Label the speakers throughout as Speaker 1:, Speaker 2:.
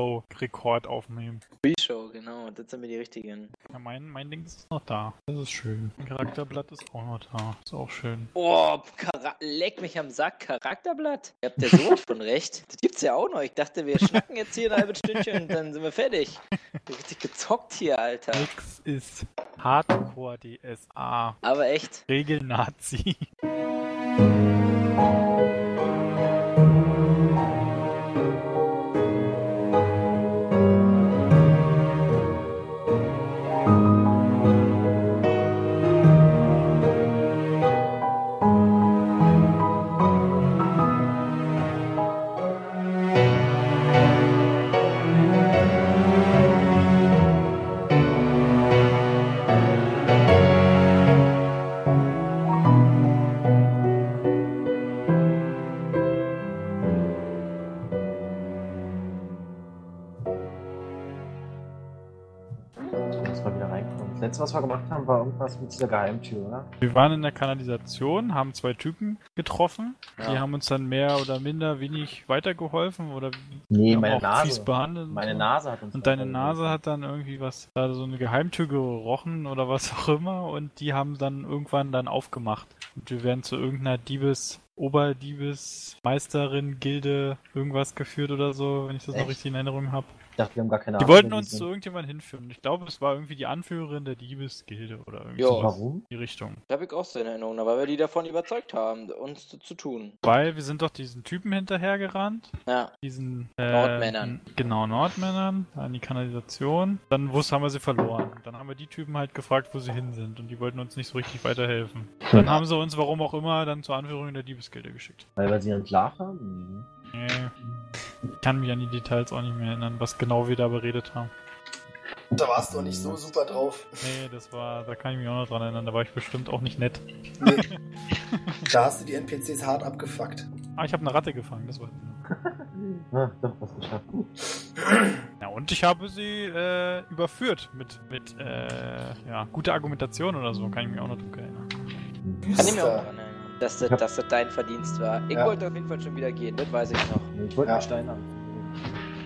Speaker 1: Pre-Show-Rekord aufnehmen.
Speaker 2: Pre-Show, genau, das sind wir die richtigen.
Speaker 1: Ja, mein, mein Ding ist noch da. Das ist schön. Mein Charakterblatt ist auch noch da. Ist auch schön.
Speaker 2: Boah, Chara- leck mich am Sack, Charakterblatt. Ihr habt ja sowas von recht. Das gibt's ja auch noch. Ich dachte, wir schnacken jetzt hier ein halbes Stündchen und dann sind wir fertig. Richtig gezockt hier, Alter.
Speaker 1: Nix ist Hardcore DSA.
Speaker 2: Aber echt.
Speaker 1: Regel-Nazi.
Speaker 3: Ich muss mal wieder reinkommen. Das letzte, was wir gemacht haben, war irgendwas mit dieser Geheimtür, oder?
Speaker 1: Wir waren in der Kanalisation, haben zwei Typen getroffen. Die
Speaker 3: Ja.
Speaker 1: haben uns dann mehr oder minder wenig weitergeholfen oder
Speaker 3: Nee,
Speaker 1: haben
Speaker 3: meine
Speaker 1: auch fies
Speaker 3: Nase.
Speaker 1: behandelt. und
Speaker 3: Meine
Speaker 1: so.
Speaker 3: Nase hat uns.
Speaker 1: Und deine
Speaker 3: weitergeholfen.
Speaker 1: Nase hat dann irgendwie was, da so eine Geheimtür gerochen oder was auch immer und die haben dann irgendwann dann aufgemacht. Und wir werden zu irgendeiner Diebes, Oberdiebes, Meisterin, Gilde, irgendwas geführt oder so, wenn ich das noch
Speaker 3: Echt?
Speaker 1: richtig in Erinnerung habe.
Speaker 3: Ich dachte, wir haben gar keine
Speaker 1: Die
Speaker 3: Ahnung.
Speaker 1: wollten
Speaker 3: wer
Speaker 1: uns
Speaker 3: sind.
Speaker 1: zu irgendjemand hinführen. Ich glaube, es war irgendwie die Anführerin der Diebesgilde oder irgendwie
Speaker 2: Ja.
Speaker 1: sowas.
Speaker 3: Warum?
Speaker 1: Die Richtung.
Speaker 2: Das habe ich auch so in Erinnerung, weil wir die davon überzeugt haben, uns zu- zu tun.
Speaker 1: Weil wir sind doch diesen Typen hinterhergerannt.
Speaker 2: Ja.
Speaker 1: diesen äh,
Speaker 2: Nordmännern.
Speaker 1: Genau, Nordmännern an die Kanalisation. Dann wussten haben wir sie verloren. Dann haben wir die Typen halt gefragt, wo sie hin sind und die wollten uns nicht so richtig weiterhelfen. Dann haben sie uns, warum auch immer, dann zur Anführung der Diebesgilde geschickt.
Speaker 3: Weil wir sie entlarvt haben?
Speaker 1: Nee. Ich kann mich an die Details auch nicht mehr erinnern, was genau wir da beredet haben.
Speaker 4: Da warst du auch nicht so super drauf.
Speaker 1: Nee, das war, da kann ich mich auch noch dran erinnern, da war ich bestimmt auch nicht nett.
Speaker 4: Da hast du die NPCs hart abgefuckt.
Speaker 1: Ah, ich habe eine Ratte gefangen, das war.
Speaker 3: Nee. Ah, doch, was geschafft.
Speaker 1: Ja, und ich habe sie äh, überführt mit, mit äh, ja, guter Argumentation oder so, kann ich mich auch noch dran erinnern.
Speaker 2: Kann ich mir auch daran erinnern, dass das,
Speaker 3: Ja.
Speaker 2: dass das dein Verdienst war. Ich
Speaker 4: Ja.
Speaker 2: wollte auf jeden Fall schon wieder gehen, das weiß ich noch.
Speaker 3: Nee, Ich wollte
Speaker 4: Ja.
Speaker 3: einen Stein haben.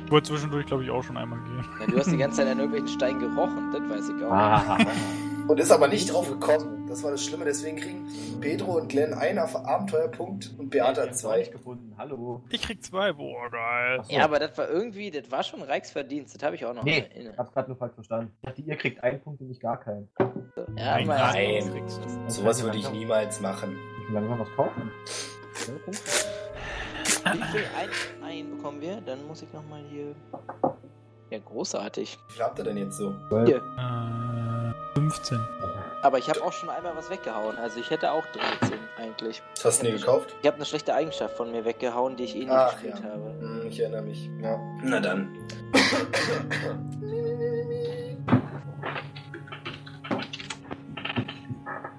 Speaker 1: Ich wollte zwischendurch, glaube ich, auch schon einmal gehen.
Speaker 2: Na, du hast die ganze Zeit an irgendwelchen Steinen gerochen, das weiß ich auch.
Speaker 3: Ah,
Speaker 4: Und ist aber nicht drauf gekommen. Das war das Schlimme. Deswegen kriegen Pedro und Glenn einen auf Abenteuerpunkt und Beata
Speaker 3: nicht
Speaker 4: zwei.
Speaker 3: gefunden. Hallo.
Speaker 1: Ich krieg zwei, boah, geil.
Speaker 3: Ach so.
Speaker 2: Ja, aber das war irgendwie, das war schon Reichsverdienst, das habe ich auch noch
Speaker 3: Nee.
Speaker 2: in Erinnerung.
Speaker 3: Ich hab's gerade nur falsch verstanden. Ich dachte, ihr kriegt einen Punkt und ich gar keinen.
Speaker 2: Ja,
Speaker 1: Ein
Speaker 2: aber-
Speaker 1: Glas
Speaker 4: Nein.
Speaker 1: kriegst du.
Speaker 3: Dann
Speaker 4: Sowas
Speaker 3: kann
Speaker 4: würde
Speaker 3: ich
Speaker 4: ich
Speaker 3: langsam-
Speaker 4: niemals machen.
Speaker 3: Ich will langsam was kaufen. Ja, Punkt.
Speaker 2: Wie viel ein, ein bekommen wir? Dann muss ich nochmal hier. Ja, großartig.
Speaker 4: Wie viel habt ihr denn jetzt so?
Speaker 3: Zwölf.
Speaker 1: Äh, 15.
Speaker 2: Aber ich habe auch schon einmal was weggehauen. Also ich hätte auch 13 eigentlich.
Speaker 4: Was hast du denn dir gekauft?
Speaker 2: Ich habe eine schlechte Eigenschaft von mir weggehauen, die ich eh nicht
Speaker 4: Ach,
Speaker 2: gespielt
Speaker 4: ja.
Speaker 2: habe.
Speaker 4: Hm, ich erinnere mich. Ja. Na dann.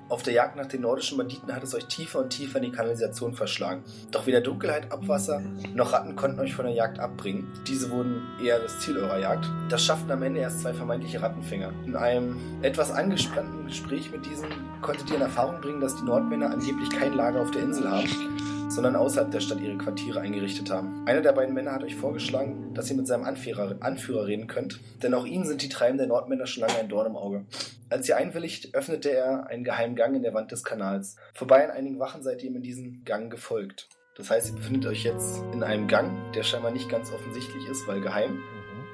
Speaker 4: Auf der Jagd nach den nordischen Banditen hat es euch tiefer und tiefer in die Kanalisation verschlagen. Doch weder Dunkelheit, Abwasser noch Ratten konnten euch von der Jagd abbringen. Diese wurden eher das Ziel eurer Jagd. Das schafften am Ende erst zwei vermeintliche Rattenfänger. In einem etwas angespannten Gespräch mit diesen konntet ihr in Erfahrung bringen, dass die Nordmänner angeblich kein Lager auf der Insel haben sondern außerhalb der Stadt ihre Quartiere eingerichtet haben. Einer der beiden Männer hat euch vorgeschlagen, dass ihr mit seinem Anführer, Anführer reden könnt, denn auch ihnen sind die Treiben der Nordmänner schon lange ein Dorn im Auge. Als ihr einwilligt, öffnete er einen geheimen Gang in der Wand des Kanals. Vorbei an einigen Wachen seid ihr ihm in diesen Gang gefolgt. Das heißt, ihr befindet euch jetzt in einem Gang, der scheinbar nicht ganz offensichtlich ist, weil geheim.
Speaker 3: Mhm.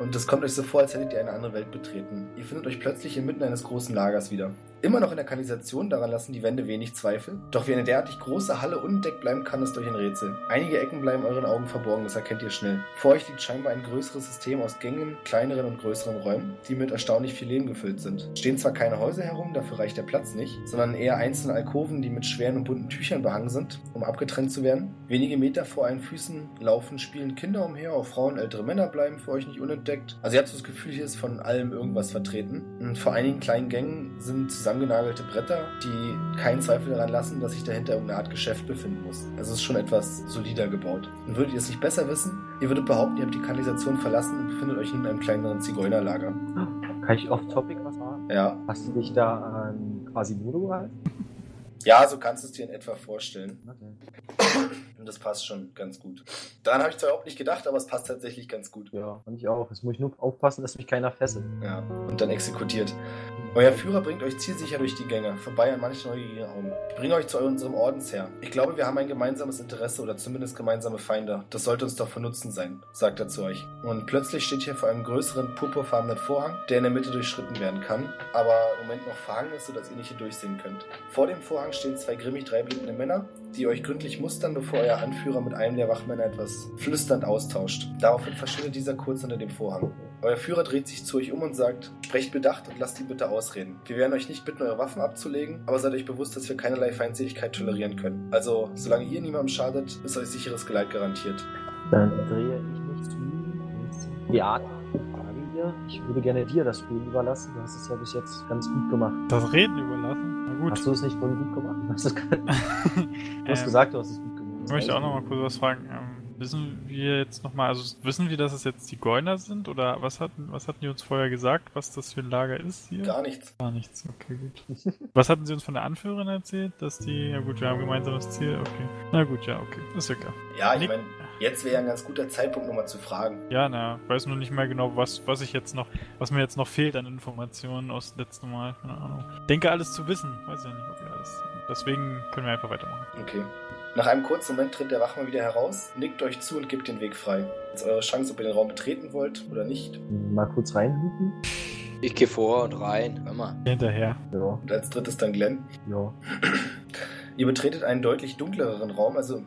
Speaker 4: Und es kommt euch so vor, als hättet ihr eine andere Welt betreten. Ihr findet euch plötzlich inmitten eines großen Lagers wieder. Immer noch in der Kanalisation, daran lassen die Wände wenig Zweifel. Doch wie eine derartig große Halle unentdeckt bleiben kann, ist durch ein Rätsel. Einige Ecken bleiben euren Augen verborgen, das erkennt ihr schnell. Vor euch liegt scheinbar ein größeres System aus Gängen, kleineren und größeren Räumen, die mit erstaunlich viel Leben gefüllt sind. Stehen zwar keine Häuser herum, dafür reicht der Platz nicht, sondern eher einzelne Alkoven, die mit schweren und bunten Tüchern behangen sind, um abgetrennt zu werden. Wenige Meter vor euren Füßen laufen, spielen Kinder umher, auch Frauen, ältere Männer bleiben für euch nicht unentdeckt. Also ihr habt so das Gefühl, hier ist von allem irgendwas vertreten. Und vor einigen kleinen Gängen sind zusammengenagelte Bretter, die keinen Zweifel daran lassen, dass sich dahinter irgendeine Art Geschäft befinden muss. Also es ist schon etwas solider gebaut. Und würdet ihr es nicht besser wissen, ihr würdet behaupten, ihr habt die Kanalisation verlassen und befindet euch nun in einem kleineren Zigeunerlager.
Speaker 3: Kann ich off-topic was sagen?
Speaker 4: Ja.
Speaker 3: Hast du dich da an Quasimodo gehalten?
Speaker 4: Ja, so kannst du es dir in etwa vorstellen.
Speaker 3: Okay.
Speaker 4: Und das passt schon ganz gut. Daran habe ich zwar überhaupt nicht gedacht, aber es passt tatsächlich ganz gut.
Speaker 3: Ja, fand ich auch. Jetzt muss ich nur aufpassen, dass mich keiner fesselt.
Speaker 4: Ja, und dann exekutiert. Euer Führer bringt euch zielsicher durch die Gänge, vorbei an manchen neugierigen Augen. Ich Bringe euch zu unserem Ordensherr. Ich glaube, wir haben ein gemeinsames Interesse oder zumindest gemeinsame Feinde. Das sollte uns doch von Nutzen sein, sagt er zu euch. Und plötzlich steht ihr vor einem größeren purpurfarbenen Vorhang, der in der Mitte durchschritten werden kann, aber im Moment noch verhangen ist, sodass ihr nicht hier durchsehen könnt. Vor dem Vorhang stehen zwei grimmig dreiblickende Männer, die euch gründlich mustern, bevor euer Anführer mit einem der Wachmänner etwas flüsternd austauscht. Daraufhin verschwindet dieser kurz unter dem Vorhang. Euer Führer dreht sich zu euch um und sagt, sprecht bedacht und lasst ihn bitte ausreden. Wir werden euch nicht bitten, eure Waffen abzulegen, aber seid euch bewusst, dass wir keinerlei Feindseligkeit tolerieren können. Also, solange ihr niemandem schadet, ist euch sicheres Geleit garantiert.
Speaker 3: Dann drehe ich mich zu Beate und frage ihr, ich würde gerne dir das Spiel überlassen. Du hast es ja bis jetzt ganz gut gemacht.
Speaker 1: Das Reden überlassen. Na gut.
Speaker 3: Hast du es nicht vorhin gut gemacht? Du hast, es, du hast
Speaker 1: Ähm,
Speaker 3: gesagt, du hast es gut gemacht.
Speaker 1: Ich möchte auch nochmal kurz was fragen. Ähm, wissen wir jetzt nochmal, also wissen wir, dass es jetzt die Goyner sind? Oder was hatten, was hatten die uns vorher gesagt, was das für ein Lager ist hier?
Speaker 4: Gar nichts.
Speaker 1: Gar nichts, okay, gut. Was hatten sie uns von der Anführerin erzählt? Dass die, ja gut, wir haben gemeinsames Ziel, okay. Na gut, ja, okay, ist ja klar.
Speaker 4: Ja, ich
Speaker 1: Nick-
Speaker 4: meine, jetzt wäre ja ein ganz guter Zeitpunkt, nochmal zu fragen.
Speaker 1: Ja, na, weiß nur nicht mehr genau, was, was ich jetzt noch, was mir jetzt noch fehlt an Informationen aus letztem Mal, keine Ahnung. Denke alles zu wissen, weiß ja nicht, ob wir alles. Deswegen können wir einfach weitermachen.
Speaker 4: Okay. Nach einem kurzen Moment tritt der Wachmann wieder heraus, nickt euch zu und gibt den Weg frei. Jetzt eure Chance, ob ihr den Raum betreten wollt oder nicht.
Speaker 3: Mal kurz reinhupen.
Speaker 2: Ich gehe vor und rein. Hör mal.
Speaker 1: Hinterher.
Speaker 3: Ja,
Speaker 4: Und als drittes dann Glenn.
Speaker 3: ja.
Speaker 4: Ihr betretet einen deutlich dunkleren Raum, also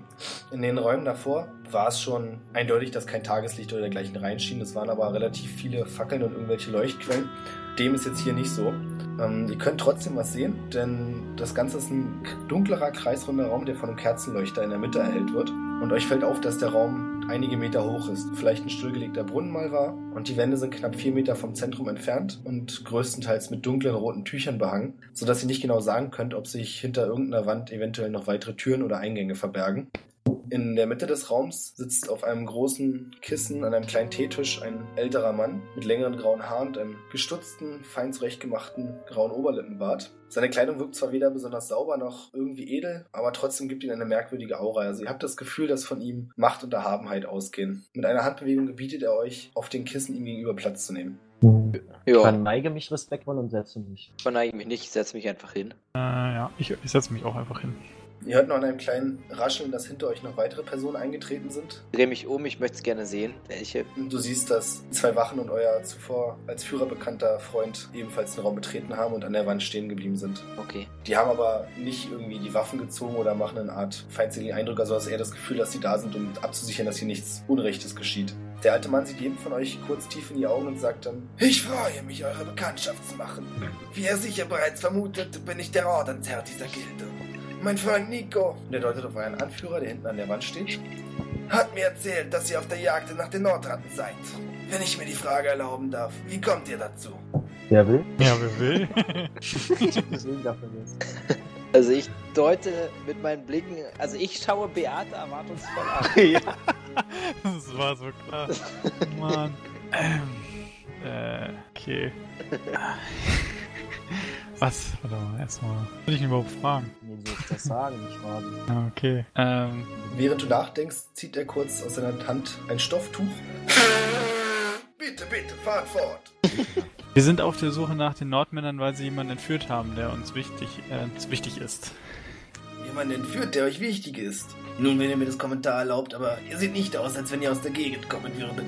Speaker 4: in den Räumen davor war es schon eindeutig, dass kein Tageslicht oder dergleichen reinschien. Es waren aber relativ viele Fackeln und irgendwelche Leuchtquellen. Dem ist jetzt hier nicht so. Ähm, ihr könnt trotzdem was sehen, denn das Ganze ist ein k- dunklerer, kreisrunder Raum, der von einem Kerzenleuchter in der Mitte erhellt wird. Und euch fällt auf, dass der Raum einige Meter hoch ist. Vielleicht ein stillgelegter Brunnen mal war. Und die Wände sind knapp vier Meter vom Zentrum entfernt und größtenteils mit dunklen roten Tüchern behangen, sodass ihr nicht genau sagen könnt, ob sich hinter irgendeiner Wand eventuell noch weitere Türen oder Eingänge verbergen. In der Mitte des Raums sitzt auf einem großen Kissen an einem kleinen Teetisch ein älterer Mann mit längeren grauen Haaren und einem gestutzten, fein zurechtgemachten grauen Oberlippenbart. Seine Kleidung wirkt zwar weder besonders sauber noch irgendwie edel, aber trotzdem gibt ihn eine merkwürdige Aura. Also ihr habt das Gefühl, dass von ihm Macht und Erhabenheit ausgehen. Mit einer Handbewegung gebietet er euch, auf den Kissen ihm gegenüber Platz zu nehmen.
Speaker 3: Ich
Speaker 2: Ja,
Speaker 3: verneige mich respektvoll und setze mich.
Speaker 2: verneige mich nicht, ich setze mich einfach hin.
Speaker 1: Äh, ja, ich, ich setze mich auch einfach hin.
Speaker 4: Ihr hört noch an einem kleinen Rascheln, dass hinter euch noch weitere Personen eingetreten sind.
Speaker 2: Drehe mich um, ich möchte es gerne sehen. Welche?
Speaker 4: Und Du siehst, dass zwei Wachen und euer zuvor als Führer bekannter Freund ebenfalls den Raum betreten haben und an der Wand stehen geblieben sind.
Speaker 2: Okay.
Speaker 4: Die haben aber nicht irgendwie die Waffen gezogen oder machen eine Art feindseligen Eindruck, also hast eher das Gefühl, dass sie da sind, um abzusichern, dass hier nichts Unrechtes geschieht. Der alte Mann sieht jedem von euch kurz tief in die Augen und sagt dann, Ich freue mich, eure Bekanntschaft zu machen. Wie ihr sicher bereits vermutet, bin ich der Ordensherr dieser Gilde. Mein Freund Nico, der deutet auf euren Anführer, der hinten an der Wand steht, hat mir erzählt, dass ihr auf der Jagd nach den Nordratten seid. Wenn ich mir die Frage erlauben darf, wie kommt ihr dazu?
Speaker 3: Wer will?
Speaker 1: Ja, wer will?
Speaker 3: Ich hab gesehen, dafür ist.
Speaker 2: Also ich deute mit meinen Blicken, also ich schaue Beate erwartungsvoll an.
Speaker 3: ja.
Speaker 1: das war so klar. Mann. Ähm, äh, okay. Was? Warte mal, erstmal. Was will ich denn überhaupt fragen?
Speaker 3: Nee, du sollst das sagen, nicht fragen.
Speaker 1: Ah, Okay. Ähm,
Speaker 4: Während du nachdenkst, zieht er kurz aus seiner Hand ein Stofftuch. Bitte, bitte, fahrt fort.
Speaker 1: wir sind auf der Suche nach den Nordmännern, weil sie jemanden entführt haben, der uns wichtig, äh, uns wichtig ist.
Speaker 4: Jemand entführt, der euch wichtig ist. Nun, wenn ihr mir das Kommentar erlaubt, aber ihr seht nicht aus, als wenn ihr aus der Gegend kommen würdet.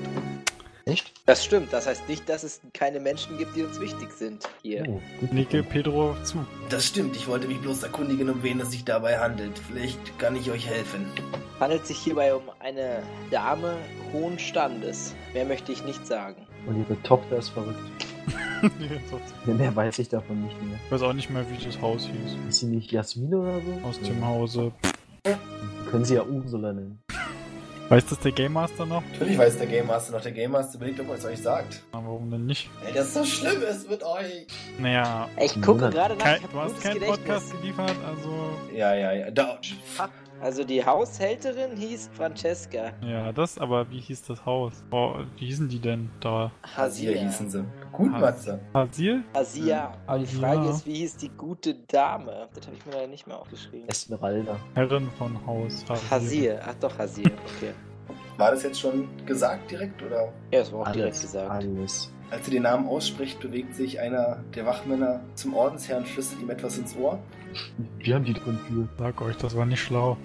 Speaker 3: Echt?
Speaker 2: Das stimmt, das heißt nicht, dass es keine Menschen gibt, die uns wichtig sind hier.
Speaker 3: Oh, gut.
Speaker 1: Nicke Pedro zu.
Speaker 4: Das stimmt, ich wollte mich bloß erkundigen, um wen es sich dabei handelt. Vielleicht kann ich euch helfen.
Speaker 2: Handelt sich hierbei um eine Dame hohen Standes. Mehr möchte ich nicht sagen.
Speaker 3: Und ihre Tochter ist verrückt.
Speaker 1: ich
Speaker 3: Mehr weiß ich davon nicht mehr.
Speaker 1: weiß auch nicht mehr, wie das Haus hieß.
Speaker 3: Ist sie nicht Jasmin oder so?
Speaker 1: Aus dem Hause.
Speaker 3: Können sie ja Ursula nennen.
Speaker 1: Weiß das der Game Master noch?
Speaker 4: Natürlich weiß der Game Master noch, der Game Master überlegt, ob er es euch sagt.
Speaker 1: Na, warum denn nicht?
Speaker 4: Weil das so schlimm ist mit euch.
Speaker 1: Naja,
Speaker 2: Ich gucke
Speaker 3: Wundert.
Speaker 2: gerade nach,
Speaker 1: kein,
Speaker 2: ich habe
Speaker 1: du hast
Speaker 2: gutes
Speaker 1: keinen
Speaker 2: Gedächtnis.
Speaker 1: Podcast geliefert, also
Speaker 4: Ja, ja, ja. Da,
Speaker 2: Ha, Also die Haushälterin hieß Francesca.
Speaker 1: Ja, das, aber wie hieß das Haus? Oh, wie hießen die denn da?
Speaker 4: Hasia
Speaker 2: Hasia.
Speaker 4: hießen sie. Gut,
Speaker 1: Ah.
Speaker 4: Matze.
Speaker 1: Hasil?
Speaker 2: Hasia. Aber die
Speaker 1: Ja.
Speaker 2: Frage ist, wie hieß die gute Dame? Das habe ich mir leider nicht mehr aufgeschrieben.
Speaker 3: Esmeralda.
Speaker 1: Herrin von Haus.
Speaker 2: Hasil. Ach doch, Hasil. Okay.
Speaker 4: War das jetzt schon gesagt direkt oder?
Speaker 2: Ja, das war auch direkt gesagt.
Speaker 3: Alles.
Speaker 4: Als sie den Namen ausspricht, bewegt sich einer der Wachmänner zum Ordensherrn, flüstert ihm etwas ins Ohr.
Speaker 3: Wir haben die Grundtür.
Speaker 1: Sag euch, das war nicht schlau.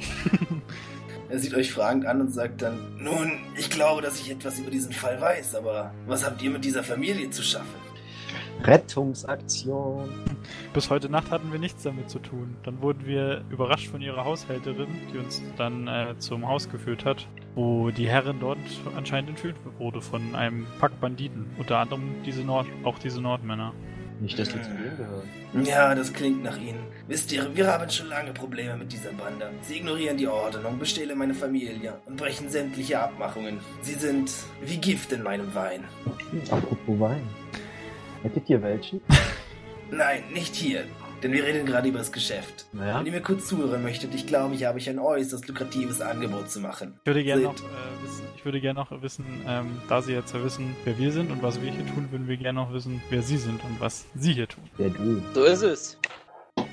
Speaker 4: Er sieht euch fragend an und sagt dann, nun, ich glaube, dass ich etwas über diesen Fall weiß, aber was habt ihr mit dieser Familie zu schaffen?
Speaker 3: Rettungsaktion.
Speaker 1: Bis heute Nacht hatten wir nichts damit zu tun. Dann wurden wir überrascht von ihrer Haushälterin, die uns dann äh, zum Haus geführt hat, wo die Herrin dort anscheinend enthüllt wurde von einem Pack Banditen. Unter anderem diese Nord auch diese Nordmänner.
Speaker 3: Nicht, dass die zu denen gehören.
Speaker 4: Ja, das klingt nach ihnen. Wisst ihr, wir haben schon lange Probleme mit dieser Bande. Sie ignorieren die Ordnung, bestehlen meine Familie und brechen sämtliche Abmachungen. Sie sind wie Gift in meinem Wein.
Speaker 3: Hm, apropos Wein. Hättet ihr welchen?
Speaker 4: Nein, nicht hier, denn wir reden gerade über das Geschäft.
Speaker 3: Naja.
Speaker 4: Wenn ihr mir kurz zuhören möchtet, ich glaube, ich habe euch ein äußerst lukratives Angebot zu machen.
Speaker 1: Ich würde gerne
Speaker 4: Seht.
Speaker 1: noch äh, wissen, ich würde gerne noch wissen, ähm, da sie jetzt ja wissen, wer wir sind und was wir hier tun, würden wir gerne noch wissen, wer sie sind und was sie hier tun.
Speaker 3: Der du.
Speaker 2: So ist es.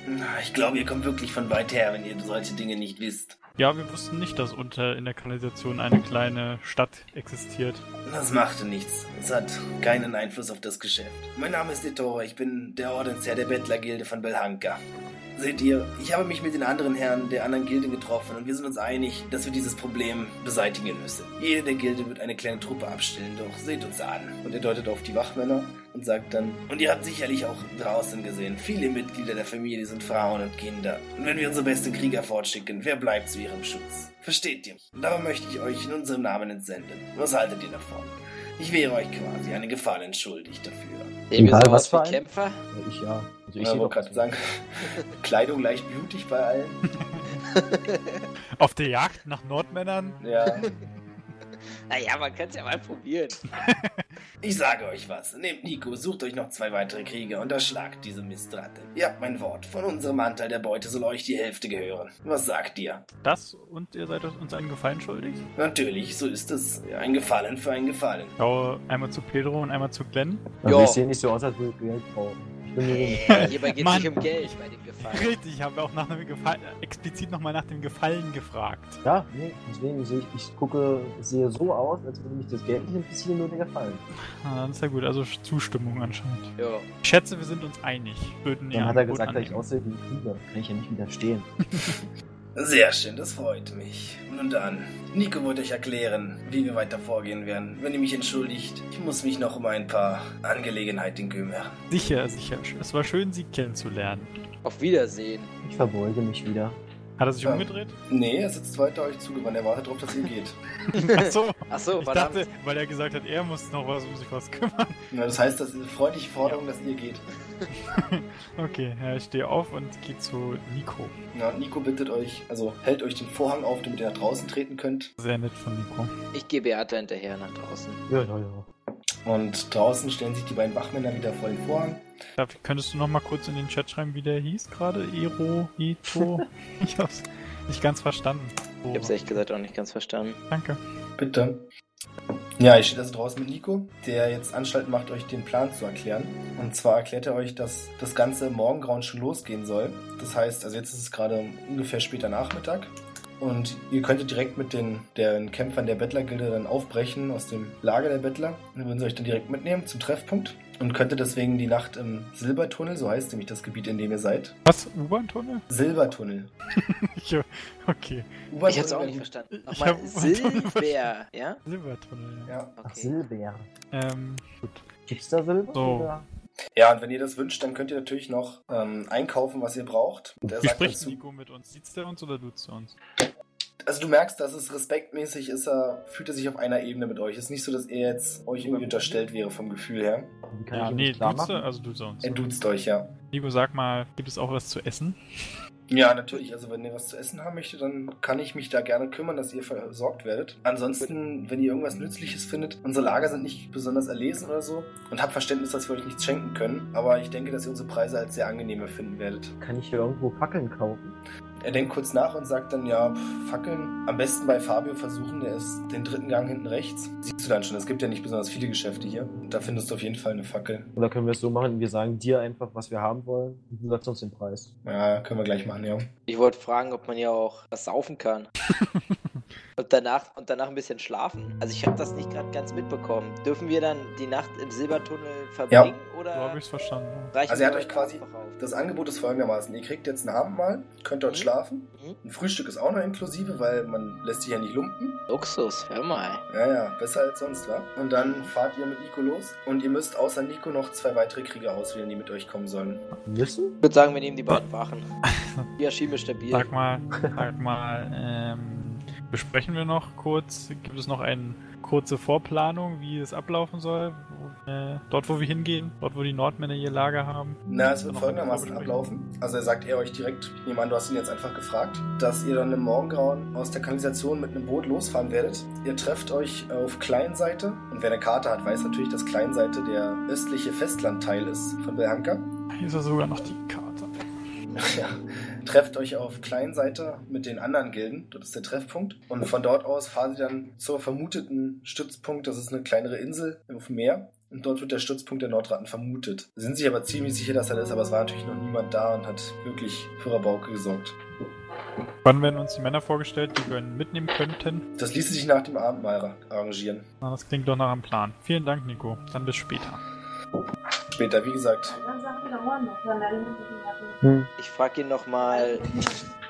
Speaker 4: Na, Ich glaube, ihr kommt wirklich von weit her, wenn ihr solche Dinge nicht wisst.
Speaker 1: Ja, wir wussten nicht, dass unter in der Kanalisation eine kleine Stadt existiert.
Speaker 4: Das machte nichts. Es hat keinen Einfluss auf das Geschäft. Mein Name ist Ettore, ich bin der Ordensherr der Bettlergilde von Belhanka. Seht ihr, ich habe mich mit den anderen Herren der anderen Gilde getroffen und wir sind uns einig, dass wir dieses Problem beseitigen müssen. Jede der Gilde wird eine kleine Truppe abstellen, doch seht uns an. Und er deutet auf die Wachmänner und sagt dann, und ihr habt sicherlich auch draußen gesehen, viele Mitglieder der Familie sind Frauen und Kinder. Und wenn wir unsere besten Krieger fortschicken, wer bleibt zu ihrem Schutz? Versteht ihr? Und Darum möchte ich euch in unserem Namen entsenden. Was haltet ihr davon? Ich wäre euch quasi eine Gefallen entschuldigt dafür.
Speaker 2: Sehen wir
Speaker 3: Egal,
Speaker 2: so
Speaker 3: was
Speaker 2: aus
Speaker 3: für
Speaker 2: wie
Speaker 3: ein-
Speaker 2: Kämpfer?
Speaker 3: Ja, ich ja. Also
Speaker 4: Ich wollte gerade sagen, Kleidung leicht blutig bei allen.
Speaker 1: Auf der Jagd nach Nordmännern?
Speaker 4: Ja.
Speaker 2: Naja, man kann es ja mal probieren.
Speaker 4: Ich sage euch was. Nehmt Nico, sucht euch noch zwei weitere Krieger und erschlagt diese Mistratte. Ihr habt mein Wort. Von unserem Anteil der Beute soll euch die Hälfte gehören. Was sagt ihr?
Speaker 1: Das und ihr seid uns einen Gefallen schuldig?
Speaker 4: Natürlich, so ist es. Ein Gefallen für einen Gefallen.
Speaker 1: schaue einmal zu Pedro und einmal zu Glenn.
Speaker 3: Aber
Speaker 2: Ja.
Speaker 3: Also ich sehe nicht so aus, als würde ich Geld brauchen. Ich bin nur so
Speaker 2: Hey, hierbei geht es
Speaker 1: Mann.
Speaker 2: nicht um Geld bei dem Gefallen.
Speaker 1: Richtig, ich habe auch nach einem Gefallen, explizit nochmal nach dem Gefallen gefragt.
Speaker 3: Ja, nee, deswegen sehe ich, ich gucke, sehe so aus, als würde mich das Geld nicht interessieren, nur der Gefallen.
Speaker 1: Ah, das ist ja gut, also Zustimmung anscheinend.
Speaker 2: Jo.
Speaker 1: Ich schätze, wir sind uns einig. Würden
Speaker 3: Dann
Speaker 1: ihr
Speaker 3: hat er
Speaker 1: Angebot
Speaker 3: gesagt, dass ich
Speaker 1: annehmen.
Speaker 3: aussehe wie ein Krieger. Kann ich ja nicht widerstehen.
Speaker 4: Sehr schön, das freut mich. Nun dann, Nico wird euch erklären, wie wir weiter vorgehen werden. Wenn ihr mich entschuldigt, ich muss mich noch um ein paar Angelegenheiten kümmern.
Speaker 1: Sicher, sicher. Es war schön, sie kennenzulernen.
Speaker 2: Auf Wiedersehen.
Speaker 3: Ich verbeuge mich wieder.
Speaker 1: Hat er sich
Speaker 4: Ja.
Speaker 1: umgedreht?
Speaker 4: Nee, er sitzt weiter euch zugewandt. Er wartet darauf, dass ihr geht.
Speaker 1: Achso,
Speaker 2: Achso,
Speaker 1: ich
Speaker 2: verdammt.
Speaker 1: dachte, weil er gesagt hat, er muss noch was um sich was kümmern.
Speaker 4: Ja, das heißt, das ist eine freundliche Forderung, dass ihr geht.
Speaker 1: Okay, ja, ich stehe auf und gehe zu Nico.
Speaker 4: Ja, und Nico bittet euch, also hält euch den Vorhang auf, damit ihr nach draußen treten könnt.
Speaker 1: Sehr nett von Nico.
Speaker 2: Ich gehe Beate hinterher nach draußen.
Speaker 3: Ja, ja, ja.
Speaker 4: Und draußen stellen sich die beiden Wachmänner wieder vor den Vorhang.
Speaker 1: Darf, könntest du noch mal kurz in den Chat schreiben, wie der hieß gerade? Ero, Ito? ich hab's nicht ganz verstanden. So,
Speaker 2: Ich
Speaker 4: Oh.
Speaker 2: hab's ehrlich gesagt auch nicht ganz verstanden.
Speaker 1: danke.
Speaker 4: Bitte. Ja, ihr steht also draußen mit Nico, der jetzt Anstalten macht, euch den Plan zu erklären. Und zwar erklärt er euch, dass das Ganze im Morgengrauen schon losgehen soll. Das heißt, also jetzt ist es gerade ungefähr später Nachmittag. Und ihr könntet direkt mit den, den Kämpfern der Bettlergilde dann aufbrechen aus dem Lager der Bettler. Dann würden sie euch dann direkt mitnehmen zum Treffpunkt. Und könntet deswegen die Nacht im Silbertunnel, so heißt nämlich das Gebiet, in dem ihr seid.
Speaker 1: Was? U-Bahn-Tunnel?
Speaker 4: Silbertunnel.
Speaker 1: Ich- okay.
Speaker 2: Ich hab's auch nicht verstanden.
Speaker 1: Ich
Speaker 2: Nochmal
Speaker 1: hab-
Speaker 2: Silber, ja?
Speaker 1: Silbertunnel. Ja.
Speaker 4: Ja.
Speaker 3: Ach,
Speaker 2: Okay.
Speaker 3: Silber.
Speaker 1: Ähm, gut.
Speaker 3: Gibt's da Silber?
Speaker 1: So.
Speaker 3: Oder?
Speaker 4: Ja, und wenn ihr das wünscht, dann könnt ihr natürlich noch ähm, einkaufen, was ihr braucht. Und er
Speaker 1: Wie
Speaker 4: sagt
Speaker 1: spricht
Speaker 4: dazu-
Speaker 1: Nico mit uns? Sieht's der uns oder duzt er uns?
Speaker 4: also du merkst, dass es respektmäßig ist, er fühlt er sich auf einer Ebene mit euch. Es ist nicht so, dass er jetzt euch irgendwie unterstellt wäre vom Gefühl her.
Speaker 3: Wie kann ich
Speaker 1: Ja,
Speaker 3: ihm
Speaker 1: nee,
Speaker 3: das klar
Speaker 1: duzt er,
Speaker 3: machen? Äh,
Speaker 1: also duzt er uns.
Speaker 4: Er duzt euch, ja.
Speaker 1: Nico, sag mal, gibt es auch was zu essen?
Speaker 4: Ja, natürlich. Also wenn ihr was zu essen haben möchtet, dann kann ich mich da gerne kümmern, dass ihr versorgt werdet. Ansonsten, wenn ihr irgendwas Nützliches findet, unsere Lager sind nicht besonders erlesen oder so und habt Verständnis, dass wir euch nichts
Speaker 3: äh,
Speaker 4: schenken können. Aber ich denke, dass ihr unsere Preise als sehr angenehme finden werdet.
Speaker 3: Kann ich hier irgendwo Fackeln kaufen?
Speaker 4: Er denkt kurz nach und sagt dann, ja, pff, Fackeln. Am besten bei Fabio versuchen, der ist den dritten Gang hinten rechts. Siehst du dann schon, es gibt ja nicht besonders viele Geschäfte hier. Da findest du auf jeden Fall eine Fackel.
Speaker 3: Oder können wir es so machen, wir sagen dir einfach, was wir haben wollen und du sagst uns den Preis.
Speaker 4: Ja, können wir gleich machen, ja.
Speaker 2: Ich wollte fragen, ob man ja auch was saufen kann. und, danach, und danach ein bisschen schlafen. Also ich habe das nicht gerade ganz mitbekommen. Dürfen wir dann die Nacht im Silbertunnel verbringen
Speaker 1: So
Speaker 2: oder
Speaker 1: habe ich es verstanden.
Speaker 2: reichen
Speaker 4: Also er hat
Speaker 2: wir
Speaker 4: euch quasi-
Speaker 2: einfach auf?
Speaker 4: Das Angebot ist folgendermaßen. Ihr kriegt jetzt ein Abendmahl, könnt dort
Speaker 2: Mhm.
Speaker 4: schlafen.
Speaker 2: Mhm.
Speaker 4: Ein Frühstück ist auch noch inklusive, weil man lässt sich ja nicht lumpen.
Speaker 2: Luxus, hör mal.
Speaker 4: Ja, ja, besser als sonst, wa? Und dann fahrt ihr mit Nico los und ihr müsst außer Nico noch zwei weitere Krieger auswählen, die mit euch kommen sollen.
Speaker 3: Müssen?
Speaker 2: Ich würde sagen, wir nehmen die beiden Wachen. Die erschienen wir stabil.
Speaker 1: Sag mal, sag mal, ähm, besprechen wir noch kurz, gibt es noch eine kurze Vorplanung, wie es ablaufen soll? Äh, dort, wo wir hingehen, dort, wo die Nordmänner ihr Lager haben.
Speaker 4: Na, es wird
Speaker 1: Noch mal
Speaker 4: folgendermaßen
Speaker 1: vorbesprechen.
Speaker 4: ablaufen. Also er sagt er euch direkt, ich nehme an, du hast ihn jetzt einfach gefragt, dass ihr dann im Morgengrauen aus der Kanalisation mit einem Boot losfahren werdet. Ihr trefft euch auf Kleinseite und wer eine Karte hat, weiß natürlich, dass Kleinseite der östliche Festlandteil ist von Belhanka.
Speaker 1: Hier ist ja sogar noch die Karte.
Speaker 4: Ja. Trefft euch auf Kleinseite mit den anderen Gilden, dort ist der Treffpunkt. Und von dort aus fahren sie dann zur vermuteten Stützpunkt, das ist eine kleinere Insel auf dem Meer. Und dort wird der Stützpunkt der Nordratten vermutet. Sind sich aber ziemlich sicher, dass er das ist, aber es war natürlich noch niemand da und hat wirklich für Rabauke gesorgt.
Speaker 1: Wann werden uns die Männer vorgestellt, die wir mitnehmen könnten?
Speaker 4: Das ließe sich nach dem Abendmahl arrangieren.
Speaker 1: Na, das klingt doch nach einem Plan. Vielen Dank, Nico. Dann bis später.
Speaker 4: Später, wie gesagt,
Speaker 2: Ich frage ihn nochmal,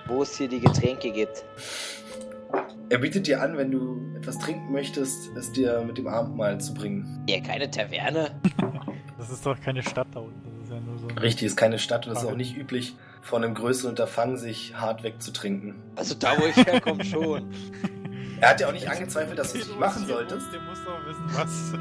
Speaker 2: wo es hier die Getränke gibt.
Speaker 4: er bietet dir an, wenn du etwas trinken möchtest, es dir mit dem Abendmahl zu bringen.
Speaker 2: Ja, keine Taverne.
Speaker 1: Das ist doch keine Stadt da unten. Das ist ja nur so. ein-
Speaker 4: Richtig, ist keine Stadt und es ist auch nicht üblich, von einem größeren Unterfangen sich hart wegzutrinken.
Speaker 2: Also da, wo ich herkomme, schon.
Speaker 4: Er hat ja auch nicht angezweifelt, dass du es nicht machen solltest.
Speaker 1: Der muss doch wissen, was,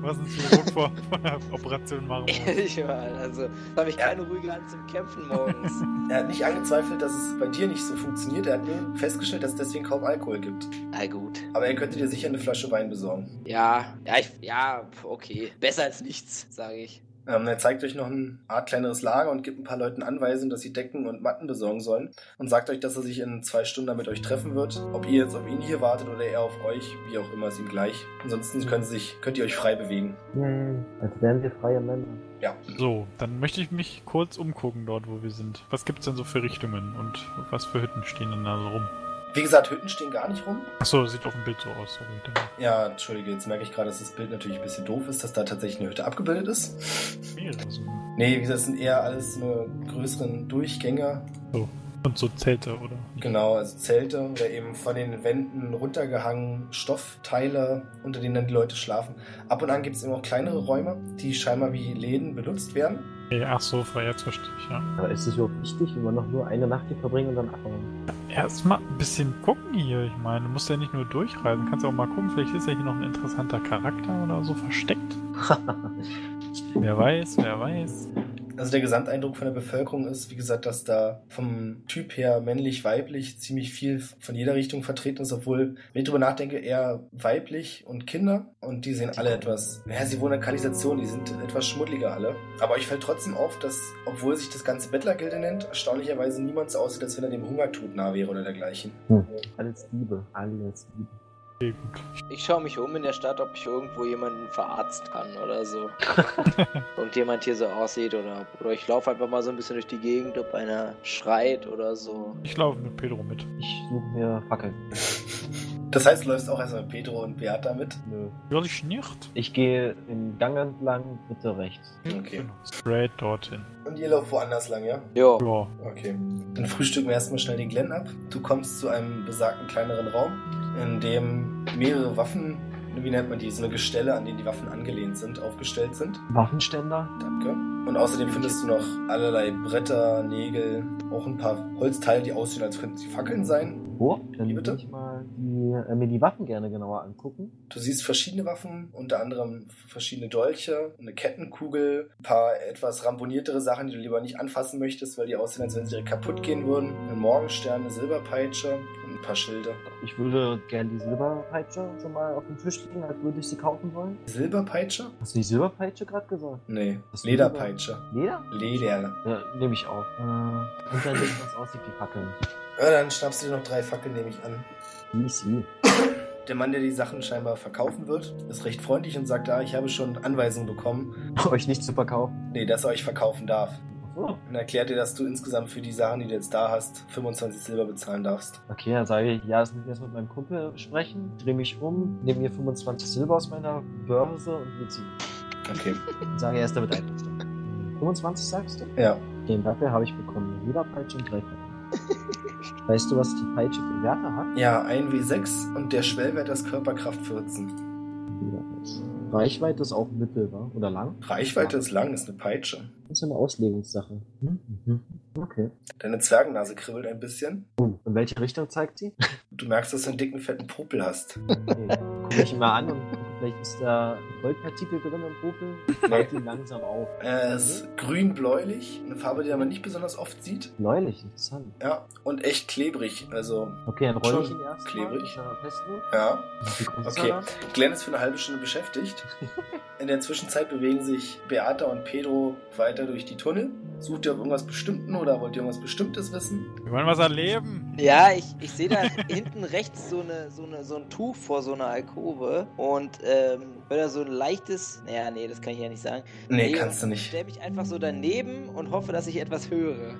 Speaker 1: was ein Chirurg vor, vor einer Operation machen muss.
Speaker 2: Ehrlich mal. Also da habe ich keine ruhige Hand zum Kämpfen morgens.
Speaker 4: Er hat nicht angezweifelt, dass es bei dir nicht so funktioniert. Er hat nur festgestellt, dass es deswegen kaum Alkohol gibt.
Speaker 2: Na gut.
Speaker 4: Aber er könnte dir sicher eine Flasche Wein besorgen.
Speaker 2: Ja, ja, ich, ja, pf, okay. Besser als nichts, sage ich.
Speaker 4: Ähm, er zeigt euch noch ein Art kleineres Lager und gibt ein paar Leuten Anweisungen, dass sie Decken und Matten besorgen sollen. Und sagt euch, dass er sich in zwei Stunden damit euch treffen wird. Ob ihr jetzt auf ihn hier wartet oder er auf euch, wie auch immer, ist ihm gleich. Ansonsten können sie sich, könnt ihr euch frei bewegen.
Speaker 3: Hm, Als wären wir freie Männer.
Speaker 1: So, dann möchte ich mich kurz umgucken dort, wo wir sind. Was gibt's denn so für Richtungen und was für Hütten stehen denn da so rum?
Speaker 4: Wie gesagt, Hütten stehen gar nicht rum.
Speaker 1: Achso, sieht auf dem Bild so aus. Sorry, dann
Speaker 4: Ja, entschuldige, jetzt merke ich gerade, dass das Bild natürlich ein bisschen doof ist, dass da tatsächlich eine Hütte abgebildet ist.
Speaker 1: mehrere so.
Speaker 4: Nee, wie gesagt, es sind eher alles nur größeren Durchgänge.
Speaker 1: Und so Zelte, oder?
Speaker 4: Genau, also Zelte oder eben von den Wänden runtergehangen Stoffteile, unter denen dann die Leute schlafen. Ab und an gibt es eben auch kleinere Räume, die scheinbar wie Läden benutzt werden.
Speaker 1: Okay, ach so, war jetzt verstehe ich, ja.
Speaker 3: Aber ist es überhaupt wichtig, wenn wir noch nur eine Nacht hier verbringen und dann abhauen?
Speaker 1: Erstmal ein bisschen gucken hier. Ich meine, du musst ja nicht nur durchreisen. Kannst ja auch mal gucken, vielleicht ist ja hier noch ein interessanter Charakter oder so versteckt. Wer weiß, wer weiß.
Speaker 4: Also der Gesamteindruck von der Bevölkerung ist, wie gesagt, dass da vom Typ her männlich, weiblich ziemlich viel von jeder Richtung vertreten ist, obwohl, wenn ich drüber nachdenke, eher weiblich und Kinder und die sehen alle etwas, naja, sie wohnen in der Kanalisation, die sind etwas schmuddeliger alle. Aber euch fällt trotzdem auf, dass, obwohl sich das ganze Bettlergilde nennt, erstaunlicherweise niemand so aussieht, als wenn er dem Hungertod nah wäre oder dergleichen.
Speaker 3: Alles Liebe. Alles Liebe.
Speaker 1: Okay, gut.
Speaker 2: Ich schaue mich um in der Stadt, ob ich irgendwo jemanden verarzt kann oder so. Irgendjemand hier so aussieht oder, oder ich laufe einfach mal so ein bisschen durch die Gegend, ob einer schreit oder so.
Speaker 1: Ich laufe mit Pedro mit.
Speaker 3: Ich suche mir Fackeln.
Speaker 4: Das heißt, du läufst auch erstmal Pedro und Beata mit.
Speaker 3: Nö.
Speaker 1: Will ich nicht?
Speaker 3: Ich gehe den Gang entlang, bitte rechts.
Speaker 4: Okay.
Speaker 1: Genau. Straight dorthin.
Speaker 4: Und ihr lauft woanders lang, ja?
Speaker 2: Jo,
Speaker 1: Ja.
Speaker 4: Okay. Dann frühstücken wir erstmal schnell den Glenn ab. Du kommst zu einem besagten kleineren Raum, in dem mehrere Waffen, wie nennt man die, so eine Gestelle, an denen die Waffen angelehnt sind, aufgestellt sind.
Speaker 3: Waffenständer?
Speaker 4: Danke. Und außerdem findest du noch allerlei Bretter, Nägel, auch ein paar Holzteile, die aussehen, als könnten sie Fackeln sein.
Speaker 3: Wo? Dann
Speaker 4: Wie bitte?
Speaker 3: würde ich mal die, äh, mir die Waffen gerne genauer angucken.
Speaker 4: Du siehst verschiedene Waffen, unter anderem verschiedene Dolche, eine Kettenkugel, ein paar etwas ramponiertere Sachen, die du lieber nicht anfassen möchtest, weil die aussehen, als wenn sie dir kaputt gehen würden. Ein Morgenstern, eine Silberpeitsche und ein paar Schilde.
Speaker 3: Ich würde gerne die Silberpeitsche schon mal auf den Tisch legen, als würde ich sie kaufen wollen.
Speaker 4: Silberpeitsche?
Speaker 3: Hast du die Silberpeitsche gerade gesagt?
Speaker 4: Nee,
Speaker 3: Das
Speaker 4: Lederpeitsche.
Speaker 3: Leder?
Speaker 4: Leder.
Speaker 3: Ja, nehme ich auch. Äh, und dann sieht das aus wie Fackeln.
Speaker 4: Ja, dann schnappst du dir noch drei Fackeln, nehme ich an.
Speaker 3: Easy.
Speaker 4: Der Mann, der die Sachen scheinbar verkaufen wird, ist recht freundlich und sagt, ah, ich habe schon Anweisungen bekommen,
Speaker 3: Euch nicht zu verkaufen.
Speaker 4: nee, dass er euch verkaufen darf.
Speaker 3: Oh.
Speaker 4: Und erklärt dir, dass du insgesamt für die Sachen, die du jetzt da hast, 25 Silber bezahlen darfst.
Speaker 3: Okay, dann sage ich, ja, das muss ich erst mit meinem Kumpel sprechen, drehe mich um, nehme mir 25 Silber aus meiner Börse und wir ziehen.
Speaker 4: Okay.
Speaker 3: Und sage, er ist damit einverstanden. 25 sagst du?
Speaker 4: Ja.
Speaker 3: Den dafür habe ich bekommen. Eine Lederpeitsche und drei Fackeln. Weißt du, was die Peitsche für Werte hat?
Speaker 4: Ja, ein W6 und der Schwellwert ist Körperkraft 14.
Speaker 3: Reichweite ist auch mittel, wa? Oder lang?
Speaker 4: Reichweite ist lang, ist eine Peitsche.
Speaker 3: Das ist eine Auslegungssache. Mhm. Okay.
Speaker 4: Deine Zwergennase kribbelt ein bisschen.
Speaker 3: Oh, in welche Richtung zeigt sie?
Speaker 4: Du merkst, dass du einen dicken, fetten Popel hast.
Speaker 3: Okay. Guck ich ihn mal an und guck, vielleicht ist da Goldpartikel drin im Popel. Malt ihn langsam auf.
Speaker 4: Äh, es
Speaker 3: Mhm.
Speaker 4: ist grün-bläulich, eine Farbe, die man nicht besonders oft sieht.
Speaker 3: Neulich, interessant.
Speaker 4: Ja, und echt klebrig. Also,
Speaker 3: Okay, dann roll ich ihn
Speaker 4: Schon
Speaker 3: erst.
Speaker 4: klebrig.
Speaker 3: Mal, festmachen.
Speaker 4: ja.
Speaker 3: Wie groß ist
Speaker 4: Okay.
Speaker 3: er dann?
Speaker 4: Glenn ist für eine halbe Stunde beschäftigt. In der Zwischenzeit bewegen sich Beata und Pedro weiter durch die Tunnel. Sucht ihr auf irgendwas Bestimmten oder wollt ihr irgendwas Bestimmtes wissen?
Speaker 1: Wir wollen was erleben.
Speaker 2: Ja, ich, ich sehe da hinten rechts so, eine, so, eine, so ein Tuch vor so einer Alkove und ähm, wenn da so ein leichtes. Naja, nee, das kann ich ja nicht sagen.
Speaker 4: Nee,
Speaker 2: Nee.
Speaker 4: kannst du nicht.
Speaker 2: Stell mich einfach so daneben und hoffe, dass ich etwas höre.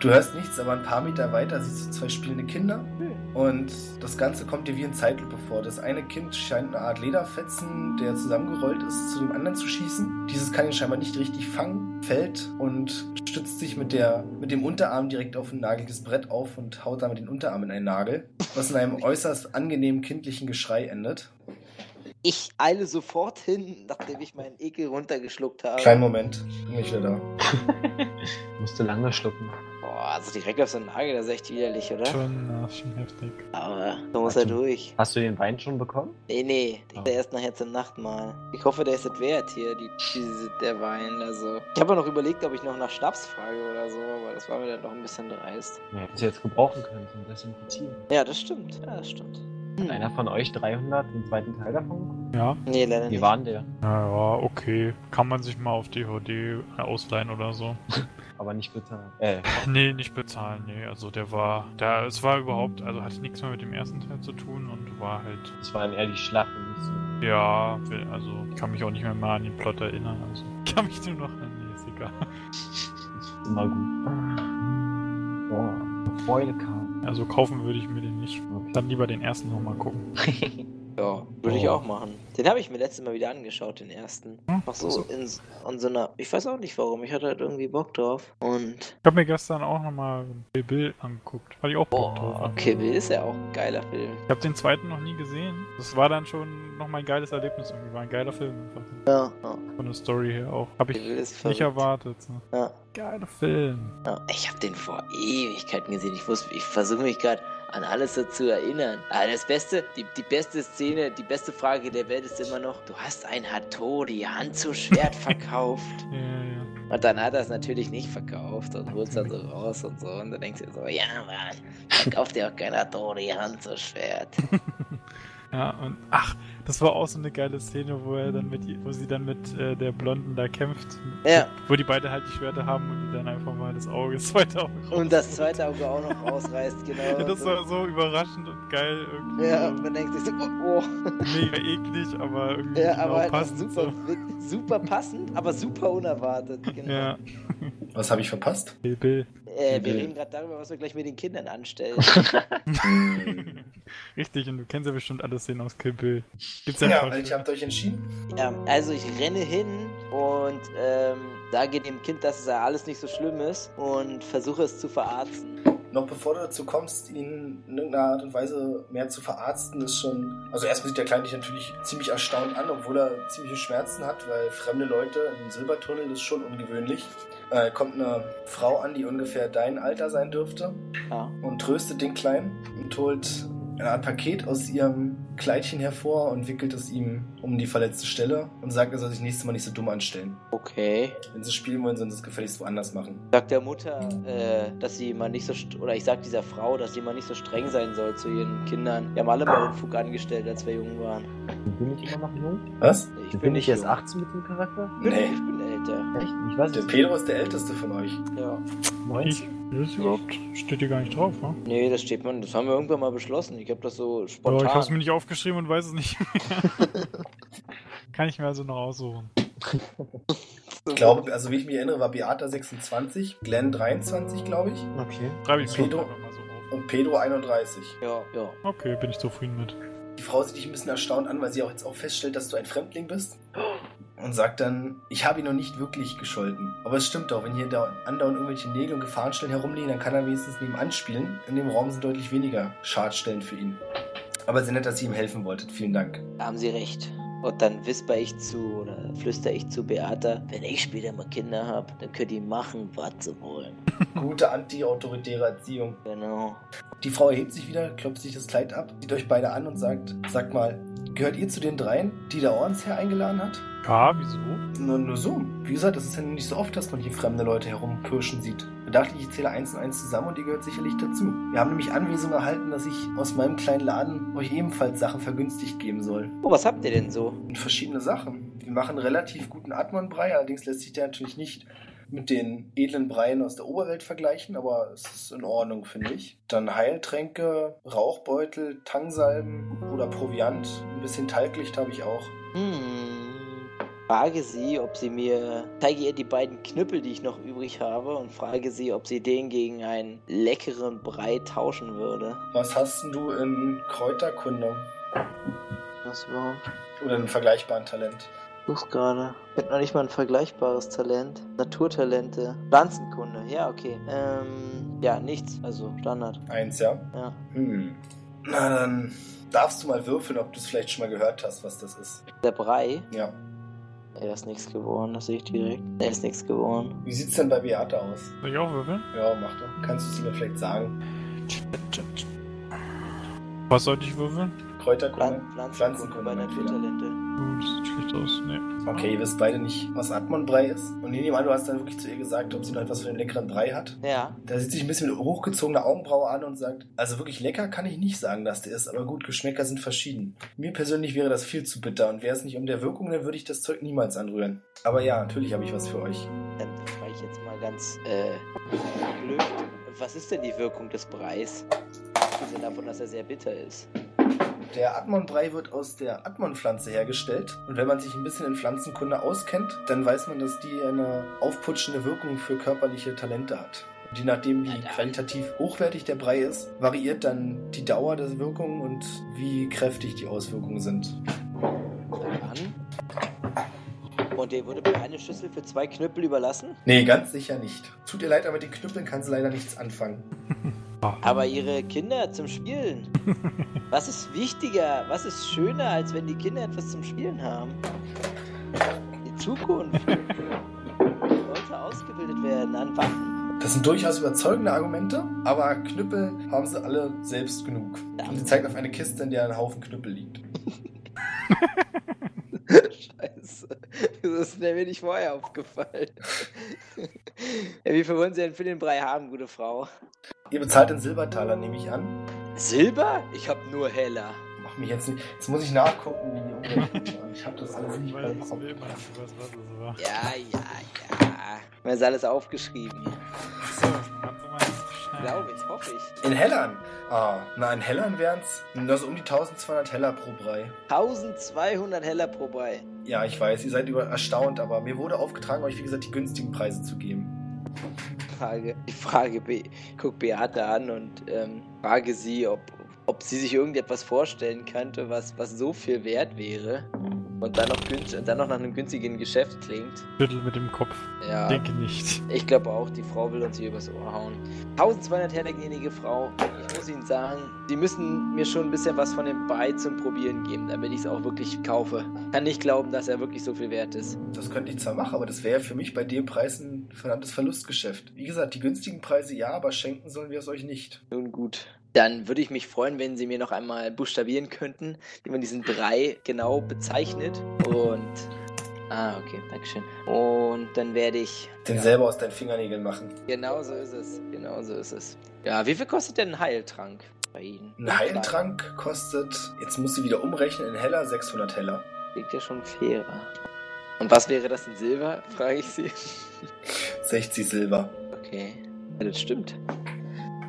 Speaker 4: Du hörst nichts, aber ein paar Meter weiter siehst du zwei spielende Kinder. Und das Ganze kommt dir wie in Zeitlupe vor. Das eine Kind scheint eine Art Lederfetzen, der zusammengerollt ist, zu dem anderen zu schießen. Dieses kann ihn scheinbar nicht richtig fangen, fällt und stützt sich mit, der, mit dem Unterarm direkt auf ein nagelndes Brett auf und haut damit den Unterarm in einen Nagel, was in einem äußerst angenehmen kindlichen Geschrei endet.
Speaker 2: Ich eile sofort hin, nachdem ich meinen Ekel runtergeschluckt habe.
Speaker 4: Kleinen Moment, bin ich wieder da.
Speaker 3: Musste lange schlucken.
Speaker 2: Boah, also direkt auf so einen Nagel, das ist echt widerlich, oder?
Speaker 1: Schon, ah, schon heftig.
Speaker 2: Aber da muss er
Speaker 3: Warte.
Speaker 2: durch.
Speaker 3: Hast du den Wein schon bekommen?
Speaker 2: Nee, nee,
Speaker 3: Ah.
Speaker 2: der erst nachher zum Nachtmahl. Ich hoffe, der ist es wert hier, die, diese, der Wein. Also. Ich habe ja noch überlegt, ob ich noch nach Schnaps frage oder so, aber das war mir dann doch ein bisschen dreist.
Speaker 3: Wir hätten sie jetzt gebrauchen können zum Desinfizieren.
Speaker 2: Ja, das stimmt. Ja, das stimmt.
Speaker 3: Hat einer von euch 300 den zweiten Teil davon?
Speaker 1: Ja.
Speaker 2: Nee, leider
Speaker 3: Wie
Speaker 2: nicht.
Speaker 3: war denn der?
Speaker 1: Naja, okay. Kann man sich mal auf DVD ausleihen oder so.
Speaker 3: Aber nicht bitter. Äh,
Speaker 1: Nee, nicht bezahlen, nee. Also der war. Da es war überhaupt, also hatte nichts mehr mit dem ersten Teil zu tun und war halt.
Speaker 3: das waren eher die Schlacht und nicht so.
Speaker 1: Ja, will- also ich kann mich auch nicht mehr mal an den Plot erinnern. Also ich kann mich nur noch an. Nee, ist egal.
Speaker 3: Ist immer gut. Boah, Freude kam.
Speaker 1: Also kaufen würde ich mir den nicht.
Speaker 3: Okay.
Speaker 1: Dann lieber den ersten nochmal gucken.
Speaker 2: Ja, würde ich
Speaker 3: Oh.
Speaker 2: auch machen. Den habe ich mir letztes Mal wieder angeschaut, den ersten.
Speaker 1: Hm,
Speaker 2: Ach so, in, s- an so einer. Ich weiß auch nicht warum. Ich hatte halt irgendwie Bock drauf. Und.
Speaker 1: Ich habe mir gestern auch nochmal Bill Bill angeguckt. Weil ich auch Bock drauf
Speaker 2: Boah,
Speaker 1: hatte.
Speaker 2: Kill Bill ist ja auch ein geiler Film.
Speaker 1: Ich habe den zweiten noch nie gesehen. Das war dann schon nochmal ein geiles Erlebnis irgendwie. War ein geiler Film. einfach.
Speaker 2: Ja, ja.
Speaker 1: Von der Story her auch. Habe
Speaker 2: Kill
Speaker 1: ich
Speaker 2: Bill ist
Speaker 1: nicht
Speaker 2: verrückt.
Speaker 1: erwartet. Ne?
Speaker 2: Ja,
Speaker 1: Geiler Film.
Speaker 2: ja. Ich habe den vor Ewigkeiten gesehen. Ich wusste, ich versuche mich gerade an alles so zu erinnern. Aber das Beste, die, die beste Szene, die beste Frage der Welt ist immer noch: Du hast ein Hattori Hand zu Schwert verkauft.
Speaker 1: Ja, ja, ja.
Speaker 2: Und dann hat er es natürlich nicht verkauft und holt es dann so raus und so. Und dann denkst du dir so, ja Mann, verkauft dir auch keiner Tori Hand so Schwert.
Speaker 1: Ja, und ach, das war auch so eine geile Szene, wo er dann mit, wo sie dann mit äh, der Blonden da kämpft.
Speaker 2: Ja,
Speaker 1: Wo die beide halt die Schwerter haben und die dann einfach mal das Auge, das zweite Auge raus.
Speaker 2: und das zweite Auge auch noch rausreißt, genau.
Speaker 1: Ja, das
Speaker 2: So.
Speaker 1: war so überraschend und geil irgendwie.
Speaker 2: ja, und
Speaker 1: so
Speaker 2: man denkt sich so, oh,
Speaker 1: mega eklig, aber
Speaker 2: oh.
Speaker 1: irgendwie
Speaker 2: ja,
Speaker 1: genau
Speaker 2: aber halt auch
Speaker 1: passend.
Speaker 2: super, wit- super passend, aber super unerwartet.
Speaker 1: So.
Speaker 2: Genau.
Speaker 1: Ja,
Speaker 4: Was habe ich verpasst?
Speaker 1: Bill Bill.
Speaker 2: Äh, wir
Speaker 4: Mhm.
Speaker 2: reden gerade darüber, was wir gleich mit den Kindern anstellen.
Speaker 1: Richtig, und du kennst ja bestimmt alle Szenen aus Kill Bill. Gibt's ja, ein
Speaker 4: ja,
Speaker 1: paar
Speaker 4: weil ich
Speaker 1: schöne.
Speaker 4: habt euch entschieden.
Speaker 2: Ja, also ich renne hin und ähm, sage dem Kind, dass es ja alles nicht so schlimm ist und versuche es zu verarzten.
Speaker 4: Noch bevor du dazu kommst, ihn in irgendeiner Art und Weise mehr zu verarzten, ist schon. Also erstmal sieht der Kleine dich natürlich ziemlich erstaunt an, obwohl er ziemliche Schmerzen hat, weil fremde Leute im Silbertunnel ist schon ungewöhnlich. Äh, kommt eine Frau an, die ungefähr dein Alter sein dürfte,
Speaker 2: Ja.
Speaker 4: und tröstet den Kleinen und holt eine Art Paket aus ihrem Kleidchen hervor und wickelt es ihm um die verletzte Stelle und sagt, er soll sich nächstes Mal nicht so dumm anstellen.
Speaker 2: Okay.
Speaker 4: Wenn sie spielen wollen, sollen sie es gefälligst woanders machen.
Speaker 2: Sag der Mutter, äh, dass sie mal nicht so, st- oder ich sag dieser Frau, dass sie mal nicht so streng sein soll zu ihren Kindern. Wir haben alle mal Unfug angestellt, als wir jung waren.
Speaker 3: Bin ich immer noch jung?
Speaker 4: Was?
Speaker 2: Ich
Speaker 3: bin,
Speaker 2: bin
Speaker 3: ich
Speaker 2: nicht
Speaker 3: erst
Speaker 2: jung.
Speaker 3: 18 mit dem Charakter?
Speaker 2: Ich bin-
Speaker 4: Nee.
Speaker 2: Ich bin älter.
Speaker 3: Echt? Ich weiß
Speaker 4: Der
Speaker 3: nicht.
Speaker 4: Pedro ist der älteste von euch.
Speaker 2: Ja.
Speaker 3: 90?
Speaker 1: Das ist überhaupt, steht hier gar nicht drauf, ne?
Speaker 2: Nee, das steht man, das haben wir irgendwann mal beschlossen. Ich habe das so
Speaker 1: Ja, ich hab's
Speaker 2: spontan.
Speaker 1: mir nicht aufgeschrieben und weiß es nicht mehr. Kann ich mir also noch aussuchen.
Speaker 4: Ich glaube, also wie ich mich erinnere, war Beata 26, Glenn 23, glaube ich,
Speaker 3: Okay.
Speaker 1: Schreibe ich mir
Speaker 4: Pedro.
Speaker 1: einfach mal so auf.
Speaker 4: und Pedro 31.
Speaker 2: ja, ja.
Speaker 1: Okay, bin ich zufrieden mit.
Speaker 4: Die Frau sieht dich ein bisschen erstaunt an, weil sie auch jetzt auch feststellt, dass du ein Fremdling bist. Und sagt dann, ich habe ihn noch nicht wirklich gescholten. Aber es stimmt doch, wenn hier da andauernd irgendwelche Nägel und Gefahrenstellen herumliegen, dann kann er wenigstens nebenan spielen. In dem Raum sind deutlich weniger Schadstellen für ihn. Aber sehr nett, dass ihr ihm helfen wolltet. Vielen Dank.
Speaker 2: Da haben Sie recht. Und dann wisper ich zu oder flüster ich zu Beata, wenn ich später mal Kinder hab, dann könnt ihr machen, was sie wollen.
Speaker 4: Gute anti-autoritäre Erziehung.
Speaker 2: Genau.
Speaker 4: Die Frau erhebt sich wieder, klopft sich das Kleid ab, sieht euch beide an und sagt, sagt mal, gehört ihr zu den dreien, die der Ordensherr eingeladen hat?
Speaker 1: Ja, wieso?
Speaker 4: Nur, nur so. Wie gesagt, es ist ja nicht so oft, dass man hier fremde Leute herumpirschen sieht. Da dachte ich, ich zähle eins und eins zusammen und ihr gehört sicherlich dazu. Wir haben nämlich Anweisung erhalten, dass ich aus meinem kleinen Laden euch ebenfalls Sachen vergünstigt geben soll.
Speaker 2: Oh, was habt ihr denn so?
Speaker 4: Und verschiedene Sachen. Wir machen relativ guten Atman-Brei, allerdings lässt sich der natürlich nicht mit den edlen Breien aus der Oberwelt vergleichen, aber es ist in Ordnung, finde ich. Dann Heiltränke, Rauchbeutel, Tangsalben oder Proviant. Ein bisschen Talglicht habe ich auch.
Speaker 2: Hm. Frage sie, ob sie mir. Zeige ihr die beiden Knüppel, die ich noch übrig habe, und frage sie, ob sie den gegen einen leckeren Brei tauschen würde.
Speaker 4: Was hast denn du in Kräuterkunde?
Speaker 2: Was überhaupt?
Speaker 4: Oder einem vergleichbaren Talent.
Speaker 2: Such gerade. Ich hab noch nicht mal ein vergleichbares Talent. Naturtalente. Pflanzenkunde. Ja, okay. Ähm. Ja, nichts. Also Standard.
Speaker 4: Eins, ja?
Speaker 2: Ja.
Speaker 4: Hm. Na dann darfst du mal würfeln, ob du es vielleicht schon mal gehört hast, was das ist.
Speaker 2: Der Brei.
Speaker 4: Ja.
Speaker 2: Er ist nichts geworden, das sehe ich direkt. Er ist nichts geworden.
Speaker 4: Wie sieht's denn bei Beate aus?
Speaker 1: Soll ich auch würfeln?
Speaker 4: Ja, mach doch. Kannst du es mir vielleicht sagen?
Speaker 1: Was sollte ich würfeln?
Speaker 4: Kräuterkunde?
Speaker 2: Pflan Pflanzenkunde bei
Speaker 4: mein Fehler.
Speaker 2: Naturtalente.
Speaker 1: Oh, das sieht schlecht aus. Nee.
Speaker 4: Okay, ihr wisst beide nicht, was Atmonbrei ist. Und ich nehme an, du hast dann wirklich zu ihr gesagt, ob sie noch etwas von dem leckeren Brei hat.
Speaker 2: Ja.
Speaker 4: Da sieht sich ein bisschen mit hochgezogener Augenbraue an und sagt, also wirklich lecker kann ich nicht sagen, dass der ist, aber gut, Geschmäcker sind verschieden. Mir persönlich wäre das viel zu bitter und wäre es nicht um der Wirkung, dann würde ich das Zeug niemals anrühren. Aber ja, natürlich habe ich was für euch.
Speaker 2: Dann frage ich jetzt mal ganz äh, blöd. Was ist denn die Wirkung des Breis? Abgesehen davon, dass er sehr bitter ist.
Speaker 4: Der Atmon-Brei wird aus der Atmon-Pflanze hergestellt. Und wenn man sich ein bisschen in Pflanzenkunde auskennt, dann weiß man, dass die eine aufputschende Wirkung für körperliche Talente hat. Und je nachdem, wie
Speaker 2: Alter.
Speaker 4: qualitativ hochwertig der Brei ist, variiert dann die Dauer der Wirkung und wie kräftig die Auswirkungen sind.
Speaker 2: Dann. Und der wurde mir eine Schüssel für zwei Knüppel überlassen.
Speaker 4: Nee, ganz sicher nicht. Tut ihr leid, aber mit den Knüppeln kannst du leider nichts anfangen.
Speaker 2: Aber ihre Kinder zum Spielen. Was ist wichtiger? Was ist schöner, als wenn die Kinder etwas zum Spielen haben? Die Zukunft. Sollte ausgebildet werden an Waffen.
Speaker 4: Das sind durchaus überzeugende Argumente, aber Knüppel haben sie alle selbst genug. Und sie zeigt auf eine Kiste, in der ein Haufen Knüppel liegt.
Speaker 2: Scheiße. Das ist mir nicht vorher aufgefallen. ja, wie viel wollen Sie denn für den Brei haben, gute Frau?
Speaker 4: Ihr bezahlt in Silbertaler, nehme ich an.
Speaker 2: Silber? Ich hab nur heller.
Speaker 4: Mach mich jetzt nicht. Jetzt muss ich nachgucken, wie die Umrechnung war. Ich habe das alles
Speaker 1: Ich
Speaker 4: nicht
Speaker 1: weiß
Speaker 4: mehr
Speaker 1: es
Speaker 4: Kopf.
Speaker 1: mir immer nicht, was was es war.
Speaker 2: Ja, ja, ja. Mir ist alles aufgeschrieben.
Speaker 1: So, kannst du mal
Speaker 2: Glaube ich, hoffe ich.
Speaker 4: In Hellern. Ah, na, in Hellern wären's. Na, so um die 1200 Heller pro Brei.
Speaker 2: 1200 Heller pro Brei.
Speaker 4: Ja, ich weiß, ihr seid über erstaunt, aber mir wurde aufgetragen, euch wie gesagt die günstigen Preise zu geben.
Speaker 2: Frage, die Frage, Be guck Beate an und ähm, frage sie, ob, ob sie sich irgendetwas vorstellen könnte, was, was so viel wert wäre und dann noch, günst- und dann noch nach einem günstigen Geschäft klingt.
Speaker 1: Schüttel mit dem Kopf.
Speaker 2: Ja,
Speaker 1: Denke nicht.
Speaker 2: ich glaube auch, die Frau will uns hier übers Ohr hauen. 1200 herrlichjährige Frau, ich muss Ihnen sagen, Sie müssen mir schon ein bisschen was von dem Brei zum Probieren geben, damit ich es auch wirklich kaufe. Kann nicht glauben, dass er wirklich so viel wert ist.
Speaker 4: Das könnte ich zwar machen, aber das wäre für mich bei dem Preis ein verdammtes Verlustgeschäft. Wie gesagt, die günstigen Preise ja, aber schenken sollen wir es euch nicht.
Speaker 2: Nun gut. Dann würde ich mich freuen, wenn Sie mir noch einmal buchstabieren könnten, wie man diesen Brei genau bezeichnet. Und. Ah, okay, Dankeschön. Und dann werde ich.
Speaker 4: Den selber aus deinen Fingernägeln machen.
Speaker 2: Genau so ist es. Genau so ist es. Ja, wie viel kostet denn ein Heiltrank bei Ihnen?
Speaker 4: Ein Heiltrank kostet, jetzt muss sie wieder umrechnen, in Heller 600 Heller.
Speaker 2: Klingt ja schon fairer. Und was wäre das in Silber, frage ich sie.
Speaker 4: 60 Silber.
Speaker 2: Okay, ja, das stimmt.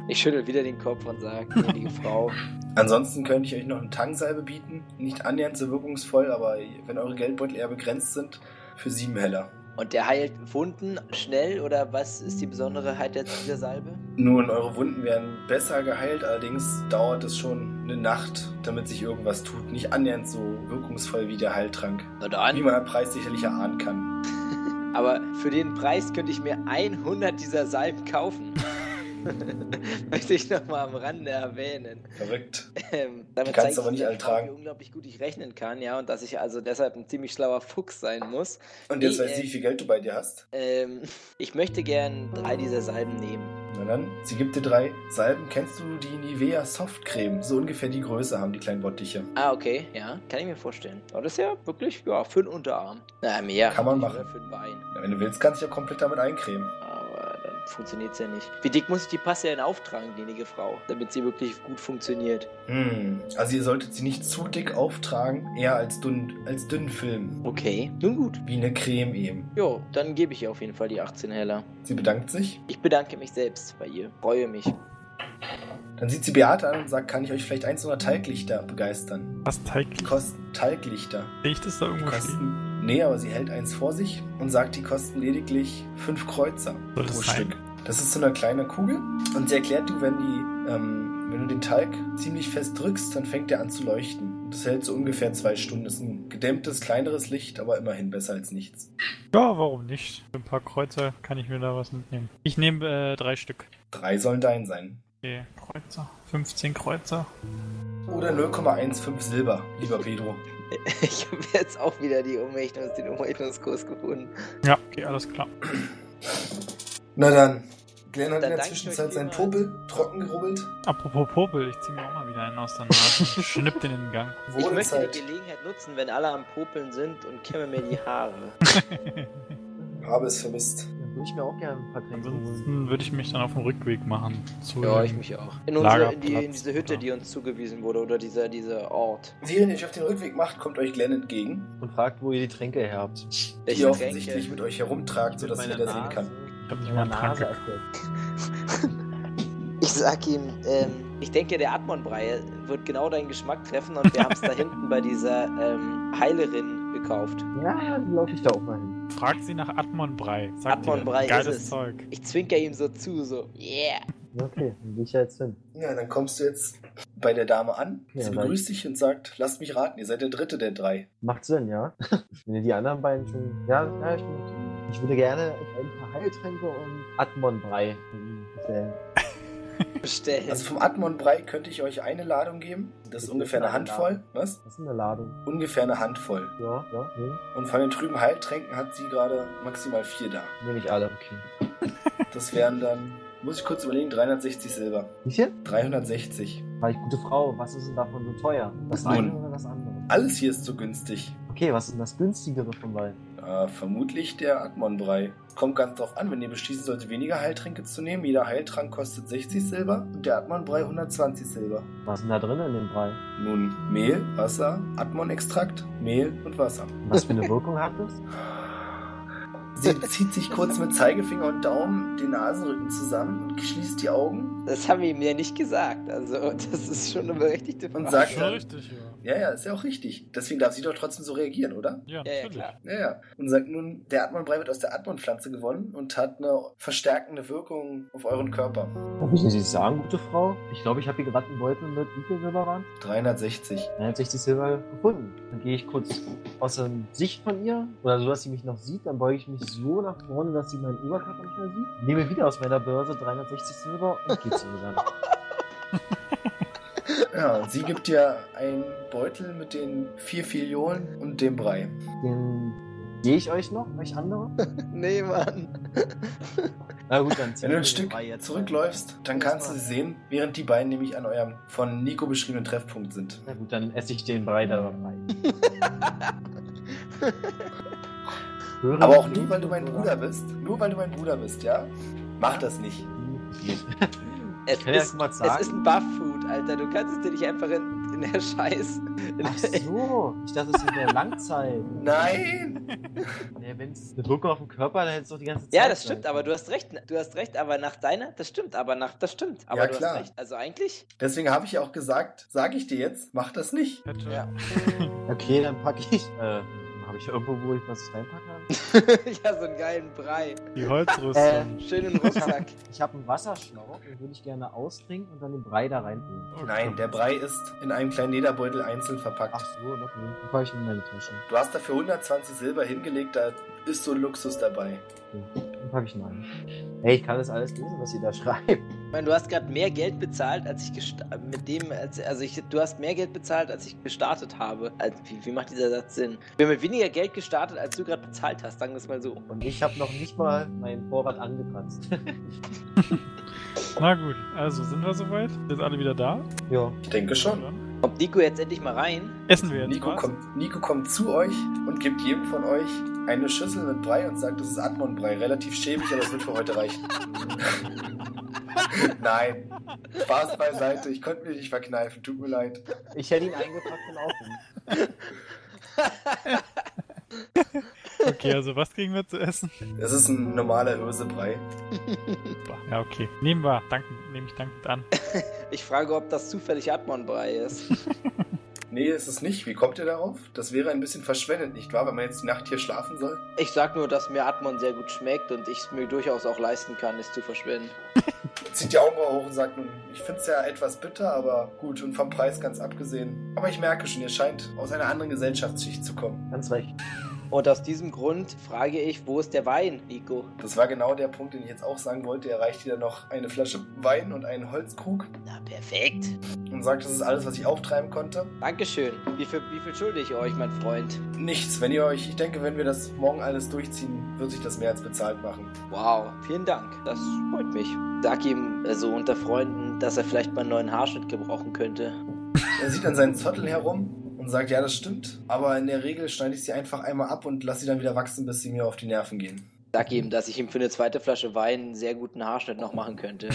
Speaker 2: Ich schüttel wieder den Kopf und sage, gnädige Frau,
Speaker 4: Ansonsten könnte ich euch noch einen Tangsalbe bieten. Nicht annähernd so wirkungsvoll, aber wenn eure Geldbeutel eher begrenzt sind, für sieben Heller.
Speaker 2: und der heilt Wunden schnell oder was ist die Besonderheit jetzt dieser Salbe?
Speaker 4: Nun, eure Wunden werden besser geheilt, allerdings dauert es schon eine Nacht, damit sich irgendwas tut. Nicht annähernd so wirkungsvoll wie der Heiltrank.
Speaker 2: Na
Speaker 4: Wie
Speaker 2: dann.
Speaker 4: man am Preis sicherlich erahnen kann.
Speaker 2: Aber für den Preis könnte ich mir 100 dieser Salben kaufen. Möchte ich nochmal am Rande erwähnen.
Speaker 4: Verrückt.
Speaker 2: Ähm,
Speaker 4: Die
Speaker 2: damit
Speaker 4: kannst
Speaker 2: zeigt
Speaker 4: du aber
Speaker 2: sich
Speaker 4: nicht
Speaker 2: der
Speaker 4: alle
Speaker 2: Frau,
Speaker 4: tragen.
Speaker 2: Wie unglaublich gut ich rechnen kann, ja, und dass ich also deshalb ein ziemlich schlauer Fuchs sein muss.
Speaker 4: Und jetzt
Speaker 2: Nee,
Speaker 4: weiß
Speaker 2: äh,
Speaker 4: ich, wie viel Geld du bei dir hast.
Speaker 2: Ähm, ich möchte gern drei dieser Salben nehmen.
Speaker 4: Na dann, sie gibt dir drei Salben. Kennst du die Nivea Softcreme? So ungefähr die Größe haben die kleinen Bottiche.
Speaker 2: Ah, okay, ja, kann ich mir vorstellen. Aber das ist ja wirklich, ja, für den Unterarm. Na, mehr.
Speaker 4: Kann man
Speaker 2: natürlich,
Speaker 4: machen.
Speaker 2: oder? Für den Bein.
Speaker 4: Wenn du willst, kannst du dich auch komplett damit eincremen.
Speaker 2: Aber dann funktioniert's ja nicht. Wie dick muss ich die Paste denn auftragen, diejenige Frau, damit sie wirklich gut funktioniert?
Speaker 4: Hm. Also ihr solltet sie nicht zu dick auftragen, eher als dünn, als dünn Film.
Speaker 2: Okay, nun gut.
Speaker 4: Wie eine Creme eben.
Speaker 2: Jo, dann gebe ich ihr auf jeden Fall die 18 Heller.
Speaker 4: Sie bedankt sich.
Speaker 2: Ich bedanke mich selbst bei ihr. Freue mich.
Speaker 4: Dann sieht sie Beate an und sagt, kann ich euch vielleicht eins unserer Talglichter begeistern?
Speaker 1: Was
Speaker 4: Die
Speaker 1: täglich?
Speaker 4: kosten Talglichter.
Speaker 1: Sehe ich das da
Speaker 4: Die
Speaker 1: irgendwo stehen?
Speaker 4: kosten. Nee, aber sie hält eins vor sich und sagt, die kosten lediglich fünf Kreuzer
Speaker 1: Soll das
Speaker 4: pro
Speaker 1: sein?
Speaker 4: Stück. Das ist so eine kleine Kugel. Und sie erklärt du, wenn die, ähm, wenn du den Talg ziemlich fest drückst, dann fängt der an zu leuchten. Das hält so ungefähr zwei Stunden. Das ist ein gedämmtes, kleineres Licht, aber immerhin besser als nichts.
Speaker 1: Ja, warum nicht? Für ein paar Kreuzer kann ich mir da was mitnehmen. Ich nehme äh, drei Stück.
Speaker 4: Drei sollen dein sein.
Speaker 1: Okay, Kreuzer. 15 Kreuzer.
Speaker 4: Oder 0,15 Silber, lieber Pedro.
Speaker 2: Ich habe jetzt auch wieder die Umrechnungs den Umrechnungskurs gefunden.
Speaker 1: Ja, okay, alles klar.
Speaker 4: Na dann. Glenn
Speaker 2: Dann
Speaker 4: hat in der
Speaker 2: danke ich
Speaker 4: Zwischenzeit
Speaker 2: euch
Speaker 4: seinen
Speaker 2: vielmals.
Speaker 4: Popel trocken gerubbelt.
Speaker 1: Apropos Popel, ich ziehe mir auch mal wieder einen aus der Nase und schnipp den in den Gang.
Speaker 2: Ich
Speaker 4: Wurde
Speaker 2: möchte die
Speaker 4: Zeit.
Speaker 2: Gelegenheit nutzen, wenn alle am Popeln sind und kämme mir die Haare.
Speaker 4: Habe es vermisst.
Speaker 3: Dann würde ich mir auch gerne ein paar Tränke holen.
Speaker 1: Ansonsten würde ich mich dann auf den Rückweg machen. Zu
Speaker 2: Ja,
Speaker 1: dem-
Speaker 2: ich mich auch. In, unsere, in, die, in
Speaker 1: Lagerplatz,
Speaker 2: diese Hütte,
Speaker 1: oder?
Speaker 2: die uns zugewiesen wurde, oder dieser, dieser Ort.
Speaker 4: Während ihr euch auf den Rückweg macht, kommt euch Glenn entgegen,
Speaker 3: Und fragt, wo ihr die Tränke her habt.
Speaker 4: die
Speaker 2: Welche
Speaker 4: ihr
Speaker 2: Tränke?
Speaker 4: offensichtlich mit euch herumtragt, sodass
Speaker 3: Mit
Speaker 4: jeder
Speaker 3: meiner
Speaker 4: sehen
Speaker 3: Nase-
Speaker 4: kann.
Speaker 1: Ich hab nicht
Speaker 3: mit
Speaker 1: mal
Speaker 3: meiner
Speaker 1: einen Trank
Speaker 3: Nase
Speaker 1: gekriegt.
Speaker 3: erklärt.
Speaker 2: Ich sag ihm, ähm, ich denke, der Atmon-Brei wird genau deinen Geschmack treffen und wir haben es da hinten bei dieser ähm, Heilerin gekauft.
Speaker 3: Ja, dann laufe ich da auch mal hin.
Speaker 1: Frag sie nach Atmon-Brei. Sag dir,
Speaker 2: Atmon-Brei
Speaker 1: geiles
Speaker 2: ist es.
Speaker 1: Zeug.
Speaker 2: Ich zwinker ihm so zu, so, yeah.
Speaker 3: Okay, dann gehe ich ja jetzt hin.
Speaker 4: Ja, dann kommst du jetzt bei der Dame an.
Speaker 3: Ja,
Speaker 4: Sie
Speaker 3: dann-
Speaker 4: begrüßt dich und sagt, lasst mich raten, ihr seid der dritte der drei.
Speaker 3: Macht Sinn, ja? Wenn ihr die anderen beiden schon. Ja, ja, ich, ich würde gerne ein paar Heiltränke und Atmon-Brei von ihm bestellen.
Speaker 2: Bestellen.
Speaker 4: Also vom Atmon-Brei könnte ich euch eine Ladung geben. Das ist
Speaker 3: Das
Speaker 4: ungefähr
Speaker 3: ist
Speaker 4: eine
Speaker 3: eine
Speaker 4: Handvoll.
Speaker 3: Ladung.
Speaker 4: Was?
Speaker 3: Das ist eine Ladung.
Speaker 4: Ungefähr eine Handvoll.
Speaker 3: Ja, ja, hm.
Speaker 4: Und von den trüben Heiltränken hat sie gerade maximal vier da.
Speaker 3: nehme ich alle. Okay.
Speaker 4: Das wären dann, muss ich kurz überlegen, 360 Silber.
Speaker 3: Wie viel?
Speaker 4: 360.
Speaker 3: War ich gute Frau, was ist denn davon so teuer? Das
Speaker 4: Nun.
Speaker 3: eine oder das andere?
Speaker 4: Alles hier ist so günstig.
Speaker 3: Okay, was ist denn das günstigere von beiden?
Speaker 4: Äh, vermutlich der Atmon-Brei. Kommt ganz drauf an, wenn ihr beschließen solltet, weniger Heiltränke zu nehmen. Jeder Heiltrank kostet 60 Silber und der Atmon-Brei 120 Silber.
Speaker 3: Was ist denn da drin in dem Brei?
Speaker 4: Nun Mehl, Wasser, Atmon-Extrakt, Mehl und Wasser.
Speaker 3: Was für eine Wirkung hat das?
Speaker 4: Sie zieht sich kurz mit Zeigefinger und Daumen den Nasenrücken zusammen und schließt die Augen
Speaker 2: Das haben wir ihm ja nicht gesagt. Also, das ist schon eine berechtigte Frage.
Speaker 4: und sagt
Speaker 1: Schon
Speaker 4: dann,
Speaker 1: richtig, ja.
Speaker 4: ja, ja, ist ja auch richtig. Deswegen darf sie doch trotzdem so reagieren, oder?
Speaker 1: Ja,
Speaker 2: Ja, ja,
Speaker 1: natürlich.
Speaker 2: klar.
Speaker 4: Ja, ja. Und sagt nun, der Atmon-Brei wird aus der Atmon-Pflanze gewonnen und hat eine verstärkende Wirkung auf euren Körper.
Speaker 3: Darf ich nicht sagen, gute Frau? Ich glaube, ich habe hier gerade einen Beutel mit wie viel Silber waren?
Speaker 4: 360.
Speaker 3: Dann hat sich die Silber gefunden. Dann gehe ich kurz aus der Sicht von ihr oder so, dass sie mich noch sieht. Dann beuge ich mich so nach vorne, dass sie meinen Oberkörper nicht mehr sieht. Nehme wieder aus meiner Börse 360 Silber und gehe zu ihr dann.
Speaker 4: Ja, und sie gibt dir einen Beutel mit den vier Filiolen und dem Brei.
Speaker 3: Den sehe ich euch noch, euch andere?
Speaker 2: Nee, Mann.
Speaker 3: Na gut, dann ziehen
Speaker 4: Wenn du
Speaker 3: wir
Speaker 4: ein
Speaker 3: den
Speaker 4: Stück
Speaker 3: Brei jetzt
Speaker 4: zurückläufst, dann kannst du sie sehen, während die beiden nämlich an eurem von Nico beschriebenen Treffpunkt sind.
Speaker 3: Na gut, dann esse ich den Brei da rein. Hören
Speaker 4: Aber auch
Speaker 3: Sie
Speaker 4: nur, weil du mein
Speaker 3: oder?
Speaker 4: Bruder bist. Nur weil du mein Bruder bist, ja? Mach das nicht.
Speaker 3: Ich
Speaker 2: Es
Speaker 3: kann ja
Speaker 2: ist,
Speaker 3: schon mal
Speaker 2: es
Speaker 3: sagen,
Speaker 2: ist ein Buff-Food, Alter. Du kannst es dir nicht einfach in, in der Scheiß. In
Speaker 3: Ach
Speaker 2: der,
Speaker 3: so, ich dachte, es ist eine Langzeit.
Speaker 4: Nein!
Speaker 3: Nee, wenn es eine Druck auf dem Körper, dann hätte es doch die ganze Zeit.
Speaker 2: ja, das
Speaker 3: sein
Speaker 2: stimmt, aber du
Speaker 3: können.
Speaker 2: hast recht. Du hast recht, aber nach deiner, das stimmt, aber nach, das stimmt. Aber
Speaker 4: Ja,
Speaker 2: du
Speaker 4: klar.
Speaker 2: hast recht. Also eigentlich,
Speaker 4: Deswegen habe ich ja auch gesagt, sage ich dir jetzt, mach das nicht.
Speaker 1: Hätte-
Speaker 2: Ja.
Speaker 3: Okay, dann packe ich. Äh, habe ich irgendwo, wo ich was reinpacken kann?
Speaker 2: ja, so einen geilen Brei.
Speaker 1: Die
Speaker 2: Äh.
Speaker 1: Holzrüstung.
Speaker 4: Äh,
Speaker 2: Schönen Rucksack.
Speaker 3: Ich habe einen Wasserschlauch, den würde ich gerne austrinken und dann den Brei da reintun.
Speaker 4: Nein, der Brei ist in einem kleinen Lederbeutel einzeln verpackt.
Speaker 3: Ach so, okay. Dann packe ich ihn in meine Tasche.
Speaker 4: Du hast dafür 120 Silber hingelegt, da ist so ein Luxus dabei.
Speaker 3: Dann packe ich ihn rein. Hey, ich kann das alles lesen, was ihr da schreibt.
Speaker 2: Ich meine, du hast gerade mehr Geld bezahlt, als ich gesta- mit dem, als, also ich, du hast mehr Geld bezahlt, als ich gestartet habe. Also, wie, wie macht dieser Satz Sinn? Ich bin mit weniger Geld gestartet, als du gerade bezahlt hast, sagen wir es mal so.
Speaker 3: Und ich habe noch nicht mal meinen Vorrat angekratzt.
Speaker 1: Na gut, also sind wir soweit? Sind alle wieder da?
Speaker 3: ja.
Speaker 4: Ich denke schon.
Speaker 1: Dann
Speaker 2: Kommt Nico jetzt endlich mal rein?
Speaker 1: Essen wir jetzt
Speaker 4: Nico
Speaker 1: was?
Speaker 4: kommt, Nico kommt zu euch und gibt jedem von euch eine Schüssel mit Brei und sagt, das ist Admon-Brei. Relativ schäbig, aber es wird für heute reichen. Nein, Spaß beiseite. Ich konnte mich nicht verkneifen. Tut mir leid.
Speaker 3: Ich hätte ihn eingepackt und aufgenommen.
Speaker 1: Okay, also was kriegen wir zu essen?
Speaker 4: Es ist ein normaler Hirsebrei.
Speaker 1: Ja, okay. Nehmen wir. Danken, nehme ich dankend an.
Speaker 2: Ich frage, ob das zufällig Atmon-Brei ist.
Speaker 4: Nee, es ist nicht. Wie kommt ihr darauf? Das wäre ein bisschen verschwendet, nicht wahr? Wenn man jetzt die Nacht hier schlafen soll.
Speaker 2: Ich sag nur, dass mir Atmon sehr gut schmeckt und ich es mir durchaus auch leisten kann, es zu verschwenden.
Speaker 4: Zieht die Augenbraue hoch und sagt, nun, ich finde es ja etwas bitter, aber gut und vom Preis ganz abgesehen. Aber ich merke schon, ihr scheint aus einer anderen Gesellschaftsschicht zu kommen.
Speaker 3: Ganz recht.
Speaker 2: Und aus diesem Grund frage ich, wo ist der Wein, Nico?
Speaker 4: Das war genau der Punkt, den ich jetzt auch sagen wollte. Er reicht wieder noch eine Flasche Wein und einen Holzkrug
Speaker 2: Na, perfekt.
Speaker 4: und sagt, das ist alles, was ich auftreiben konnte.
Speaker 2: Dankeschön. Wie viel, wie viel schulde ich euch, mein Freund?
Speaker 4: Nichts, wenn ihr euch, ich denke, wenn wir das morgen alles durchziehen, wird sich das mehr als bezahlt machen.
Speaker 2: Wow, vielen Dank. Das freut mich. Sag ihm äh, so unter Freunden, dass er vielleicht mal einen neuen Haarschnitt gebrauchen könnte.
Speaker 4: Er sieht an seinen Zotteln herum und sagt, ja, das stimmt, aber in der Regel schneide ich sie einfach einmal ab und lasse sie dann wieder wachsen, bis sie mir auf die Nerven gehen.
Speaker 2: Sag ihm, dass ich ihm für eine zweite Flasche Wein einen sehr guten Haarschnitt noch machen könnte.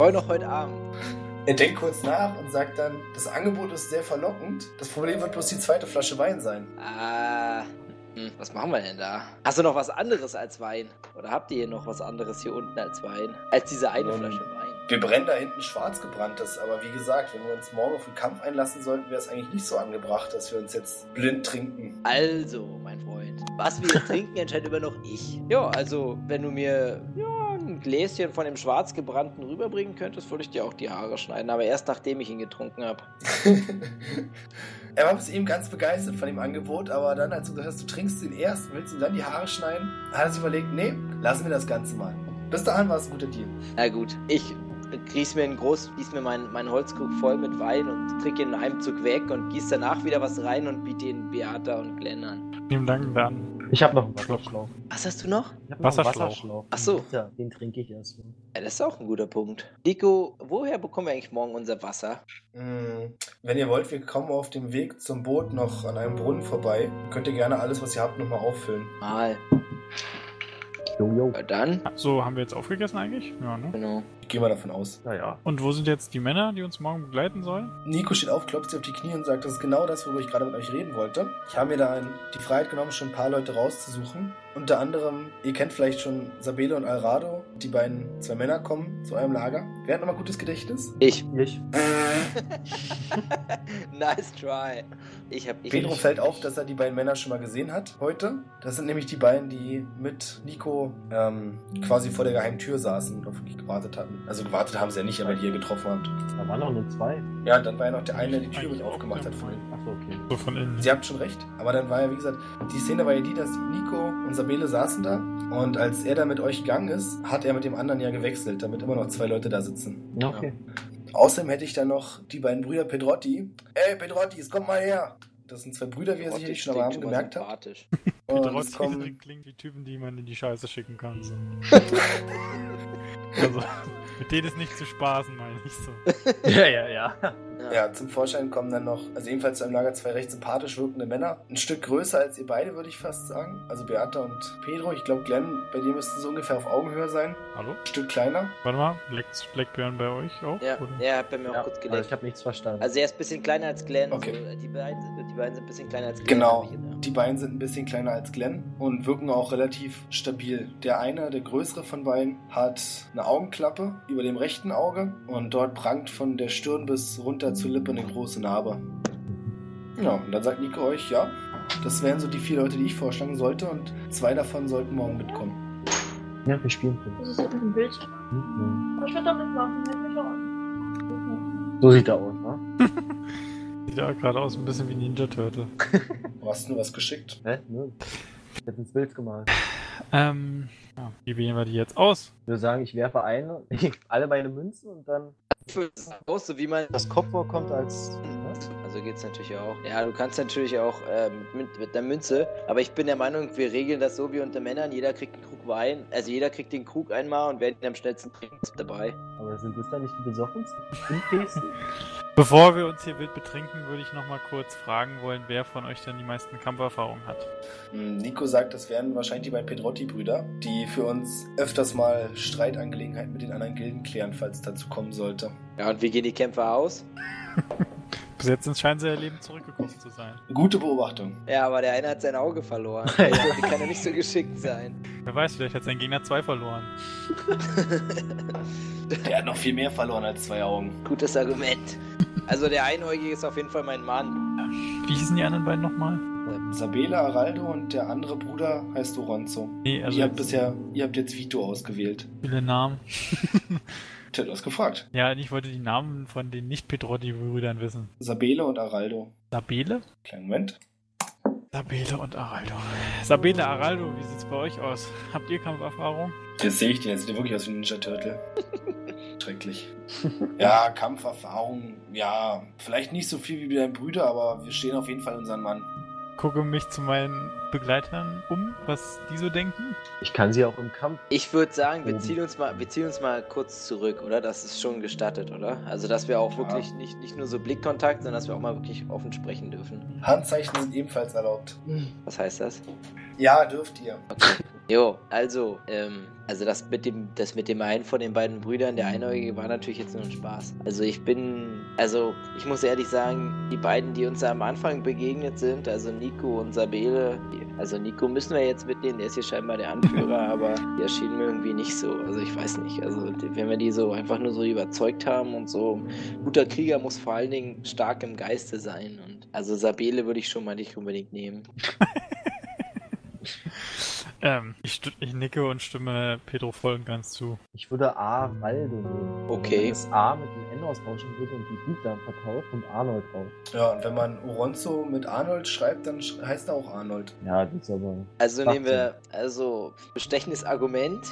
Speaker 2: Heute noch heute Abend.
Speaker 4: Er denkt kurz nach und sagt dann, das Angebot ist sehr verlockend. Das Problem wird bloß die zweite Flasche Wein sein.
Speaker 2: Ah, hm, was machen wir denn da? Hast du noch was anderes als Wein? Oder habt ihr hier noch was anderes hier unten als Wein? Als diese eine
Speaker 4: Ähm,
Speaker 2: Flasche Wein.
Speaker 4: Wir brennen da hinten schwarz gebranntes, aber wie gesagt, wenn wir uns morgen auf den Kampf einlassen sollten, wäre es eigentlich nicht so angebracht, dass wir uns jetzt blind trinken.
Speaker 2: Also, mein Freund, was wir hier trinken, entscheidet immer noch ich. Ja, also, wenn du mir ja, ein Gläschen von dem Schwarzgebrannten rüberbringen könntest, würde ich dir auch die Haare schneiden. Aber erst nachdem ich ihn getrunken habe.
Speaker 4: er war bis eben ganz begeistert von dem Angebot, aber dann, als du gesagt hast, du trinkst den erst, willst du ihm dann die Haare schneiden, hat er sich überlegt, nee, lassen wir das Ganze mal. Bis dahin war es ein guter Deal.
Speaker 2: Na gut, ich gieß mir einen groß, gieß mir meinen meinen Holzkrug voll mit Wein und trinke ihn in einem Zug weg und gieß danach wieder was rein und biete ihn Beata und Glenn an.
Speaker 1: Nehmen dankend an.
Speaker 3: Ich habe noch einen Wasserschlauch.
Speaker 2: Was hast du noch?
Speaker 3: Ich hab noch einen
Speaker 1: Wasserschlauch.
Speaker 2: Ach so.
Speaker 3: Ja, den trinke ich erst. mal.
Speaker 2: Ja, das ist auch ein guter Punkt. Nico, woher bekommen wir eigentlich morgen unser Wasser?
Speaker 4: Mm, Wenn ihr wollt, wir kommen auf dem Weg zum Boot noch an einem Brunnen vorbei. Könnt ihr gerne alles, was ihr habt, nochmal auffüllen.
Speaker 2: Mal.
Speaker 3: Jo, jo.
Speaker 2: Ja, dann?
Speaker 1: So, haben wir jetzt aufgegessen eigentlich? Ja, ne?
Speaker 2: Genau.
Speaker 4: Ich gehe mal davon aus.
Speaker 3: Naja.
Speaker 1: Und wo sind jetzt die Männer, die uns morgen begleiten sollen?
Speaker 4: Nico steht auf, klopft sie auf die Knie und sagt, das ist genau das, worüber ich gerade mit euch reden wollte. Ich habe mir da ein, die Freiheit genommen, schon ein paar Leute rauszusuchen. Unter anderem, ihr kennt vielleicht schon Sabele und Alrado. Die beiden zwei Männer kommen zu eurem Lager. Wer hat nochmal gutes Gedächtnis?
Speaker 2: Ich.
Speaker 3: Ich.
Speaker 2: nice try. Ich hab. Ich,
Speaker 4: Pedro fällt auf, dass er die beiden Männer schon mal gesehen hat heute. Das sind nämlich die beiden, die mit Nico ähm, quasi vor der geheimen Tür saßen und auf mich gewartet hatten. Also gewartet haben sie ja nicht, aber die ihr getroffen habt.
Speaker 3: Da waren noch nur zwei.
Speaker 4: Ja, dann war ja noch der eine, der die Tür mit aufgemacht hat von ihnen.
Speaker 3: Achso, okay.
Speaker 1: So von innen.
Speaker 4: Sie habt schon recht, aber dann war ja, wie gesagt, die Szene war ja die, dass Nico und Sabele saßen da und als er da mit euch gegangen ist, hat er mit dem anderen ja gewechselt, damit immer noch zwei Leute da sitzen.
Speaker 3: Ja, okay.
Speaker 4: Außerdem hätte ich dann noch die beiden Brüder Pedrotti. Ey, Pedrottis, kommt mal her! Das sind zwei Brüder, wie ihr sicherlich schon am Abend gemerkt habt.
Speaker 2: sympathisch.
Speaker 4: Und es
Speaker 1: Trotzdem
Speaker 4: kommen
Speaker 1: klingt die Typen, die man in die Scheiße schicken kann. So. also, mit denen ist nicht zu spaßen, meine ich so.
Speaker 3: ja, ja, ja.
Speaker 4: Ja, zum Vorschein kommen dann noch, also ebenfalls im Lager zwei recht sympathisch wirkende Männer. Ein Stück größer als ihr beide, würde ich fast sagen. Also Beata und Pedro. Ich glaube, Glenn, bei dir müssten sie ungefähr auf Augenhöhe sein.
Speaker 1: Hallo?
Speaker 4: Ein Stück kleiner.
Speaker 1: Warte mal, leckt's Blackburn bei euch auch?
Speaker 2: Ja,
Speaker 1: oder?
Speaker 2: er hat bei mir auch
Speaker 3: Ja,
Speaker 2: kurz
Speaker 3: also ich
Speaker 2: gelegt.
Speaker 3: habe nichts verstanden.
Speaker 2: Also er ist ein bisschen kleiner als Glenn.
Speaker 4: Okay.
Speaker 2: So, die, beiden sind, die beiden sind ein bisschen kleiner als Glenn.
Speaker 4: Genau.
Speaker 2: hab ich gedacht.
Speaker 4: Die beiden sind ein bisschen kleiner als Glenn und wirken auch relativ stabil. Der eine, der größere von beiden, hat eine Augenklappe über dem rechten Auge und dort prangt von der Stirn bis runter zur Lippe eine große Narbe. Genau, und dann sagt Nico euch, ja, das wären so die vier Leute, die ich vorschlagen sollte und zwei davon sollten morgen mitkommen.
Speaker 3: ja, wir spielen Prinz.
Speaker 5: Das ist jetzt ein Bild.
Speaker 3: Mhm.
Speaker 5: Ich würde damit machen, hält mich auch an.
Speaker 3: So sieht er aus, ne?
Speaker 1: Sieht ja gerade aus ein bisschen wie Ninja Turtle.
Speaker 4: Du hast nur was geschickt.
Speaker 3: Hä? Nö. Ich hab ins Bild gemalt.
Speaker 1: Ähm, ja, wie wählen wir die jetzt aus?
Speaker 3: Ich würde sagen, ich werfe eine, alle meine Münzen und dann
Speaker 2: Für das Haus, so wie man.
Speaker 3: das Kopfwort kommt als. Ne?
Speaker 2: Also geht's natürlich auch. Ja, du kannst natürlich auch ähm, mit, mit der Münze. Aber ich bin der Meinung, wir regeln das so wie unter Männern. Jeder kriegt einen Krug Wein. Also jeder kriegt den Krug einmal und wer den am schnellsten trinkt, ist dabei.
Speaker 3: Aber sind das dann nicht die Besoffensten? In Dresden?
Speaker 1: Bevor wir uns hier wild betrinken, würde ich nochmal kurz fragen wollen, wer von euch denn die meisten Kampferfahrungen hat.
Speaker 4: Hm, Nico sagt, das wären wahrscheinlich die beiden Pedrotti-Brüder, die für uns öfters mal Streitangelegenheiten mit den anderen Gilden klären, falls es dazu kommen sollte.
Speaker 2: Ja, und wie gehen die Kämpfer aus?
Speaker 1: Bis jetzt scheinen sie ihr Leben zurückgekommen zu sein.
Speaker 4: Gute Beobachtung.
Speaker 2: Ja, aber der eine hat sein Auge verloren. Also, die kann ja nicht so geschickt sein.
Speaker 1: Wer weiß, vielleicht hat sein Gegner zwei verloren.
Speaker 4: Der hat noch viel mehr verloren als zwei Augen.
Speaker 2: Gutes Argument. Also der Einäugige ist auf jeden Fall mein Mann.
Speaker 1: Wie hießen die anderen beiden nochmal?
Speaker 4: Sabela Araldo und der andere Bruder heißt Oronzo.
Speaker 1: Nee, also
Speaker 4: ihr habt
Speaker 1: jetzt
Speaker 4: bisher, ihr habt jetzt Vito ausgewählt.
Speaker 1: viele Namen.
Speaker 4: Tja, du hast gefragt.
Speaker 1: Ja, ich wollte die Namen von den Nicht-Pedrotti-Brüdern wissen.
Speaker 4: Sabele und Araldo.
Speaker 1: Sabele?
Speaker 4: Kleinen Moment.
Speaker 1: Sabele und Araldo. Sabele, Araldo, wie sieht's bei euch aus? Habt ihr Kampferfahrung?
Speaker 4: Jetzt sehe ich den, jetzt sieht er wirklich aus wie ein Ninja Turtle. Schrecklich. Ja, Kampferfahrung, ja. Vielleicht nicht so viel wie dein Brüder, aber wir stehen auf jeden Fall unseren Mann.
Speaker 1: Gucke mich zu meinen Begleitern um, was die so denken.
Speaker 3: Ich kann sie auch im Kampf.
Speaker 2: Ich würde sagen, wir
Speaker 3: Oben.
Speaker 2: ziehen, uns mal, wir ziehen uns mal kurz zurück, oder? Das ist schon gestattet, oder? Also, dass wir auch
Speaker 4: Ja.
Speaker 2: wirklich nicht, nicht nur so Blickkontakt, sondern dass wir auch mal wirklich offen sprechen dürfen.
Speaker 4: Handzeichen sind ebenfalls erlaubt.
Speaker 2: Was heißt das?
Speaker 4: Ja, dürft ihr.
Speaker 2: Jo, also, ähm, also das mit dem, das mit dem einen von den beiden Brüdern, der Einäugige, war natürlich jetzt nur ein Spaß. Also ich bin, also ich muss ehrlich sagen, die beiden, die uns am Anfang begegnet sind, also Nico und Sabele, die- also Nico müssen wir jetzt mitnehmen, der ist hier scheinbar der Anführer, aber die erschienen mir irgendwie nicht so. Also ich weiß nicht. Also die- wenn wir die so einfach nur so überzeugt haben und so, guter Krieger muss vor allen Dingen stark im Geiste sein. Und also Sabele würde ich schon mal nicht unbedingt nehmen.
Speaker 1: Ähm, ich, stu- ich nicke und stimme Pedro voll und ganz zu.
Speaker 3: Ich würde A. Waldo nehmen. Wenn
Speaker 2: Okay.
Speaker 3: Das A mit dem N austauschen würde und die Buchstaben vertauscht und Arnold drauf.
Speaker 4: Ja, und wenn man Oronzo mit Arnold schreibt, dann sch heißt er auch Arnold.
Speaker 3: Ja, das ist aber.
Speaker 2: Also
Speaker 3: Macht
Speaker 2: nehmen wir, also bestechendes Argument.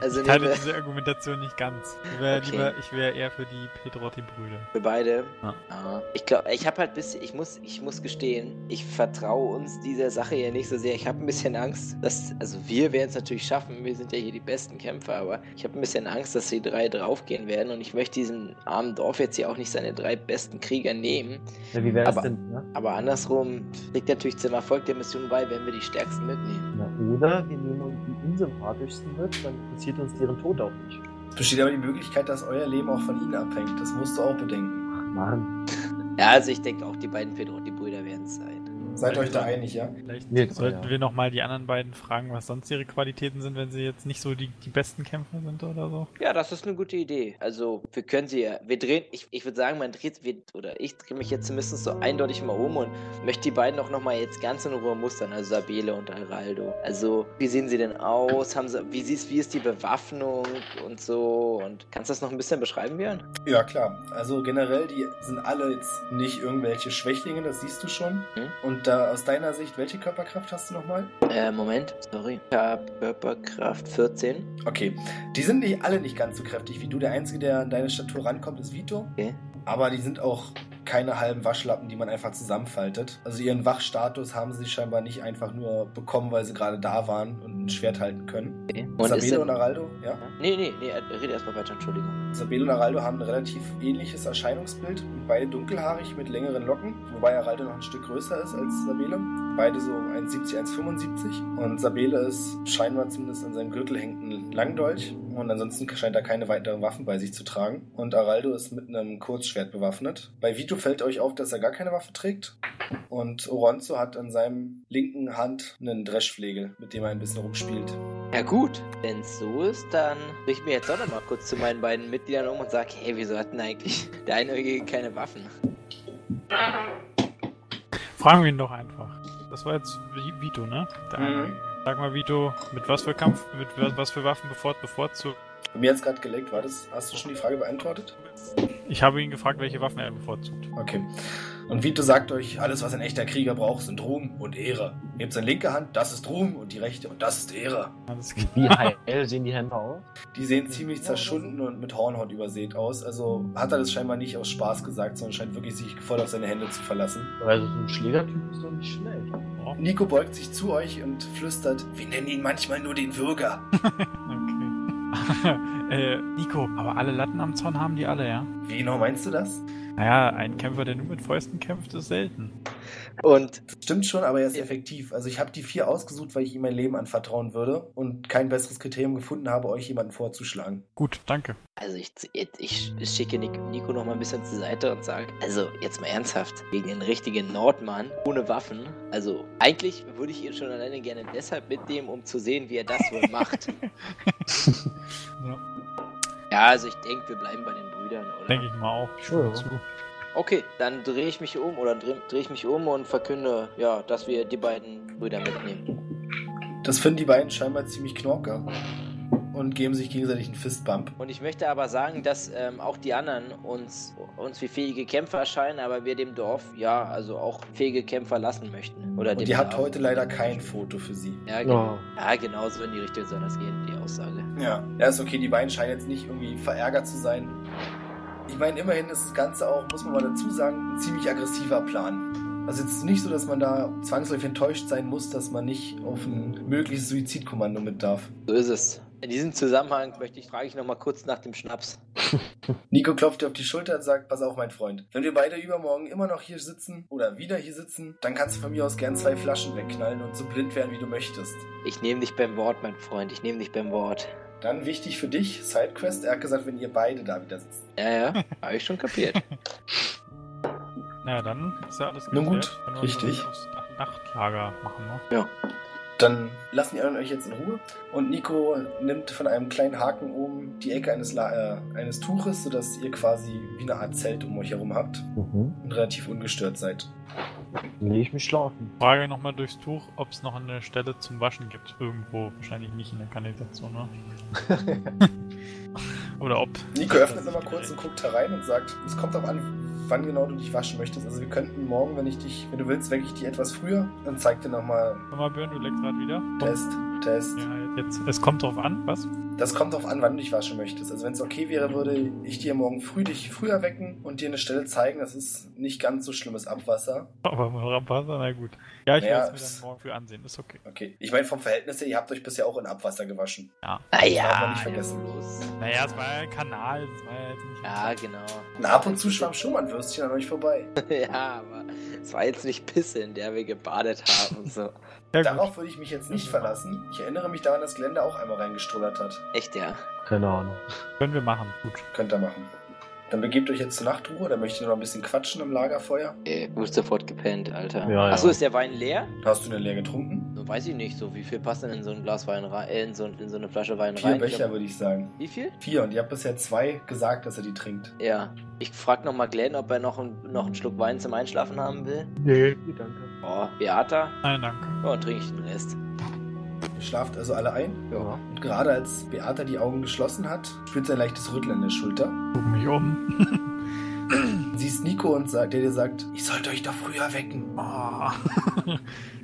Speaker 2: also
Speaker 1: Ich
Speaker 2: nehmen
Speaker 1: teile
Speaker 2: wir
Speaker 1: diese Argumentation nicht ganz. Ich wäre
Speaker 2: Okay.
Speaker 1: lieber, ich wäre eher für die Pedrotti-Brüder.
Speaker 2: für beide.
Speaker 1: Ja.
Speaker 2: Ah. Ich glaube, ich habe halt bisschen, ich muss, ich muss gestehen, ich vertraue uns dieser Sache ja nicht so sehr. Ich habe ein bisschen Angst, dass, also wir werden es natürlich schaffen, wir sind ja hier die besten Kämpfer, aber ich habe ein bisschen Angst, dass die drei draufgehen werden und ich möchte diesem armen Dorf jetzt hier auch nicht seine drei besten Krieger nehmen.
Speaker 3: Ja, wie wäre das
Speaker 2: Aber-
Speaker 3: denn? Ne?
Speaker 2: Aber andersrum liegt natürlich zum Erfolg der Mission bei, wenn wir die Stärksten mitnehmen.
Speaker 3: Na, oder wir nehmen uns die unsympathischsten mit, dann interessiert uns deren Tod auch nicht.
Speaker 4: Es besteht aber die Möglichkeit, dass euer Leben auch von ihnen abhängt. Das musst du auch bedenken.
Speaker 3: Ach, Mann.
Speaker 2: Ja, also ich denke auch, die beiden Pedro und die Brüder werden es sein.
Speaker 4: Seid euch da einig, ja?
Speaker 1: Vielleicht
Speaker 3: Nee,
Speaker 1: sollten
Speaker 3: ja.
Speaker 1: wir nochmal die anderen beiden fragen, was sonst ihre Qualitäten sind, wenn sie jetzt nicht so die, die besten Kämpfer sind oder so.
Speaker 2: Ja, das ist eine gute Idee. Also, wir können sie ja. Wir drehen, ich, ich würde sagen, man dreht, wir, oder ich drehe mich jetzt zumindest so eindeutig mal um und möchte die beiden auch nochmal jetzt ganz in Ruhe mustern, also Sabele und Araldo. Also, wie sehen sie denn aus? Haben sie, wie, siehst, wie ist die Bewaffnung und so? Und kannst du das noch ein bisschen beschreiben, Björn?
Speaker 4: Ja, klar. Also generell, die sind alle jetzt nicht irgendwelche Schwächlinge, das siehst du schon.
Speaker 2: Mhm.
Speaker 4: Und da aus deiner Sicht, welche Körperkraft hast du nochmal?
Speaker 2: Äh, Moment, sorry. Ich habe Körperkraft 14.
Speaker 4: Okay. Die sind nicht alle nicht ganz so kräftig wie du. Der Einzige, der an deine Statur rankommt, ist Vito.
Speaker 2: Okay.
Speaker 4: Aber die sind auch keine halben Waschlappen, die man einfach zusammenfaltet. Also ihren Wachstatus haben sie scheinbar nicht einfach nur bekommen, weil sie gerade da waren und ein Schwert halten können.
Speaker 2: Okay. Und ist
Speaker 4: Sabine
Speaker 2: er,
Speaker 4: und Araldo, ja?
Speaker 2: Nee, nee, nee, red erstmal weiter, Entschuldigung.
Speaker 4: Sabine und Araldo haben ein relativ ähnliches Erscheinungsbild. Beide dunkelhaarig mit längeren Locken, wobei Araldo noch ein Stück größer ist als Sabine. Beide so 1,70, 1,75. Und Sabine ist scheinbar zumindest an seinem Gürtel hängt ein Langdolch. Und ansonsten scheint er keine weiteren Waffen bei sich zu tragen. Und Araldo ist mit einem Kurzschwert bewaffnet. Bei Vito fällt euch auf, dass er gar keine Waffe trägt. Und Oronzo hat an seinem linken Hand einen Dreschflegel, mit dem er ein bisschen rumspielt.
Speaker 2: Ja gut, wenn es so ist, dann richte ich mich jetzt auch noch mal kurz zu meinen beiden Mitgliedern um und sage, hey, wieso hatten eigentlich der Einäugige keine Waffen?
Speaker 1: Fragen wir ihn doch einfach. Das war jetzt Vi- Vito, ne? Der
Speaker 4: Mhm.
Speaker 1: eine. Sag mal, Vito, mit was für Kampf, mit wa- was für Waffen bevor, bevorzugt?
Speaker 4: Bei mir hat's gerade geleckt, war das? Hast du schon die Frage beantwortet?
Speaker 1: Ich habe ihn gefragt, welche Waffen er bevorzugt.
Speaker 4: Okay. Und Vito sagt euch, alles, was ein echter Krieger braucht, sind Ruhm und Ehre. Hebt seine linke Hand, das ist Ruhm und die rechte und das ist Ehre.
Speaker 1: Alles klar.
Speaker 3: Wie heil sehen die Hände aus?
Speaker 4: Die sehen ziemlich zerschunden und mit Hornhaut übersät aus. Also hat er das scheinbar nicht aus Spaß gesagt, sondern scheint wirklich sich voll auf seine Hände zu verlassen.
Speaker 3: Also so ein Schlägertyp ist doch nicht schlecht.
Speaker 1: Oh.
Speaker 4: Nico beugt sich zu euch und flüstert, wir nennen ihn manchmal nur den Würger.
Speaker 1: Okay. äh, Nico, aber alle Latten am Zaun haben die alle, ja?
Speaker 4: Wie genau meinst du das?
Speaker 1: Naja, ein Kämpfer, der nur mit Fäusten kämpft, ist selten.
Speaker 2: Und
Speaker 4: Stimmt schon, aber er ist effektiv. Also ich habe die vier ausgesucht, weil ich ihm mein Leben anvertrauen würde und kein besseres Kriterium gefunden habe, euch jemanden vorzuschlagen.
Speaker 1: Gut, danke.
Speaker 2: also ich, ich, ich schicke Nik- Nico noch mal ein bisschen zur Seite und sage, also jetzt mal ernsthaft, gegen den richtigen Nordmann ohne Waffen, also eigentlich würde ich ihn schon alleine gerne deshalb mitnehmen, um zu sehen, wie er das wohl macht.
Speaker 1: Ja,
Speaker 2: Ja, also ich denke, wir bleiben bei den Brüdern, oder?
Speaker 1: denke ich mal auch. Ich stimme zu.
Speaker 2: Okay, dann drehe ich mich um oder drehe dreh ich mich um und verkünde, ja, dass wir die beiden Brüder mitnehmen.
Speaker 4: Das finden die beiden scheinbar ziemlich knorke und geben sich gegenseitig einen Fistbump.
Speaker 2: Und ich möchte aber sagen, dass ähm, auch die anderen uns, uns wie fähige Kämpfer erscheinen, aber wir dem Dorf, ja, also auch fähige Kämpfer lassen möchten. Oder
Speaker 4: Und
Speaker 2: dem
Speaker 4: ihr habt
Speaker 2: Dorf.
Speaker 4: heute leider kein Foto für sie.
Speaker 2: Ja, genau.
Speaker 3: Ja.
Speaker 2: ja, genau so in die Richtung soll das gehen, die Aussage.
Speaker 4: Ja. Ja, ist okay, die beiden scheinen jetzt nicht irgendwie verärgert zu sein. Ich meine, immerhin ist das Ganze auch, muss man mal dazu sagen, ein ziemlich aggressiver Plan. Also jetzt nicht so, dass man da zwangsläufig enttäuscht sein muss, dass man nicht auf ein mögliches Suizidkommando mit darf.
Speaker 2: So ist es. In diesem Zusammenhang möchte ich, frage ich nochmal kurz nach dem Schnaps.
Speaker 4: Nico klopft dir auf die Schulter und sagt, pass auf, mein Freund, wenn wir beide übermorgen immer noch hier sitzen oder wieder hier sitzen, dann kannst du von mir aus gern zwei Flaschen wegknallen und so blind werden, wie du möchtest.
Speaker 2: Ich nehme dich beim Wort, mein Freund, ich nehme dich beim Wort.
Speaker 4: Dann wichtig für dich, Sidequest, er hat gesagt, wenn ihr beide da wieder sitzt.
Speaker 2: Ja, ja, habe ich schon kapiert.
Speaker 1: Naja, dann ist ja alles
Speaker 4: Nun gut,
Speaker 1: geklärt. Können wir
Speaker 4: richtig.
Speaker 1: das Nacht- Nachtlager machen, ne?
Speaker 4: Dann lassen die anderen euch jetzt in Ruhe. Und Nico nimmt von einem kleinen Haken oben die Ecke eines, La äh, eines Tuches, sodass ihr quasi wie eine Art Zelt um euch herum habt
Speaker 3: Mhm.
Speaker 4: und relativ ungestört seid.
Speaker 3: Lege ich mich schlafen.
Speaker 1: Frage nochmal durchs Tuch, ob es noch eine Stelle zum Waschen gibt. Irgendwo. Wahrscheinlich nicht in der Kanalisation, ne? Oder ob.
Speaker 4: Nico öffnet nochmal kurz und guckt herein und sagt, es kommt darauf an, wann genau du dich waschen möchtest. Also wir könnten morgen, wenn ich dich, wenn du willst, wecke ich dich etwas früher und zeig dir nochmal
Speaker 1: Guck mal, Björn, du leckst gerade wieder.
Speaker 4: Test, Test.
Speaker 1: Ja, jetzt. Es kommt drauf an, was?
Speaker 4: Das kommt darauf an, wann du dich waschen möchtest. Also wenn es okay wäre, würde ich dir morgen früh dich früher wecken und dir eine Stelle zeigen, das ist nicht ganz so schlimmes Abwasser.
Speaker 1: Aber mal Rampasa, na gut. Ja, ich
Speaker 4: Ja,
Speaker 1: werde es mir
Speaker 4: es-
Speaker 1: dann morgen für ansehen. Ist okay.
Speaker 4: Okay. Ich meine, vom Verhältnis her, ihr habt euch bisher auch in Abwasser gewaschen. Darf man
Speaker 2: Naja,
Speaker 4: nicht vergessen.
Speaker 2: Ah, los.
Speaker 1: Naja, es war ja ein Kanal. Es war ja jetzt nicht.
Speaker 2: Ja, genau.
Speaker 4: Na, ab und zu schwamm schon mal ein Würstchen an euch vorbei.
Speaker 2: Ja, aber es war jetzt nicht Pisse, in der wir gebadet haben. und So.
Speaker 1: Ja, gut.
Speaker 4: Darauf würde ich mich jetzt nicht verlassen. Ich erinnere mich daran, dass Glenda auch einmal reingestrullert hat.
Speaker 2: Echt, ja.
Speaker 3: Keine Ahnung.
Speaker 1: Können wir machen. Gut.
Speaker 4: Könnt ihr machen. Dann begebt euch jetzt zur Nachtruhe, dann möchtet ihr noch ein bisschen quatschen am Lagerfeuer.
Speaker 2: Ey, du bist sofort gepennt, Alter.
Speaker 3: Ja, ja.
Speaker 2: Achso, ist der Wein leer?
Speaker 4: Hast du denn leer getrunken?
Speaker 2: So, weiß ich nicht, so wie viel passt denn in so ein Glas Wein rein, äh, in, so, in so eine Flasche Wein
Speaker 4: Vier
Speaker 2: rein? Ich
Speaker 4: Becher
Speaker 2: glaub-
Speaker 4: würde ich sagen.
Speaker 2: Wie viel?
Speaker 4: Vier. Und ihr habt bisher zwei gesagt, dass er die trinkt.
Speaker 2: Ja. Ich frag nochmal Glenn, ob er noch, ein, noch einen Schluck Wein zum Einschlafen haben will.
Speaker 3: Nee, danke.
Speaker 2: Oh, Beata.
Speaker 1: Nein, danke.
Speaker 2: Ja, und trinke ich den Rest.
Speaker 4: Ihr schlaft also alle ein.
Speaker 3: Ja.
Speaker 4: Und gerade als Beata die Augen geschlossen hat, spürt sie ein leichtes Rütteln an der Schulter.
Speaker 1: Guck mich um.
Speaker 4: Siehst Nico und sagt, der dir sagt, ich sollte euch doch früher wecken.
Speaker 1: Ah.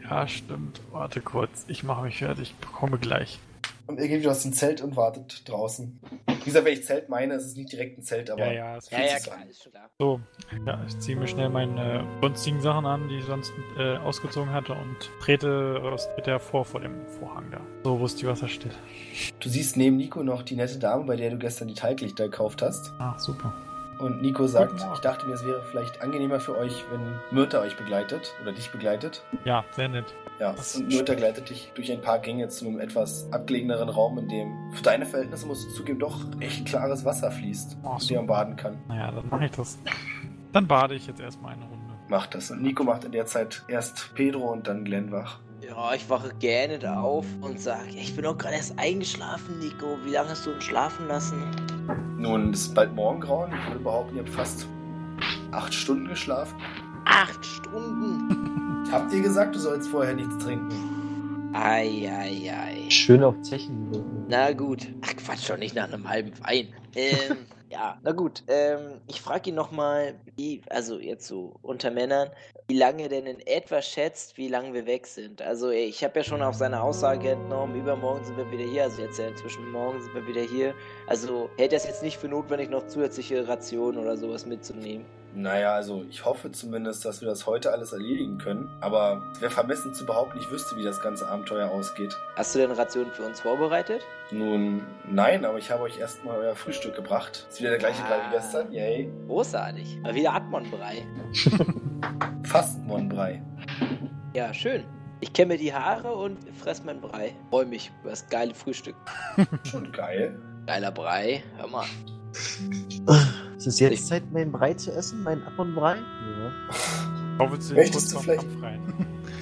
Speaker 1: ja, stimmt. Warte kurz. Ich mache mich fertig. Komme gleich.
Speaker 4: und ihr geht wieder aus dem Zelt und wartet draußen. Wie gesagt, wenn ich Zelt meine, ist es nicht direkt ein Zelt, aber
Speaker 1: ja, ja, es
Speaker 2: Ja,
Speaker 1: fühlt
Speaker 2: ja,
Speaker 1: sich so
Speaker 2: klar,
Speaker 1: an.
Speaker 2: ist schon klar.
Speaker 1: So, ja, ich ziehe mir schnell meine äh, sonstigen Sachen an, die ich sonst äh, ausgezogen hatte und trete, äh, was trete hervor vor dem Vorhang da. So wusste ich, was da steht.
Speaker 4: du siehst neben Nico noch die nette Dame, bei der du gestern die Teiglichter gekauft hast.
Speaker 1: Ah, super.
Speaker 4: Und Nico sagt,
Speaker 5: Morgen.
Speaker 4: ich dachte mir, es wäre vielleicht angenehmer für euch, wenn Myrta euch begleitet oder dich begleitet.
Speaker 1: Ja, sehr nett.
Speaker 4: Ja,
Speaker 1: Das
Speaker 4: und
Speaker 1: ist
Speaker 4: Myrta gleitet dich durch ein paar Gänge zu einem etwas abgelegeneren Raum, in dem für deine Verhältnisse, musst du zugeben, doch echt klares Wasser fließt,
Speaker 1: Oh,
Speaker 4: in dem man
Speaker 1: super.
Speaker 4: baden kann.
Speaker 1: Naja, dann mache ich das. Dann bade ich jetzt erstmal eine Runde.
Speaker 4: Macht das. Und Nico macht in der Zeit erst Pedro und dann Glenn wach.
Speaker 2: Ja, ich wache gähnend auf und sage, ich bin doch gerade erst eingeschlafen, Nico. Wie lange hast du ihn schlafen lassen?
Speaker 4: Nun, es ist bald Morgengrauen. Ich würde behaupten, ihr habt fast acht Stunden geschlafen.
Speaker 2: Acht Stunden.
Speaker 4: Ich hab dir gesagt, du sollst vorher nichts trinken.
Speaker 2: Eieiei. Ei, ei.
Speaker 3: Schön auf Zechen wirken.
Speaker 2: Na gut. Ach Quatsch, doch nicht nach einem halben Wein. Ähm, ja, na gut. Ähm, ich frage ihn nochmal, wie, also jetzt so unter Männern, wie lange er denn in etwa schätzt, wie lange wir weg sind. Also ey, ich habe ja schon auf seine Aussage entnommen, übermorgen sind wir wieder hier. Also jetzt ja inzwischen morgen sind wir wieder hier. Also hält er es jetzt nicht für notwendig, noch zusätzliche Rationen oder sowas mitzunehmen.
Speaker 4: Naja, also ich hoffe zumindest, dass wir das heute alles erledigen können. Aber es wäre vermessen zu behaupten, ich wüsste, wie das ganze Abenteuer ausgeht.
Speaker 2: Hast du denn Rationen für uns vorbereitet?
Speaker 4: Nun, nein, aber ich habe euch erstmal euer Frühstück gebracht. Ist wieder der gleiche Brei wie
Speaker 2: Ah.
Speaker 4: gestern. Yay.
Speaker 2: Großartig. Mal wieder Atmon-Brei.
Speaker 4: Fast Monbrei.
Speaker 2: Ja, schön. Ich kämme die Haare und fress meinen Brei. Freue mich über das geile Frühstück.
Speaker 4: Schon geil.
Speaker 2: Geiler Brei. Hör mal.
Speaker 3: Ist es jetzt Zeit, meinen Brei zu essen? Meinen Apfelbrei? Ja.
Speaker 1: Hoffest du
Speaker 4: Möchtest du
Speaker 1: vom
Speaker 4: vielleicht-
Speaker 1: Kampf rein?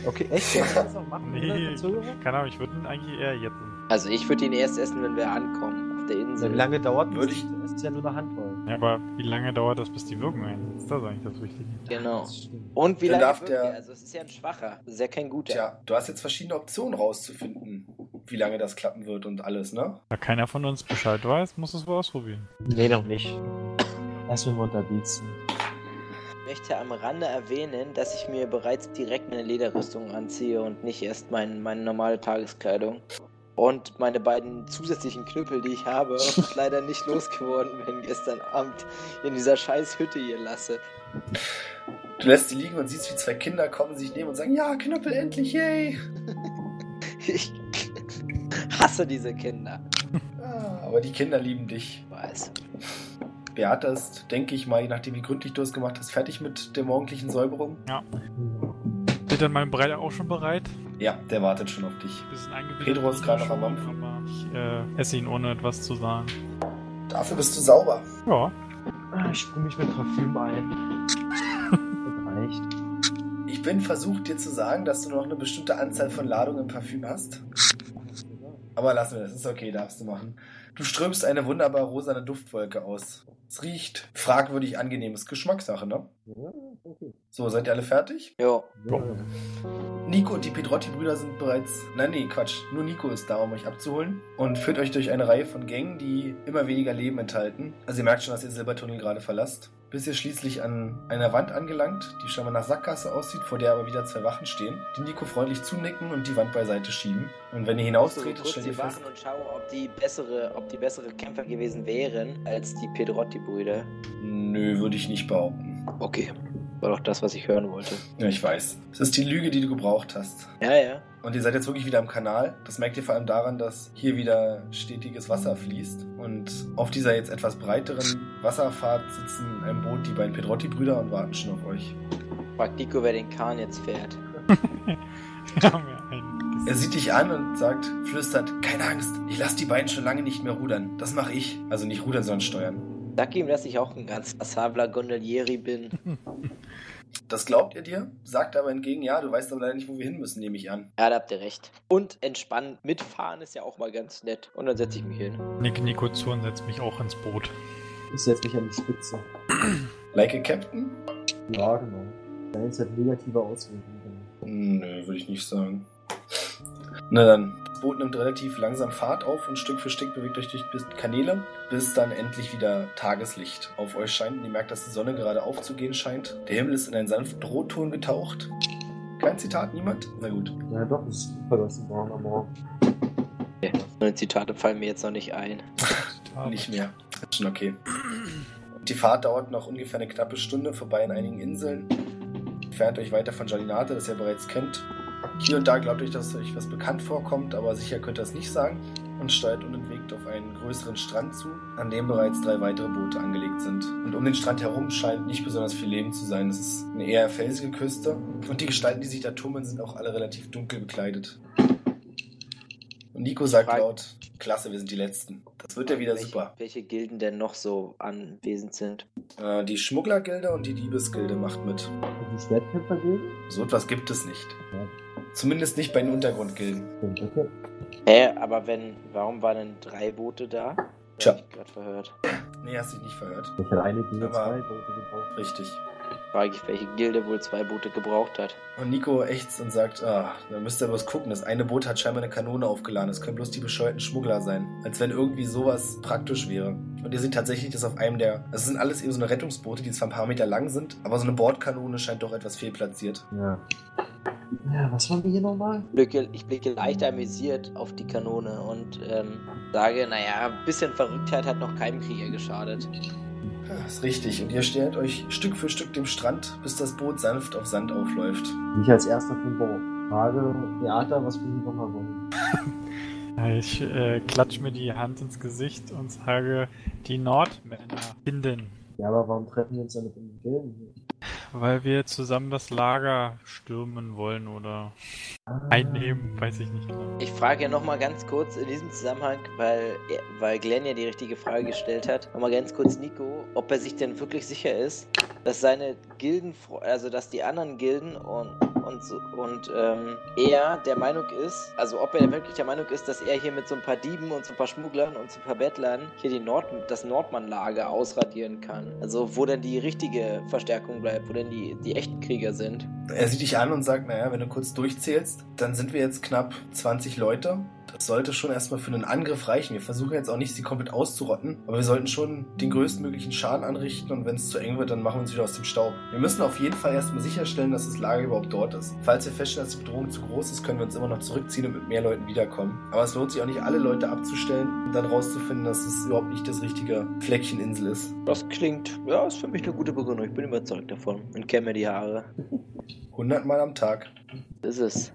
Speaker 3: Okay, echt? Kann man das noch machen?
Speaker 1: Nee.
Speaker 3: ohne Verzögerung?
Speaker 1: Keine Ahnung, ich würde ihn eigentlich eher jetzt.
Speaker 2: Also ich würde ihn erst essen, wenn wir ankommen auf der
Speaker 3: Wie
Speaker 2: Insel.
Speaker 3: lange dauert das?
Speaker 4: Würde ich-
Speaker 3: Das ist ja nur eine Handvoll.
Speaker 1: Ja, aber wie lange dauert das, bis die Wirkung einsetzt? Das ist eigentlich das Wichtige.
Speaker 2: Genau.
Speaker 3: Das stimmt.
Speaker 2: Und wie
Speaker 4: Dann
Speaker 2: lange
Speaker 4: darf
Speaker 2: wirkt
Speaker 4: der-
Speaker 2: er? Also es ist ja ein schwacher. Das ist ja kein guter.
Speaker 4: Tja, du hast jetzt verschiedene Optionen rauszufinden, wie lange das klappen wird und alles, ne?
Speaker 1: Da keiner von uns Bescheid weiß, muss es wohl ausprobieren.
Speaker 3: Nee, noch nicht. Lass mich mal unterbieten.
Speaker 2: Ich möchte am Rande erwähnen, dass ich mir bereits direkt meine Lederrüstung anziehe und nicht erst mein, meine normale Tageskleidung. Und meine beiden zusätzlichen Knüppel, die ich habe und leider nicht losgeworden bin gestern Abend, in dieser scheiß Hütte hier lasse.
Speaker 4: Du lässt sie liegen und siehst, wie zwei Kinder kommen, sich nehmen und sagen, ja, Knüppel endlich, yay!
Speaker 2: Ich hasse diese Kinder.
Speaker 4: Ah, aber die Kinder lieben dich.
Speaker 2: Ich weiß.
Speaker 4: Beate ist, denke ich mal, je nachdem, wie gründlich du es gemacht hast, fertig mit der morgendlichen Säuberung.
Speaker 1: Steht dann mein Brei auch schon bereit?
Speaker 4: Ja, der wartet schon auf dich.
Speaker 1: Bisschen eingebildet.
Speaker 4: Pedro ist gerade noch am
Speaker 1: schon,
Speaker 4: Mampfen.
Speaker 1: aber Ich äh, esse ihn ohne etwas zu sagen.
Speaker 4: Dafür bist du sauber.
Speaker 1: Ja,
Speaker 3: Ah, Ich sprühe mich mit Parfüm ein. Das reicht.
Speaker 4: Ich bin versucht, dir zu sagen, dass du noch eine bestimmte Anzahl von Ladungen im Parfüm hast. Aber lassen wir das, ist okay, darfst du machen. Du strömst eine wunderbar rosane Duftwolke aus. Es riecht fragwürdig angenehm, ist Geschmackssache, ne?
Speaker 3: Ja, okay.
Speaker 4: So, seid ihr alle fertig?
Speaker 2: Jo,
Speaker 3: Ja.
Speaker 4: Nico und die Pedrotti-Brüder sind bereits. Nein, nee, Quatsch. Nur Nico ist da, um euch abzuholen. Und führt euch durch eine Reihe von Gängen, die immer weniger Leben enthalten. Also, ihr merkt schon, dass ihr Silbertunnel gerade verlasst. Bis ihr schliesslich an einer Wand angelangt, die scheinbar nach Sackgasse aussieht, vor der aber wieder zwei Wachen stehen, die Nico freundlich zunicken und die Wand beiseite schieben. Und wenn ihr
Speaker 2: ich
Speaker 4: hinaustretet,
Speaker 2: kurz
Speaker 4: stellt ihr
Speaker 2: die
Speaker 4: fest.
Speaker 2: Wachen und schaue, ob die bessere, ob die bessere Kämpfer gewesen wären als die Pedrotti-Brüder.
Speaker 4: Nö, würde ich nicht behaupten.
Speaker 2: Okay. War doch das, was ich hören wollte.
Speaker 4: Ja, ich weiß. Es ist die Lüge, die du gebraucht hast.
Speaker 2: Ja, ja.
Speaker 4: Und ihr seid jetzt wirklich wieder am Kanal. Das merkt ihr vor allem daran, dass hier wieder stetiges Wasser fließt. Und auf dieser jetzt etwas breiteren Wasserfahrt sitzen in einem Boot die beiden Pedrotti-Brüder und warten schon auf euch.
Speaker 2: Frag Nico, wer den Kahn jetzt fährt.
Speaker 1: wir haben ja einen.
Speaker 4: Er sieht dich an und sagt, flüstert, keine Angst, ich lasse die beiden schon lange nicht mehr rudern. Das mache ich. Also nicht rudern, sondern steuern.
Speaker 2: Sag ihm, dass ich auch ein ganz passabler Gondolieri bin.
Speaker 4: Das glaubt ihr dir, sagt aber entgegen, ja, du weißt aber leider nicht, wo wir hin müssen, nehme ich an.
Speaker 2: Ja, da habt ihr recht. Und entspannen. Mitfahren ist ja auch mal ganz nett. Und dann setze ich mich hin.
Speaker 1: Nick Nico zu und setzt mich auch ins Boot.
Speaker 3: Ich setze mich an die Spitze.
Speaker 4: Like a Captain?
Speaker 3: Ja, genau. Deins hat negative Auswirkungen.
Speaker 4: Nö, würde ich nicht sagen. Na dann. Das Boot nimmt relativ langsam Fahrt auf und Stück für Stück bewegt euch durch bis- Kanäle, bis dann endlich wieder Tageslicht auf euch scheint und ihr merkt, dass die Sonne gerade aufzugehen scheint. Der Himmel ist in einen sanften Rotton getaucht. Kein Zitat, niemand? Na gut.
Speaker 3: Ja, doch, ist super, dass du morgen am Morgen.
Speaker 2: Neue Zitate fallen mir jetzt noch nicht ein.
Speaker 4: Nicht mehr. Ist schon okay. Die Fahrt dauert noch ungefähr eine knappe Stunde vorbei an einigen Inseln. Entfernt euch weiter von Jalinate, das ihr bereits kennt. Hier und da glaubt euch, dass euch was bekannt vorkommt, aber sicher könnt ihr es nicht sagen. Und steuert unentwegt auf einen größeren Strand zu, an dem bereits drei weitere Boote angelegt sind. Und um den Strand herum scheint nicht besonders viel Leben zu sein. Es ist eine eher felsige Küste. Und die Gestalten, die sich da tummeln, sind auch alle relativ dunkel bekleidet. Und Nico sagt
Speaker 2: Frage-
Speaker 4: laut, klasse, wir sind die Letzten. Das wird ja wieder
Speaker 2: welche,
Speaker 4: super.
Speaker 2: Welche Gilden denn noch so anwesend sind?
Speaker 4: Äh, die Schmugglergilde und die Diebesgilde macht mit.
Speaker 3: Und die Schwertkämpfer gehen?
Speaker 4: So etwas gibt es nicht. Zumindest nicht bei den Untergrundgilden.
Speaker 3: Okay.
Speaker 2: Hä, aber wenn, warum waren denn drei Boote da?
Speaker 4: Tja.
Speaker 2: Hab ich gerade verhört.
Speaker 4: Nee, hast dich nicht verhört.
Speaker 3: Ich hätte eine, die nur
Speaker 4: Aber-
Speaker 3: zwei Boote gebraucht.
Speaker 4: Richtig.
Speaker 2: Frage ich, welche Gilde wohl zwei Boote gebraucht hat.
Speaker 4: Und Nico ächzt und sagt, ah, da müsst ihr bloß gucken. Das eine Boot hat scheinbar eine Kanone aufgeladen. Das können bloß die bescheuerten Schmuggler sein. Als wenn irgendwie sowas praktisch wäre. Und ihr seht tatsächlich, dass auf einem der... also Es sind alles eben so eine Rettungsboote, die zwar ein paar Meter lang sind, aber so eine Bordkanone scheint doch etwas fehlplatziert.
Speaker 3: Ja. Ja, was waren wir hier nochmal?
Speaker 2: Blicke, ich blicke leicht amüsiert auf die Kanone und ähm, sage, naja, ein bisschen Verrücktheit hat noch keinem Krieger geschadet.
Speaker 4: Ja, ist richtig. Und ihr stellt euch Stück für Stück dem Strand, bis das Boot sanft auf Sand aufläuft.
Speaker 3: Ich als erster von Bau. Frage, Theater, was wir hier nochmal wollen.
Speaker 1: Ja, Ich äh, klatsch mir die Hand ins Gesicht und sage, die Nordmänner finden,
Speaker 3: Ja, aber warum treffen wir uns dann mit dem Gilden hier?
Speaker 1: weil wir zusammen das Lager stürmen wollen oder
Speaker 3: Ah.
Speaker 1: einnehmen, weiß ich nicht genau.
Speaker 2: Ich frage ja nochmal ganz kurz in diesem Zusammenhang, weil, weil Glenn ja die richtige Frage gestellt hat, nochmal ganz kurz Nico, ob er sich denn wirklich sicher ist, dass seine Gilden, also dass die anderen Gilden und, und, so- und ähm, er der Meinung ist, also ob er wirklich der Meinung ist, dass er hier mit so ein paar Dieben und so ein paar Schmugglern und so ein paar Bettlern hier die Nord das Nordmann-Lager ausradieren kann. Also wo denn die richtige Verstärkung bleibt, wo denn die, die echten Krieger sind.
Speaker 4: Er sieht dich an und sagt, naja, wenn du kurz durchzählst, dann sind wir jetzt knapp 20 Leute. Das sollte schon erstmal für einen Angriff reichen. Wir versuchen jetzt auch nicht, sie komplett auszurotten, aber wir sollten schon den größtmöglichen Schaden anrichten und wenn es zu eng wird, dann machen wir uns wieder aus dem Staub. Wir müssen auf jeden Fall erstmal sicherstellen, dass das Lager überhaupt dort ist. Falls wir feststellen, dass die Bedrohung zu groß ist, können wir uns immer noch zurückziehen und mit mehr Leuten wiederkommen. Aber es lohnt sich auch nicht, alle Leute abzustellen und dann rauszufinden, dass es überhaupt nicht das richtige Fleckchen Insel ist.
Speaker 2: Das klingt, ja, ist für mich eine gute Begründung. Ich bin überzeugt davon und kämme die Haare.
Speaker 4: 100 Mal am Tag.
Speaker 2: Das ist es.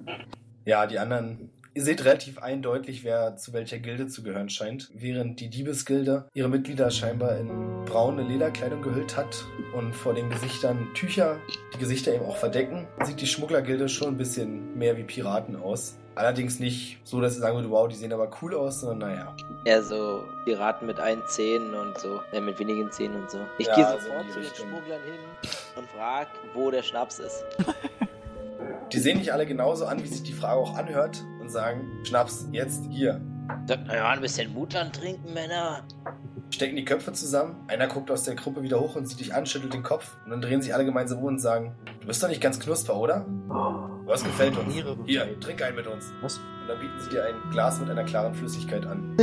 Speaker 4: Ja, die anderen. Ihr seht relativ eindeutig, wer zu welcher Gilde zu gehören scheint, während die Diebesgilde ihre Mitglieder scheinbar in braune Lederkleidung gehüllt hat und vor den Gesichtern Tücher die Gesichter eben auch verdecken, sieht die Schmugglergilde schon ein bisschen mehr wie Piraten aus. Allerdings nicht so, dass ihr sagen würdet, wow, die sehen aber cool aus, sondern naja.
Speaker 2: Eher so Piraten mit ein Zähnen und so. Ja, mit wenigen Zähnen und so. Ich
Speaker 4: Ja,
Speaker 2: gehe
Speaker 4: so in
Speaker 2: sofort
Speaker 4: die
Speaker 2: zu den
Speaker 4: Richtung.
Speaker 2: Schmugglern hin und frag, wo der Schnaps ist.
Speaker 4: Die sehen nicht alle genauso an, wie sich die Frage auch anhört und sagen, Schnaps, jetzt hier.
Speaker 2: Sagt, naja, ein bisschen Mut antrinken, Männer.
Speaker 4: Stecken die Köpfe zusammen, einer guckt aus der Gruppe wieder hoch und sieht dich an, schüttelt den Kopf und dann drehen sich alle gemeinsam um und sagen, du bist doch nicht ganz knusper, oder? Was gefällt uns?
Speaker 3: Niere
Speaker 4: Hier, trink einen mit uns.
Speaker 3: Was?
Speaker 4: Und dann bieten sie dir ein Glas mit einer klaren Flüssigkeit an.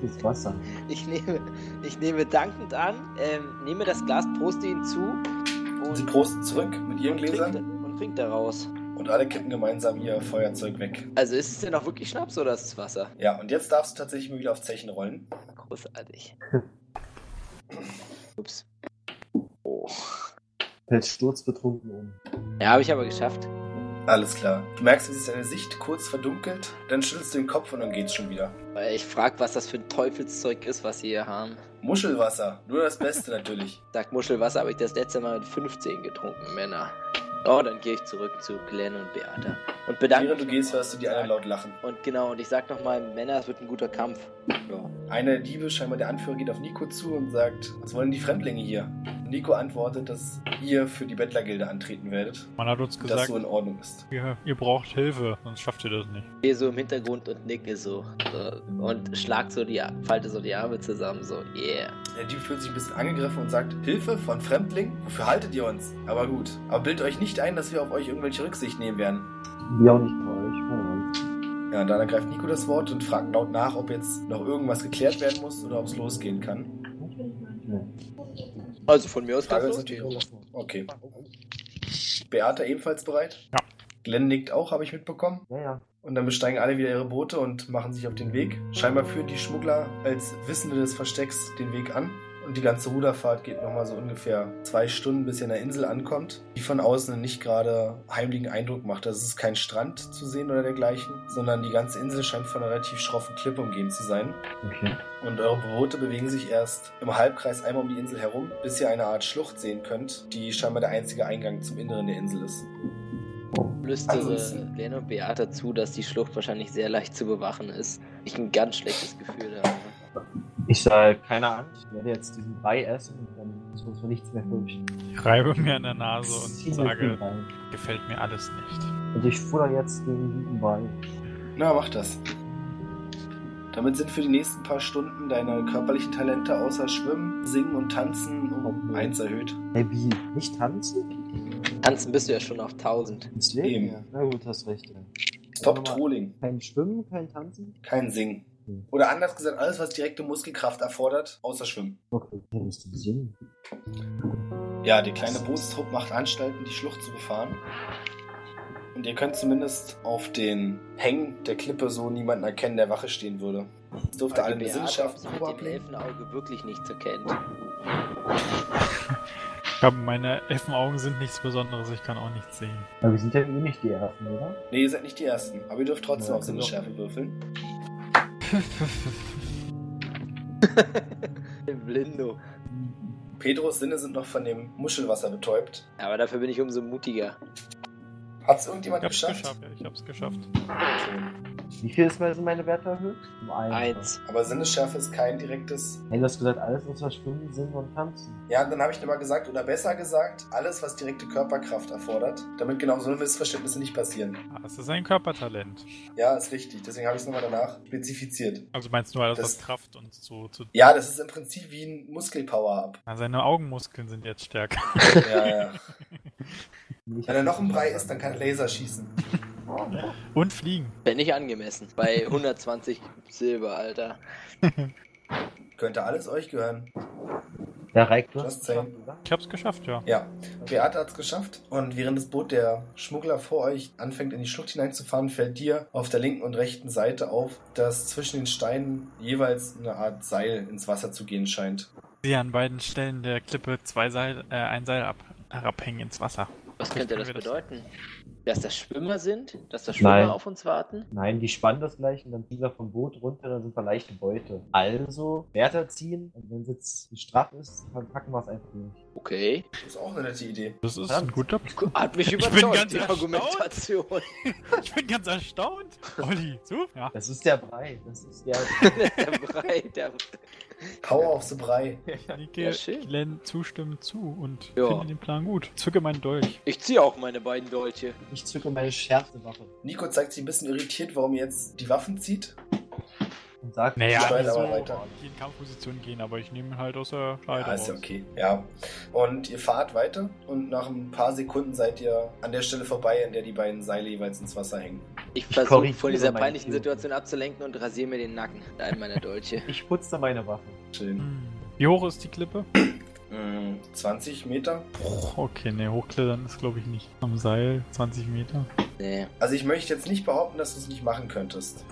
Speaker 3: Gutes Wasser.
Speaker 2: Ich nehme, ich nehme dankend an, ähm, nehme das Glas, proste ihn zu
Speaker 4: Und
Speaker 2: und,
Speaker 4: sie prosten zurück mit ihren
Speaker 2: und, trinkt,
Speaker 4: Gläsern
Speaker 2: und trinkt daraus.
Speaker 4: und alle kippen gemeinsam ihr Feuerzeug weg.
Speaker 2: Also ist es denn auch wirklich Schnaps oder ist es Wasser?
Speaker 4: Ja, und jetzt darfst du tatsächlich mal wieder auf Zechen rollen.
Speaker 2: Großartig. Ups. Oh.
Speaker 3: Fällt sturzbetrunken um.
Speaker 2: Ja, habe ich aber geschafft.
Speaker 4: Alles klar. Du merkst, wie sich deine Sicht kurz verdunkelt, dann schüttelst du den Kopf und dann geht's schon wieder.
Speaker 2: Weil Ich frage, was das für ein Teufelszeug ist, was sie hier haben.
Speaker 4: Muschelwasser, nur das Beste natürlich.
Speaker 2: Sagt Muschelwasser habe ich das letzte Mal mit 15 getrunken, Männer. Oh, dann gehe ich zurück zu Glenn und Beata. Und bedanke
Speaker 4: Während du gehst, hörst du die anderen laut lachen.
Speaker 2: Und genau, und ich sag nochmal, Männer, es wird ein guter Kampf.
Speaker 4: Ja. Einer der Diebe, scheinbar der Anführer, geht auf Nico zu und sagt, was wollen die Fremdlinge hier? Nico antwortet, dass ihr für die Bettlergilde antreten werdet,
Speaker 1: Man hat uns
Speaker 4: und dass
Speaker 1: gesagt,
Speaker 4: so in Ordnung ist.
Speaker 1: ihr, ihr braucht Hilfe, sonst schafft ihr das nicht.
Speaker 2: Stehe so im Hintergrund und nicke so. so und schlag so die, falte so die Arme zusammen, so, yeah.
Speaker 4: Der Dieb fühlt sich ein bisschen angegriffen und sagt, Hilfe von Fremdling? Wofür haltet ihr uns? Aber gut, aber bildet euch nicht ein, dass wir auf euch irgendwelche Rücksicht nehmen werden.
Speaker 3: Wir auch nicht bei euch. keine Ahnung.
Speaker 4: Ja, und dann ergreift Nico das Wort und fragt laut nach, ob jetzt noch irgendwas geklärt werden muss oder ob es losgehen kann.
Speaker 5: Natürlich mein
Speaker 2: Also von mir aus
Speaker 4: Frage
Speaker 2: kann's
Speaker 4: ist
Speaker 2: losgehen.
Speaker 4: natürlich auch, okay. Beate ebenfalls bereit?
Speaker 1: Ja.
Speaker 4: Glenn nickt auch, habe ich mitbekommen.
Speaker 3: Ja, ja.
Speaker 4: Und dann besteigen alle wieder ihre Boote und machen sich auf den Weg. Scheinbar führen die Schmuggler als Wissende des Verstecks den Weg an. Und die ganze Ruderfahrt geht nochmal so ungefähr zwei Stunden, bis ihr an der Insel ankommt, die von außen einen nicht gerade heimlichen Eindruck macht. Also es ist kein Strand zu sehen oder dergleichen, sondern die ganze Insel scheint von einer relativ schroffen Klippe umgeben zu sein.
Speaker 3: Okay.
Speaker 4: Und eure Boote bewegen sich erst im Halbkreis einmal um die Insel herum, bis ihr eine Art Schlucht sehen könnt, die scheinbar der einzige Eingang zum Inneren der Insel ist.
Speaker 2: Flüstere
Speaker 4: Ansonsten-
Speaker 2: äh, Glenn und Beata zu, dass die Schlucht wahrscheinlich sehr leicht zu bewachen ist. Ich ein ganz schlechtes Gefühl habe.
Speaker 3: Ich sage, keine Angst, ich werde jetzt diesen Brei essen und dann müssen wir uns vor nichts mehr fürchten.
Speaker 1: Ich reibe mir an der Nase
Speaker 3: Zieh
Speaker 1: und
Speaker 3: mir den
Speaker 1: Also, sage,
Speaker 3: rein.
Speaker 1: gefällt mir alles nicht.
Speaker 3: Und ich futter jetzt den guten Brei.
Speaker 4: Na, mach das. Damit sind für die nächsten paar Stunden deine körperlichen Talente außer Schwimmen, Singen und Tanzen um
Speaker 3: Okay.
Speaker 4: eins erhöht.
Speaker 3: Hey, wie? Nicht tanzen?
Speaker 2: Tanzen bist du ja schon auf 1000.
Speaker 3: Deswegen?
Speaker 4: Eben.
Speaker 3: Ja. Na gut, hast recht. Ja.
Speaker 4: Stop
Speaker 3: Aber
Speaker 4: Trolling,
Speaker 3: Kein Schwimmen, kein Tanzen?
Speaker 4: kein Singen.
Speaker 3: Hm.
Speaker 4: Oder anders gesagt, alles, was direkte Muskelkraft erfordert, außer Schwimmen.
Speaker 3: Okay, ja, das ist Sinn.
Speaker 4: Ja, der kleine Bootstrupp macht Anstalten, die Schlucht zu befahren. Und ihr könnt zumindest auf den Hängen der Klippe so niemanden erkennen, der Wache stehen würde.
Speaker 3: Hm.
Speaker 4: Es durfte alle
Speaker 2: Weil die
Speaker 4: eine
Speaker 2: Beate
Speaker 4: Wissenschaft
Speaker 2: absolut mit dem Elfenauge wirklich nicht erkennt.
Speaker 1: Ich glaube, meine Elfenaugen sind nichts Besonderes, ich kann auch nichts sehen.
Speaker 3: Aber wir sind ja eh nicht die Ersten, oder?
Speaker 4: Nee, ihr seid nicht die Ersten, aber ihr dürft trotzdem
Speaker 3: Ja,
Speaker 4: auf Sinnesschärfe würfeln.
Speaker 2: Blindo.
Speaker 4: Pedros Sinne sind noch von dem Muschelwasser betäubt.
Speaker 2: Aber dafür bin ich umso mutiger.
Speaker 4: Hat es irgendjemand
Speaker 1: Ich hab's
Speaker 4: geschafft?
Speaker 1: geschafft, ja, ich hab's geschafft.
Speaker 4: Okay.
Speaker 3: Wie viel ist meine- sind meine Werte erhöht? Um eins.
Speaker 2: Eins.
Speaker 4: Aber Sinnesschärfe ist kein direktes.
Speaker 3: Hey, du hast gesagt, alles außer Schwimmen, Singen und Tanzen.
Speaker 4: Ja, dann habe ich nochmal gesagt, oder besser gesagt, alles, was direkte Körperkraft erfordert, damit genau so Missverständnisse nicht passieren.
Speaker 1: Ah, es ist ein Körpertalent.
Speaker 4: Ja, ist richtig. Deswegen habe ich es nochmal danach spezifiziert.
Speaker 1: Also meinst du alles, was
Speaker 4: Das-
Speaker 1: Kraft und so zu.
Speaker 4: Ja, das ist im Prinzip wie ein Muskelpower-Up.
Speaker 1: Ah, seine Augenmuskeln sind jetzt stärker.
Speaker 4: Ja, ja.
Speaker 3: Ich
Speaker 4: Wenn er noch ein Brei ist, dann kann er Laser schießen.
Speaker 1: Und fliegen.
Speaker 2: Wenn nicht angemessen. Bei 120 Silber, Alter.
Speaker 4: Könnte alles euch gehören.
Speaker 3: Ja, Reik, du
Speaker 4: Just
Speaker 3: hast
Speaker 4: saying.
Speaker 3: schon gesagt.
Speaker 1: Ich hab's geschafft, ja.
Speaker 4: Ja, Beate hat es geschafft und während das Boot der Schmuggler vor euch anfängt in die Schlucht hineinzufahren, fällt dir auf der linken und rechten Seite auf, dass zwischen den Steinen jeweils eine Art Seil ins Wasser zu gehen scheint.
Speaker 1: Sie an beiden Stellen der Klippe zwei Seil, äh, ein Seil ab, herabhängen ins Wasser.
Speaker 2: Was könnte das
Speaker 1: können wir das-
Speaker 2: bedeuten? Dass das Schwimmer sind? Dass das Schwimmer
Speaker 3: Nein.
Speaker 2: auf uns warten?
Speaker 3: Nein, die spannen das gleich und dann ziehen wir vom Boot runter, dann sind wir leichte Beute. Also, Wärter ziehen und wenn es jetzt zu straff ist, dann packen wir es einfach durch.
Speaker 2: Okay.
Speaker 4: Das ist auch eine nette Idee.
Speaker 1: Das ist
Speaker 3: Verdammt.
Speaker 1: ein guter.
Speaker 2: Hat mich
Speaker 1: Ich bin
Speaker 2: überzeugt,
Speaker 1: ganz
Speaker 2: die
Speaker 1: erstaunt.
Speaker 2: Argumentation.
Speaker 1: Ich bin ganz erstaunt. Olli, so? Ja.
Speaker 3: Das ist der Brei. Das ist der.
Speaker 2: der Brei, der...
Speaker 4: Power auf the Brei.
Speaker 1: Ich nicke
Speaker 2: Ja, schön.
Speaker 1: Glenn zustimmend zu und
Speaker 2: Ja.
Speaker 1: finde den Plan gut. Zücke meinen Dolch.
Speaker 2: Ich ziehe auch meine beiden Dolche.
Speaker 3: Ich zücke meine schärfste Waffe
Speaker 4: Nico zeigt sich ein bisschen irritiert, warum ihr jetzt die Waffen zieht.
Speaker 3: und sage:
Speaker 4: Ich
Speaker 1: nicht
Speaker 4: steuere
Speaker 1: so
Speaker 4: aber weiter.
Speaker 1: also in Kampfposition gehen, aber ich nehme ihn halt aus der Scheide
Speaker 4: Ja, Ah, ist ja
Speaker 1: raus.
Speaker 4: okay. Ja. Und ihr fahrt weiter und nach ein paar Sekunden seid ihr an der Stelle vorbei, an der die beiden Seile jeweils ins Wasser hängen.
Speaker 2: Ich versuche
Speaker 3: korrigiere
Speaker 2: von dieser
Speaker 3: meine
Speaker 2: peinlichen
Speaker 3: Theorie.
Speaker 2: Situation abzulenken und rasiere mir den Nacken mit einem meiner Dolche.
Speaker 3: Ich putze meine Waffe.
Speaker 4: Schön.
Speaker 1: Hm. Wie hoch ist die Klippe?
Speaker 4: Mm, 20 Meter.
Speaker 1: Okay, ne, hochklettern ist glaube ich nicht. Am Seil 20 Meter.
Speaker 2: Nee.
Speaker 4: Also ich möchte jetzt nicht behaupten, dass du es nicht machen könntest.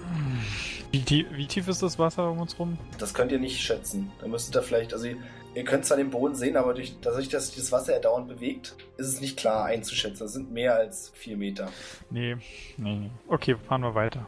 Speaker 1: Wie tief, wie tief ist das Wasser um uns rum?
Speaker 4: Das könnt ihr nicht schätzen. Da müsstet ihr vielleicht, also ihr, ihr könnt zwar den Boden sehen, aber durch, dadurch, dass sich das Wasser ja dauernd bewegt, ist es nicht klar einzuschätzen. Das sind mehr als vier Meter.
Speaker 1: Nee, nee, nee. Okay, fahren wir weiter.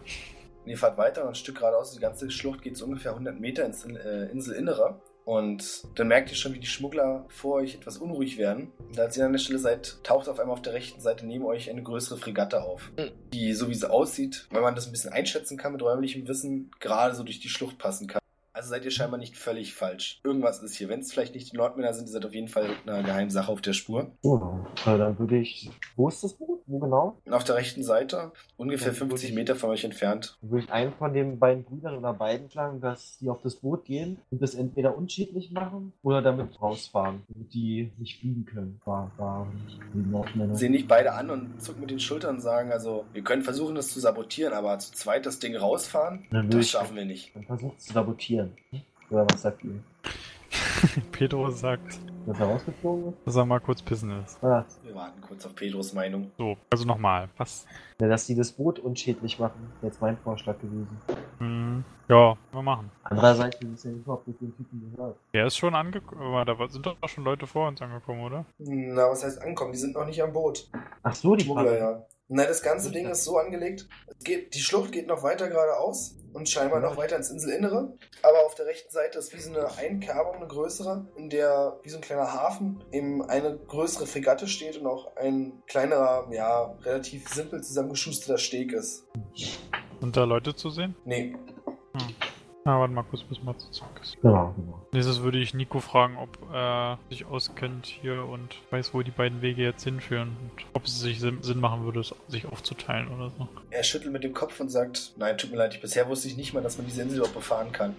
Speaker 4: Und ihr fahrt weiter und ein Stück geradeaus, die ganze Schlucht geht so ungefähr 100 Meter ins In- äh, Inselinnere. Und dann merkt ihr schon, wie die Schmuggler vor euch etwas unruhig werden. Und als ihr an der Stelle seid, taucht auf einmal auf der rechten Seite neben euch eine größere Fregatte auf.
Speaker 2: Hm.
Speaker 4: Die, so wie sie aussieht, wenn man das ein bisschen einschätzen kann mit räumlichem Wissen, gerade so durch die Schlucht passen kann. Also seid ihr scheinbar nicht völlig falsch. Irgendwas ist hier. Wenn es vielleicht nicht die Nordmänner sind, ihr seid auf jeden Fall einer geheimen Sache auf der Spur.
Speaker 3: Oh, äh, dann würde ich. Wo ist das Boot? Wo genau?
Speaker 4: Und auf der rechten Seite, ungefähr
Speaker 3: Ja, gut.
Speaker 4: 50 Meter von euch entfernt,
Speaker 3: Dann würde ich einen von den beiden Brüdern oder beiden schlagen, dass die auf das Boot gehen und das entweder unschädlich machen oder damit rausfahren, damit die nicht fliegen können. War, war die Nordmänner.
Speaker 4: sehen dich beide an und zucken mit den Schultern und sagen, also, wir können versuchen, das zu sabotieren, aber zu zweit das Ding rausfahren,
Speaker 3: Dann würde
Speaker 4: das
Speaker 3: ich-
Speaker 4: schaffen wir nicht.
Speaker 3: Dann versucht zu sabotieren. Oder was sagt ihr?
Speaker 1: Pedro sagt,
Speaker 3: Dass er rausgeflogen ist?
Speaker 1: Dass er mal kurz pissen ist.
Speaker 3: Ah,
Speaker 4: Wir warten kurz auf Pedros Meinung.
Speaker 1: So, also nochmal. Was?
Speaker 3: na, dass sie das Boot unschädlich machen, wäre jetzt mein Vorschlag gewesen.
Speaker 1: Hm, ja, können wir machen.
Speaker 3: Andererseits ist es ja überhaupt nicht den Typen gehört.
Speaker 1: Der ist schon angekommen. Da sind doch schon Leute vor uns angekommen, oder?
Speaker 4: Na, was heißt ankommen? Die sind noch nicht am Boot.
Speaker 3: Ach so, die
Speaker 4: Schmuggler,
Speaker 3: Schmuggler,
Speaker 4: ja. Nein, das ganze Ding ist so angelegt. Es geht, die Schlucht geht noch weiter geradeaus und scheinbar noch weiter ins Inselinnere. Aber auf der rechten Seite ist wie so eine Einkerbung, eine größere, in der wie so ein kleiner Hafen eben eine größere Fregatte steht und auch ein kleinerer, ja, relativ simpel zusammengeschusterter Steg ist.
Speaker 1: Sind da Leute zu sehen?
Speaker 4: Nee,
Speaker 1: Na, warte mal kurz, bis Matze zurück ist.
Speaker 3: Genau, genau.
Speaker 1: Nächstes würde ich Nico fragen, ob er sich auskennt hier und weiß, wo die beiden Wege jetzt hinführen. Und ob es sich Sinn Sinn machen würde, es sich aufzuteilen oder so.
Speaker 4: er schüttelt mit dem Kopf und sagt, nein, tut mir leid, ich, bisher wusste ich nicht mal, dass man diese Insel überhaupt befahren kann.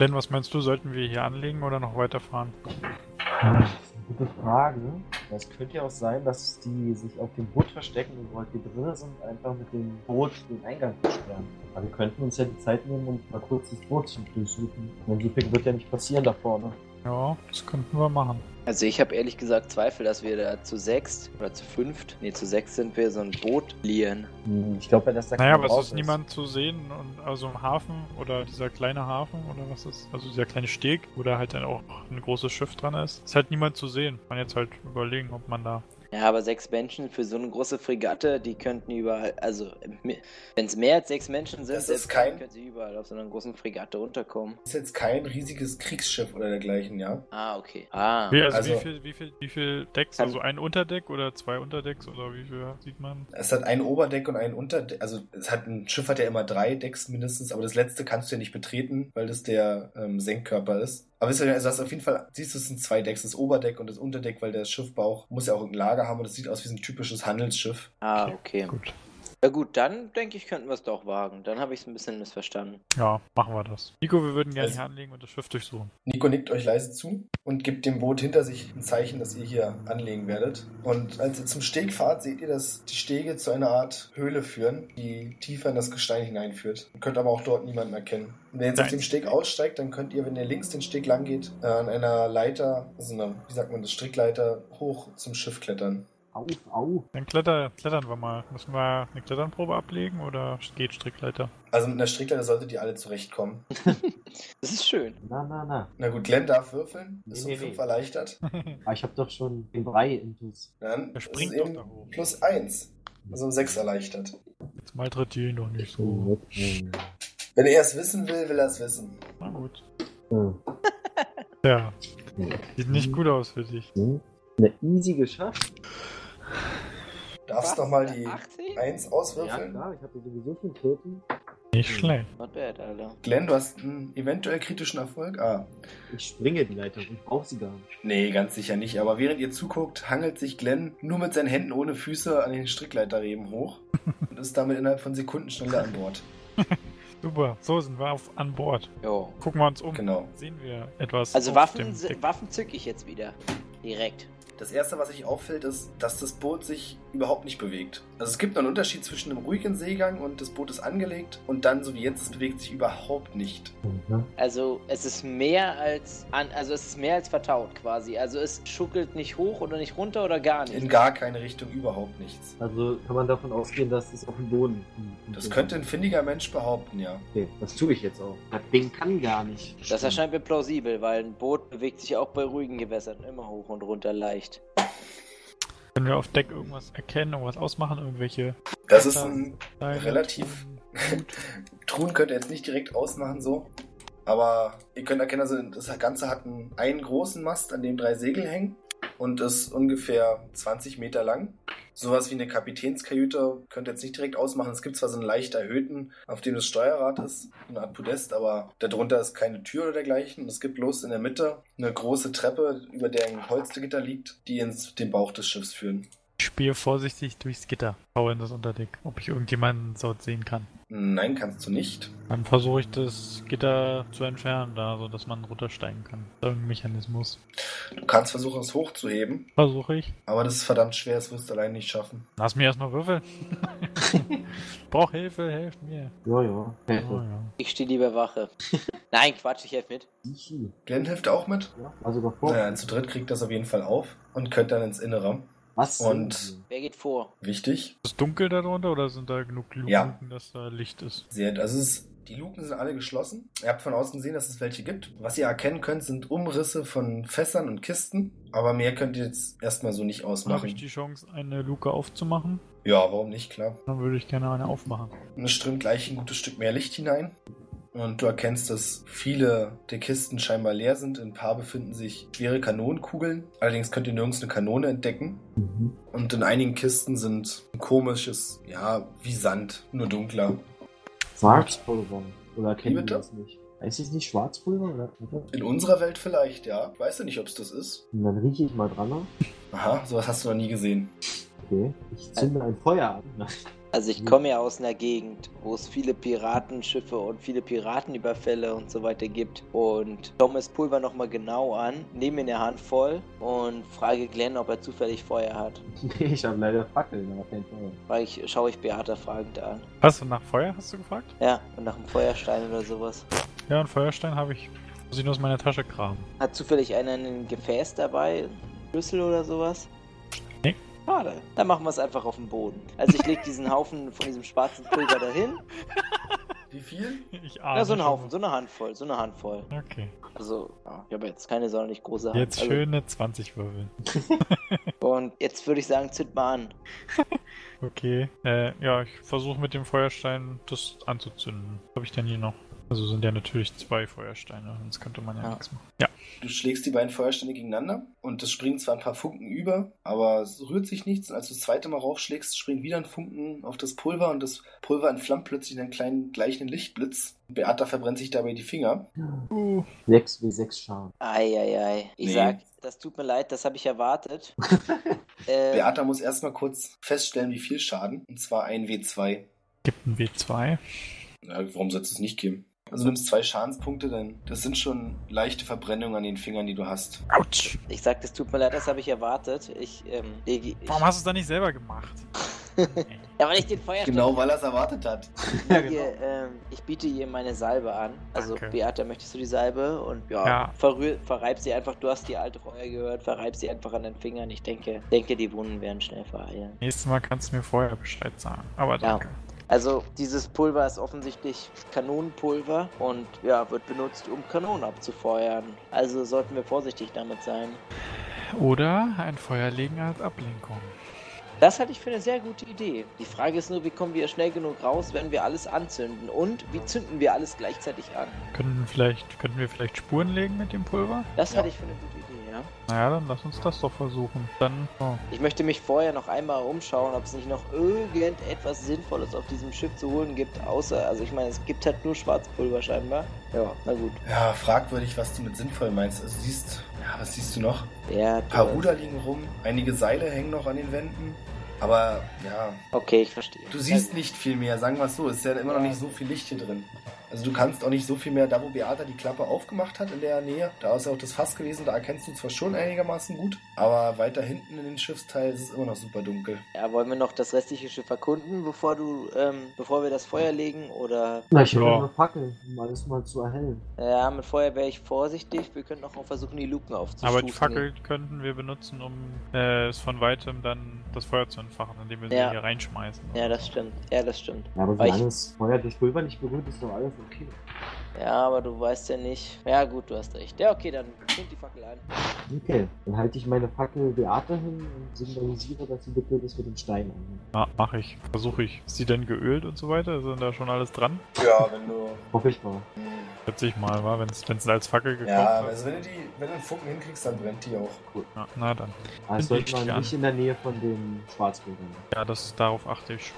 Speaker 1: Denn was meinst du, sollten wir hier anlegen oder noch weiterfahren?
Speaker 3: Das ist eine gute Frage. Es könnte ja auch sein, dass die sich auf dem Boot verstecken und Leute, die drin sind, einfach mit dem Boot den Eingang versperren. Aber wir könnten uns ja die Zeit nehmen und mal kurz das Boot zum durchsuchen. Ein Looping wird ja nicht passieren da vorne.
Speaker 1: Ja, das könnten wir machen.
Speaker 2: Also ich habe ehrlich gesagt Zweifel, dass wir da zu sechst oder zu fünft, nee, zu sechs sind wir, so ein Boot lieren.
Speaker 3: Hm, Ich glaube ja, dass da
Speaker 1: Naja,
Speaker 3: keiner
Speaker 1: aber
Speaker 3: drauf
Speaker 1: es ist niemand zu sehen und also im Hafen oder dieser kleine Hafen oder was ist, also dieser kleine Steg, wo da halt dann auch ein großes Schiff dran ist, ist halt niemand zu sehen. Man jetzt halt überlegen, ob man da.
Speaker 2: Ja, aber sechs Menschen für so eine große Fregatte, die könnten überall, also wenn es mehr als sechs Menschen sind,
Speaker 4: Das ist
Speaker 2: selbst
Speaker 4: kein-
Speaker 2: dann können sie überall auf so einer großen Fregatte unterkommen.
Speaker 4: Ist jetzt kein riesiges Kriegsschiff oder dergleichen, ja?
Speaker 2: Ah, okay. Ah,
Speaker 1: Wie, also,
Speaker 4: Also-
Speaker 1: wie viel, wie viel, wie viel Decks?
Speaker 2: Kann-
Speaker 1: Also ein Unterdeck oder zwei Unterdecks oder wie viel sieht man?
Speaker 4: Es hat ein Oberdeck und ein Unterdeck. Also es hat ein Schiff hat ja immer drei Decks mindestens, aber das letzte kannst du ja nicht betreten, weil das der ähm, Senkkörper ist. Aber es ist ja- also hast auf jeden Fall, siehst du, es sind zwei Decks, das Oberdeck und das Unterdeck, weil der Schiffbauch muss ja auch ein Lager haben und es sieht aus wie so ein typisches Handelsschiff.
Speaker 2: ah okay.
Speaker 1: Gut.
Speaker 2: Ja gut, dann denke ich, könnten wir es doch wagen. Dann habe ich es ein bisschen missverstanden.
Speaker 1: Ja, machen wir das. Nico, wir würden gerne
Speaker 4: Also-
Speaker 1: hier anlegen und das Schiff durchsuchen.
Speaker 4: Nico nickt euch leise zu und gibt dem Boot hinter sich ein Zeichen, dass ihr hier anlegen werdet. Und als ihr zum Steg fahrt, seht ihr, dass die Stege zu einer Art Höhle führen, die tiefer in das Gestein hineinführt. Ihr könnt aber auch dort niemanden erkennen. Wenn ihr jetzt auf
Speaker 1: Nein.
Speaker 4: dem Steg aussteigt, dann könnt ihr, wenn ihr links den Steg lang geht, äh, an einer Leiter, also einer, wie sagt man das, Strickleiter hoch zum Schiff klettern.
Speaker 3: Auf, auf.
Speaker 1: Dann kletter, klettern wir mal. Müssen wir eine Kletternprobe ablegen oder geht Strickleiter?
Speaker 4: Also mit einer Strickleiter solltet ihr alle zurechtkommen.
Speaker 2: Das ist schön.
Speaker 3: Na, na, na.
Speaker 4: Na gut, Glenn darf würfeln, ist
Speaker 3: Nee,
Speaker 4: um
Speaker 3: nee,
Speaker 4: fünf
Speaker 3: nee.
Speaker 4: erleichtert.
Speaker 3: Aber Ah, ich habe doch schon den Brei intus.
Speaker 4: Dann
Speaker 1: Er
Speaker 4: ist es
Speaker 1: springt doch
Speaker 4: eben
Speaker 1: da hoch.
Speaker 4: plus eins, also um sechs erleichtert.
Speaker 1: Jetzt malträtiere ihn doch nicht so.
Speaker 3: Hm.
Speaker 4: Wenn er es wissen will, will er es wissen.
Speaker 1: Na gut.
Speaker 3: Hm.
Speaker 1: Ja, sieht nicht gut aus für dich.
Speaker 3: Hm. Eine easy geschafft.
Speaker 4: Darfst
Speaker 2: Was?
Speaker 4: noch mal die
Speaker 2: 18?
Speaker 4: 1
Speaker 3: Ja,
Speaker 4: auswürfeln?
Speaker 3: klar, ich hatte sowieso schon 14.
Speaker 1: Nicht schlecht.
Speaker 2: Not bad, Alter.
Speaker 4: Glenn, du hast einen eventuell kritischen Erfolg? Ah,
Speaker 3: Ich springe die Leitung, ich brauche sie gar nicht.
Speaker 4: nee, ganz sicher nicht. Aber während ihr zuguckt, hangelt sich Glenn nur mit seinen Händen ohne Füße an den Strickleiterriemen hoch und ist damit innerhalb von Sekunden schneller an Bord.
Speaker 1: Super, so sind wir auf, an Bord.
Speaker 2: Jo.
Speaker 1: Gucken wir uns um.
Speaker 4: Genau.
Speaker 1: Sehen wir etwas.
Speaker 2: Also
Speaker 1: auf
Speaker 2: Waffen,
Speaker 1: dem
Speaker 2: se-
Speaker 1: Deck?
Speaker 2: Waffen zücke ich jetzt wieder. Direkt.
Speaker 4: Das erste, was sich auffällt, ist, dass das Boot sich überhaupt nicht bewegt. Also es gibt noch einen Unterschied zwischen einem ruhigen Seegang und das Boot ist angelegt und dann, so wie jetzt, es bewegt sich überhaupt nicht.
Speaker 2: Also es ist mehr als an, also es ist mehr als vertaut quasi. Also es schuckelt nicht hoch oder nicht runter oder gar nicht.
Speaker 4: In gar keine Richtung, überhaupt nichts.
Speaker 3: Also kann man davon ausgehen, dass es auf dem Boden liegt.
Speaker 4: Das könnte ein findiger Mensch behaupten, ja.
Speaker 3: Okay, das tue ich jetzt auch. Das Ding kann gar nicht.
Speaker 2: das erscheint mir plausibel, weil ein Boot bewegt sich auch bei ruhigen Gewässern immer hoch und runter leicht.
Speaker 1: Können wir auf Deck irgendwas erkennen, irgendwas ausmachen, irgendwelche.
Speaker 4: Das ist ein
Speaker 1: Steine,
Speaker 4: Relativ.
Speaker 1: Truhen, Gut.
Speaker 4: Truhen könnt ihr jetzt nicht direkt ausmachen, so. Aber ihr könnt erkennen, also das Ganze hat einen, einen großen Mast, an dem drei Segel hängen und ist ungefähr 20 Meter lang. Sowas wie eine Kapitänskajüte könnt ihr jetzt nicht direkt ausmachen. Es gibt zwar so einen leicht erhöhten, auf dem das Steuerrad ist, eine Art Podest, aber darunter ist keine Tür oder dergleichen. Und es gibt bloß in der Mitte eine große Treppe, über der ein Holzgitter liegt, die ins den Bauch des Schiffs führen.
Speaker 1: Ich spiele vorsichtig durchs Gitter. Schau in das Unterdeck, ob ich irgendjemanden dort sehen kann.
Speaker 4: Nein, kannst du nicht.
Speaker 1: Dann versuche ich das Gitter zu entfernen, da, so dass man runtersteigen kann. Irgendein Mechanismus.
Speaker 4: Du kannst versuchen, es hochzuheben,
Speaker 1: Versuche ich.
Speaker 4: aber das ist verdammt schwer, das wirst du allein nicht schaffen.
Speaker 1: Lass mich erstmal würfeln. Brauch Hilfe, helft mir.
Speaker 3: Ja, ja.
Speaker 1: Oh,
Speaker 3: Hilfe.
Speaker 1: ja.
Speaker 2: Ich stehe lieber Wache. Nein, Quatsch, ich helfe mit.
Speaker 3: Ichi.
Speaker 4: Glenn hilft auch mit.
Speaker 3: Ja, also sogar vor.
Speaker 4: Naja, zu dritt kriegt das auf jeden Fall auf und könnt dann ins Innere.
Speaker 3: Was?
Speaker 4: und-
Speaker 2: Wer geht vor?
Speaker 4: Wichtig.
Speaker 1: Ist es dunkel darunter oder sind da genug Luken,
Speaker 4: Ja.
Speaker 1: dass da Licht ist?
Speaker 4: Sehr, also es ist, die Luken sind alle geschlossen. Ihr habt von außen gesehen, dass es welche gibt. Was ihr erkennen könnt, sind Umrisse von Fässern und Kisten. Aber mehr könnt ihr jetzt erstmal so nicht
Speaker 1: Habe ich
Speaker 4: ausmachen.
Speaker 1: die Chance, eine Luke aufzumachen?
Speaker 4: Ja, warum nicht, klar.
Speaker 1: Dann würde ich gerne eine aufmachen.
Speaker 4: Und es strömt gleich ein gutes Stück mehr Licht hinein. Und du erkennst, dass viele der Kisten scheinbar leer sind. In ein paar befinden sich schwere Kanonenkugeln. Allerdings könnt ihr nirgends eine Kanone entdecken.
Speaker 3: Mhm.
Speaker 4: Und in einigen Kisten sind ein komisches, ja, wie Sand, nur dunkler.
Speaker 3: Schwarzpulver. Oder kennen wir
Speaker 4: bitte?
Speaker 3: das nicht? Heißt es nicht Schwarzpulver? Oder? oder?
Speaker 4: In unserer Welt vielleicht, ja. Weißt du nicht, ob es das ist?
Speaker 3: Und dann rieche ich mal dran.
Speaker 4: Aha, sowas hast du noch nie gesehen.
Speaker 3: Okay. Ich zünde ein Feuer an.
Speaker 2: Also
Speaker 4: Hm.
Speaker 2: ich komme ja aus einer Gegend, wo es viele Piratenschiffe und viele Piratenüberfälle und so weiter gibt. Und schaue mir das Pulver nochmal genau an, nehme in der Hand voll und frage Glenn, ob er zufällig Feuer hat.
Speaker 3: nee, ich habe leider Fackeln, aber kein Feuer.
Speaker 2: Frage ich, schaue ich Beata fragend an.
Speaker 1: Was? Und nach Feuer hast du gefragt?
Speaker 2: Ja, und nach einem Feuerstein oder sowas.
Speaker 1: Ja, einen Feuerstein habe ich. Muss ich nur aus meiner Tasche kramen.
Speaker 2: Hat zufällig einer ein Gefäß dabei? Einen Schlüssel oder sowas?
Speaker 1: Nee.
Speaker 2: Schade. Dann machen wir es einfach auf den Boden. Also ich lege diesen Haufen von diesem schwarzen Pulver dahin.
Speaker 4: Wie viel?
Speaker 1: Ich ahne.
Speaker 2: Ja, so einen
Speaker 1: schon.
Speaker 2: Haufen, so eine Handvoll, so eine Handvoll.
Speaker 1: Okay.
Speaker 2: Also, ja, ich habe jetzt keine sonderlich große Hand.
Speaker 1: Jetzt
Speaker 2: also,
Speaker 1: schöne 20 Würfeln.
Speaker 2: Und jetzt würde ich sagen, zünd mal an.
Speaker 1: Okay. Äh, ja, ich versuche mit dem Feuerstein das anzuzünden. Was habe ich denn hier noch? Also sind ja natürlich zwei Feuersteine, sonst könnte man ja,
Speaker 2: Ja.
Speaker 1: nichts machen. Ja,
Speaker 4: Du schlägst die beiden Feuersteine gegeneinander und es springen zwar ein paar Funken über, aber es rührt sich nichts. Und als du das zweite Mal raufschlägst, springt wieder ein Funken auf das Pulver und das Pulver entflammt plötzlich in einen kleinen gleichen Lichtblitz. Beata verbrennt sich dabei die Finger.
Speaker 3: 6 wie 6 Schaden.
Speaker 2: Eieiei. Ich
Speaker 4: Nee.
Speaker 2: sag, das tut mir leid, das habe ich erwartet. ähm,
Speaker 4: Beata muss erstmal kurz feststellen, wie viel Schaden. Und zwar ein W2.
Speaker 1: gibt ein W2.
Speaker 4: Ja, warum soll es nicht geben? Also du nimmst zwei Schadenspunkte, denn das sind schon leichte Verbrennungen an den Fingern, die du hast.
Speaker 1: Autsch!
Speaker 2: Ich sag, das tut mir leid, das habe ich erwartet. Ich, ähm, lege. Ich,
Speaker 1: Warum hast du es dann nicht selber gemacht? Nee.
Speaker 2: ja, weil ich den Feuerstein.
Speaker 4: Genau, weil er es erwartet hat.
Speaker 3: Ja,
Speaker 2: Ich, biete ihr, ähm, ich biete ihr meine Salbe an. Also,
Speaker 1: Danke.
Speaker 2: Beata, möchtest du die Salbe? Und ja,
Speaker 1: Ja.
Speaker 2: verrühr- verreib sie einfach. Du hast die alte Feuer gehört, verreib sie einfach an den Fingern. Ich denke, denke die Wunden werden schnell verheilen.
Speaker 1: Nächstes Mal kannst du mir vorher Bescheid sagen. Aber danke.
Speaker 2: Also dieses Pulver ist offensichtlich Kanonenpulver und ja, wird benutzt, um Kanonen abzufeuern. Also sollten wir vorsichtig damit sein.
Speaker 1: Oder ein Feuer legen als Ablenkung.
Speaker 2: Das halte ich für eine sehr gute Idee. Die Frage ist nur, wie kommen wir schnell genug raus, wenn wir alles anzünden? Und wie zünden wir alles gleichzeitig an?
Speaker 1: Können, vielleicht, könnten wir vielleicht Spuren legen mit dem Pulver?
Speaker 2: Das
Speaker 4: Ja.
Speaker 2: halte ich für eine gute Idee, ja.
Speaker 1: Naja, dann lass uns das doch versuchen. Dann. Oh.
Speaker 2: Ich möchte mich vorher noch einmal umschauen, ob es nicht noch irgendetwas Sinnvolles auf diesem Schiff zu holen gibt, außer, also ich meine, es gibt halt nur Schwarzpulver scheinbar. Ja, na gut.
Speaker 4: Ja, fragwürdig, was du mit sinnvoll meinst. Also siehst, ja, was siehst du noch?
Speaker 2: Ja,
Speaker 4: Ein paar
Speaker 2: du-
Speaker 4: Ruder liegen rum, einige Seile hängen noch an den Wänden. Aber ja,
Speaker 2: Okay, ich verstehe.
Speaker 4: du
Speaker 2: Na
Speaker 4: siehst
Speaker 2: gut.
Speaker 4: nicht viel mehr, sagen wir es so. Es ist ja immer noch nicht so viel Licht hier drin. Also du kannst auch nicht so viel mehr, da wo Beata die Klappe aufgemacht hat in der Nähe, da ist ja auch das Fass gewesen, da erkennst du zwar schon einigermaßen gut, aber weiter hinten in den Schiffsteil ist es immer noch super dunkel.
Speaker 2: Ja, wollen wir noch das restliche Schiff erkunden, bevor du, ähm, bevor wir das Feuer legen? Oder
Speaker 3: Na, ich habe
Speaker 1: Ja.
Speaker 3: ja. eine Fackel, um alles mal zu erhellen.
Speaker 2: ja, mit Feuer wäre ich vorsichtig. Wir könnten auch mal versuchen, die Luken aufzustufen.
Speaker 1: Aber die Fackel könnten wir benutzen, um äh, es von weitem dann das Feuer zu entfachen, indem wir
Speaker 2: Ja.
Speaker 1: sie hier reinschmeißen.
Speaker 2: Ja, das stimmt. Ja, das stimmt.
Speaker 3: Ja, aber
Speaker 2: Weil
Speaker 3: solange
Speaker 2: ich-
Speaker 3: das Feuer das Pulver nicht berührt, ist doch alles okay.
Speaker 2: Ja, aber du weißt ja nicht. Ja, gut, du hast recht. Ja, okay, dann zünd die Fackel an.
Speaker 3: Okay, dann halte ich meine Fackel Beate hin und signalisiere, dass sie bitte das mit dem Stein anhört.
Speaker 1: Ma mach ich. Versuche ich. Ist die denn geölt und so weiter? Ist denn da schon alles dran?
Speaker 4: Ja, wenn du
Speaker 3: Hoffe ich mal.
Speaker 1: Schätze ich mal, war, wenn es als Fackel gekocht
Speaker 4: Ja,
Speaker 1: hat.
Speaker 4: also wenn du die, wenn du einen Funken hinkriegst, dann brennt die auch.
Speaker 1: Na, na dann.
Speaker 3: Also
Speaker 1: Bin ich
Speaker 3: sollte man
Speaker 1: gern.
Speaker 3: nicht in der Nähe von dem Schwarzbürger sein.
Speaker 1: Ja, das darauf achte ich schon.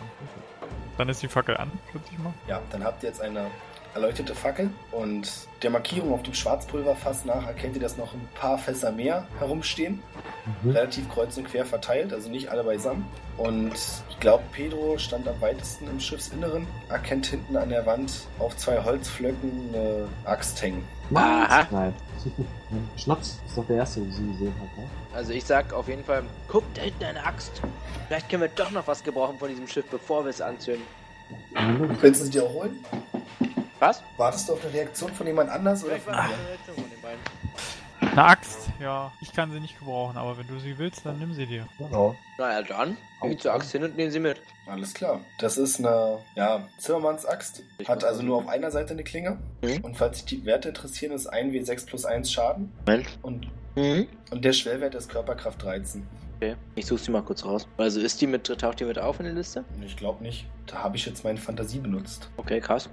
Speaker 1: Dann ist die Fackel an, schätze ich mal.
Speaker 4: Ja, dann habt ihr jetzt eine erleuchtete Fackel und der Markierung auf dem Schwarzpulverfass nach erkennt ihr, dass noch ein paar Fässer mehr herumstehen.
Speaker 3: Mhm.
Speaker 4: relativ kreuz und quer verteilt, also nicht alle beisammen. Und ich glaube, Pedro stand am weitesten im Schiffsinneren, erkennt hinten an der Wand auf zwei Holzflöcken eine Axt hängen. Ah.
Speaker 2: Aha.
Speaker 3: Nein. Schnaps ist doch der erste, den sie gesehen hat, ne?
Speaker 2: Also ich sag auf jeden Fall, guck da hinten eine Axt. Vielleicht können wir doch noch was gebrauchen von diesem Schiff, bevor wir es anzünden.
Speaker 3: Ja, los.
Speaker 4: Willst du sie dir auch holen?
Speaker 2: Was?
Speaker 4: Wartest du auf eine Reaktion von jemand anders oder
Speaker 2: Ich
Speaker 4: von
Speaker 2: war
Speaker 4: mir?
Speaker 2: eine Reaktion von den beiden.
Speaker 1: Eine Axt, ja. Ich kann sie nicht gebrauchen, aber wenn du sie willst, dann nimm sie dir.
Speaker 3: Genau.
Speaker 2: Naja, dann. Geh ich zur Axt hin und nehmen sie mit.
Speaker 4: Alles klar. Das ist eine, ja, Zimmermanns-Axt. Hat also nur auf einer Seite eine Klinge.
Speaker 2: Mhm.
Speaker 4: Und falls dich die Werte interessieren, ist 1W6 plus 1 Schaden.
Speaker 2: Moment.
Speaker 4: Und, und der Schwellwert ist Körperkraft 13.
Speaker 2: Okay. Ich such sie mal kurz raus. Also ist die mit, taucht die mit auf in der Liste?
Speaker 4: Und Ich glaube nicht. Da habe ich jetzt meine Fantasie benutzt.
Speaker 2: Okay, krass.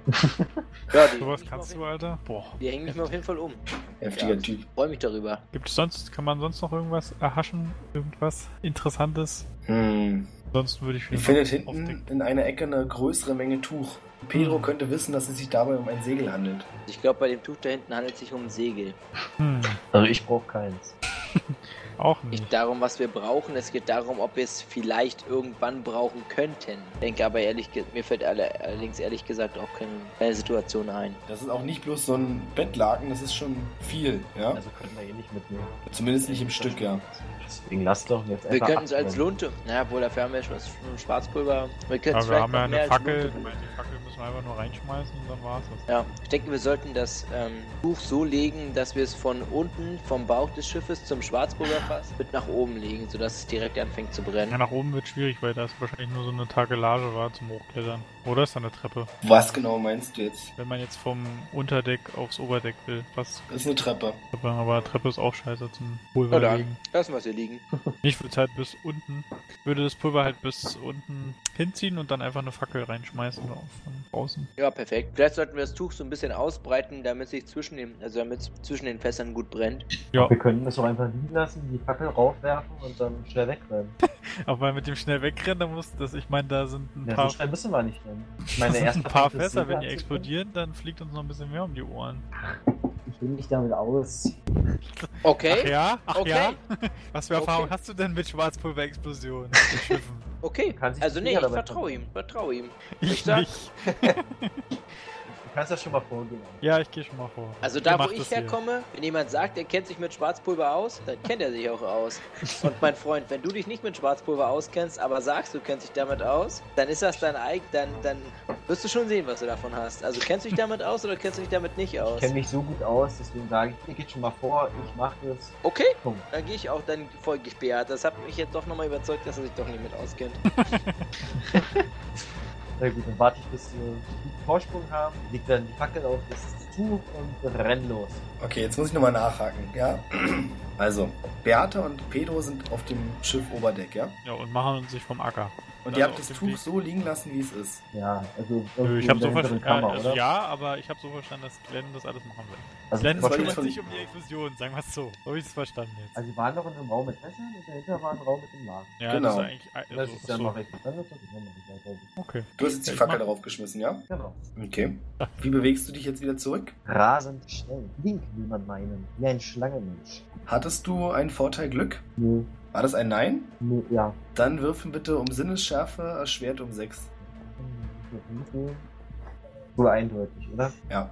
Speaker 2: ja, die,
Speaker 1: Sowas
Speaker 2: hängen
Speaker 1: kannst
Speaker 2: mich
Speaker 1: du,
Speaker 2: mal auf jeden-
Speaker 1: Alter. Boah.
Speaker 2: die hängen mich mal auf jeden Fall um.
Speaker 4: Heftiger
Speaker 2: Ja.
Speaker 4: Typ.
Speaker 2: Freue mich darüber.
Speaker 1: Gibt es sonst, kann man sonst noch irgendwas erhaschen? Irgendwas Interessantes?
Speaker 4: Hm.
Speaker 1: Ansonsten würde ich
Speaker 4: Ihr
Speaker 1: wieder
Speaker 4: findet
Speaker 1: auf
Speaker 4: hinten
Speaker 1: den-
Speaker 4: in einer Ecke eine größere Menge Tuch. Pedro könnte wissen, dass es sich dabei um ein Segel handelt.
Speaker 2: Ich glaube, bei dem Tuch da hinten handelt es sich um ein Segel.
Speaker 1: Hm,
Speaker 3: Also ich brauche keins.
Speaker 1: auch
Speaker 2: Nicht
Speaker 1: nicht.
Speaker 2: darum, was wir brauchen, es geht darum, ob wir es vielleicht irgendwann brauchen könnten. Denke aber ehrlich, ge- mir fällt alle, allerdings ehrlich gesagt auch keine, keine Situation ein.
Speaker 4: Das ist auch nicht bloß so ein Bettlaken, das ist schon viel, ja?
Speaker 3: Also können wir eh nicht mitnehmen.
Speaker 4: Zumindest nicht im Stück, ja.
Speaker 3: Deswegen lasst doch jetzt einfach.
Speaker 2: Wir könnten es als
Speaker 3: abrennen.
Speaker 2: Lunte. Naja, wohl dafür haben wir schon schon Schwarzpulver. Wir könnten es
Speaker 1: Aber Also wir
Speaker 2: vielleicht
Speaker 1: haben
Speaker 2: noch
Speaker 1: ja
Speaker 2: mehr
Speaker 1: eine
Speaker 2: als
Speaker 1: Fackel.
Speaker 2: Lunte
Speaker 1: Ich meine, die Fackel müssen wir einfach nur reinschmeißen und dann war's das.
Speaker 2: Ja, ich denke, wir sollten das ähm, Tuch so legen, dass wir es von unten vom Bauch des Schiffes zum Schwarzburger Fass mit nach oben legen, sodass es direkt anfängt zu brennen.
Speaker 1: Ja, nach oben wird schwierig, weil das wahrscheinlich nur so eine Takelage war zum Hochklettern. Oder ist da eine Treppe?
Speaker 4: Was genau meinst du jetzt?
Speaker 1: Wenn man jetzt vom Unterdeck aufs Oberdeck will, was
Speaker 4: Das ist eine Treppe.
Speaker 1: Treppe, aber Treppe ist auch scheiße zum
Speaker 2: Na
Speaker 1: Pulver
Speaker 2: dann.
Speaker 1: legen.
Speaker 2: Lassen wir es hier liegen.
Speaker 1: Ich würde es halt bis unten, würde das Pulver halt bis unten hinziehen und dann einfach eine Fackel reinschmeißen auf- von draußen.
Speaker 2: Ja, perfekt. Vielleicht sollten wir das Tuch so ein bisschen ausbreiten, damit sich zwischen den, also damit es zwischen den Fässern gut brennt.
Speaker 1: Ja,
Speaker 3: Wir könnten das auch einfach liegen lassen, die Fackel raufwerfen und dann schnell wegrennen.
Speaker 1: aber mit dem schnell wegrennen, da muss das, ich meine, da sind ein
Speaker 3: Ja,
Speaker 1: paar,
Speaker 3: so schnell müssen wir nicht rennen. Ich
Speaker 1: da sind
Speaker 3: erst
Speaker 1: ein paar
Speaker 3: versucht, das
Speaker 1: Fässer,
Speaker 3: Segel
Speaker 1: wenn die
Speaker 3: anzubringen.
Speaker 1: explodieren, dann fliegt uns noch ein bisschen mehr um die Ohren.
Speaker 3: Ich will mich damit aus.
Speaker 1: Ach
Speaker 2: Okay,
Speaker 1: ja? Ach
Speaker 2: Okay.
Speaker 1: ja? Was für Erfahrung
Speaker 2: Okay.
Speaker 1: hast du denn mit Schwarzpulverexplosionen in Schiffen?
Speaker 2: okay.
Speaker 3: Kann sich
Speaker 2: Also
Speaker 3: die
Speaker 2: nee, ich
Speaker 3: Finger dabei
Speaker 2: vertraue
Speaker 3: verbrennen.
Speaker 2: ihm, vertraue ihm.
Speaker 1: Ich
Speaker 2: sag-
Speaker 1: nicht.
Speaker 3: Du kannst das schon mal vorgehen.
Speaker 1: Ja, ich gehe schon mal vor.
Speaker 2: Also
Speaker 1: Ihr
Speaker 2: da, wo
Speaker 1: macht
Speaker 2: ich
Speaker 1: das hier.
Speaker 2: herkomme, wenn jemand sagt, er kennt sich mit Schwarzpulver aus, dann kennt er sich auch aus. Und mein Freund, wenn du dich nicht mit Schwarzpulver auskennst, aber sagst, du kennst dich damit aus, dann ist das dein eigen, dann, dann wirst du schon sehen, was du davon hast. Also kennst du dich damit aus oder kennst du dich damit nicht
Speaker 3: Ich
Speaker 2: aus?
Speaker 3: kenne mich so gut aus, deswegen sage ich, ihr geht schon mal vor, ich mache das.
Speaker 2: Okay,
Speaker 3: Punkt.
Speaker 2: dann gehe ich auch, dann folge ich Beat. Das hat mich jetzt doch nochmal überzeugt, dass er sich doch nicht mit auskennt.
Speaker 3: Na gut, dann warte ich, bis wir einen guten Vorsprung haben, leg dann die Fackel auf das Tuch und renn los.
Speaker 4: Okay, jetzt muss ich nochmal nachhaken, ja? Also, Beate und Pedro sind auf dem Schiff Oberdeck, ja?
Speaker 1: Ja, und machen sich vom Acker.
Speaker 4: Und ihr
Speaker 1: Also
Speaker 4: habt das
Speaker 1: auf dem
Speaker 4: Tuch
Speaker 1: Weg.
Speaker 4: so liegen lassen, wie es ist.
Speaker 3: Ja, also
Speaker 1: Nö,
Speaker 3: irgendwie
Speaker 1: ich habe
Speaker 3: in
Speaker 1: so
Speaker 3: der hinteren
Speaker 1: verstanden.
Speaker 3: Kammer,
Speaker 1: also,
Speaker 3: oder?
Speaker 1: ja, aber ich habe so verstanden, dass Glenn das alles machen will.
Speaker 3: also,
Speaker 1: Glenn
Speaker 4: das war
Speaker 1: kümmert
Speaker 4: jetzt-
Speaker 1: sich um die Explosion, sagen wir es so. So habe ich es verstanden jetzt.
Speaker 3: also wir waren doch in einem Raum mit Essen und dahinter war ein Raum mit dem Laden.
Speaker 1: ja,
Speaker 4: genau.
Speaker 1: das ist eigentlich. Also,
Speaker 3: Das ist ja
Speaker 1: so.
Speaker 3: noch recht. Dann ist das ja noch recht. Also,
Speaker 1: Okay.
Speaker 4: Du hast jetzt die
Speaker 1: Ich
Speaker 4: Fackel
Speaker 1: mach-
Speaker 4: draufgeschmissen, ja?
Speaker 3: Genau.
Speaker 4: Okay. Wie bewegst du dich jetzt wieder zurück?
Speaker 3: Rasend schnell. Link will man meinen. Wie ein Schlangenmensch.
Speaker 4: Hattest du einen Vorteil Glück?
Speaker 3: Nö,
Speaker 4: War das ein Nein?
Speaker 3: nö, ja.
Speaker 4: Dann würfen bitte um Sinnesschärfe erschwert um 6.
Speaker 3: Hm, Wohl eindeutig, oder?
Speaker 4: Ja.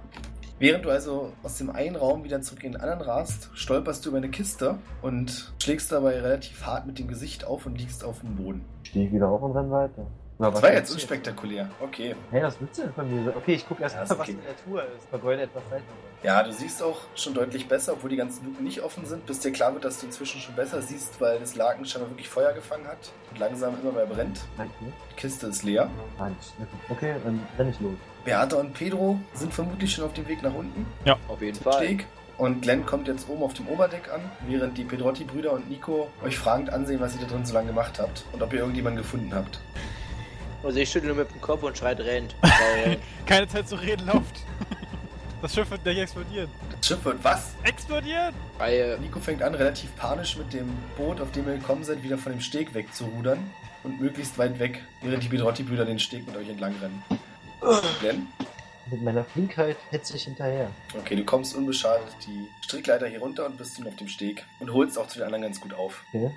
Speaker 4: Während du also aus dem einen Raum wieder zurück in den anderen rast, stolperst du über eine Kiste und schlägst dabei relativ hart mit dem Gesicht auf und liegst auf dem Boden.
Speaker 3: Stehe ich wieder auf und renn weiter. Oder
Speaker 4: Das war jetzt unspektakulär. Okay.
Speaker 3: Hey, was willst du denn von mir? Okay, ich guck erst
Speaker 4: Ja,
Speaker 3: mal,
Speaker 4: ist
Speaker 3: was
Speaker 4: okay.
Speaker 3: in der Tour ist. Vergeude etwas Zeit.
Speaker 4: Ja, du siehst auch schon deutlich besser, obwohl die ganzen Luken nicht offen sind, bis dir klar wird, dass du inzwischen schon besser siehst, weil das Laken scheinbar wirklich Feuer gefangen hat und langsam immer mehr brennt.
Speaker 3: Danke.
Speaker 4: Die Kiste ist leer.
Speaker 3: Ah, nicht. Na gut. Okay, dann renn ich los.
Speaker 4: Beate und Pedro sind vermutlich schon auf dem Weg nach unten.
Speaker 2: Auf jeden
Speaker 4: zum
Speaker 2: Fall.
Speaker 4: Steg. Und Glenn kommt jetzt oben auf dem Oberdeck an, während die Pedrotti-Brüder und Nico euch fragend ansehen, was ihr da drin so lange gemacht habt und ob ihr irgendjemanden gefunden habt.
Speaker 2: Also ich schüttel nur mit dem Kopf und schreit rennt. Weil,
Speaker 1: Keine Zeit zu reden, lauft! Das Schiff wird gleich explodieren.
Speaker 4: Das Schiff wird was?
Speaker 1: Explodieren!
Speaker 2: weil äh,
Speaker 4: Nico fängt an, relativ panisch mit dem Boot, auf dem ihr gekommen seid, wieder von dem Steg wegzurudern und möglichst weit weg, während die Pedrotti-Brüder den Steg mit euch entlang rennen. Glenn?
Speaker 3: Mit meiner Flinkheit hetze ich hinterher.
Speaker 4: Okay, du kommst unbeschadet die Strickleiter hier runter und bist nun auf dem Steg und holst auch zu den anderen ganz gut auf.
Speaker 3: Okay.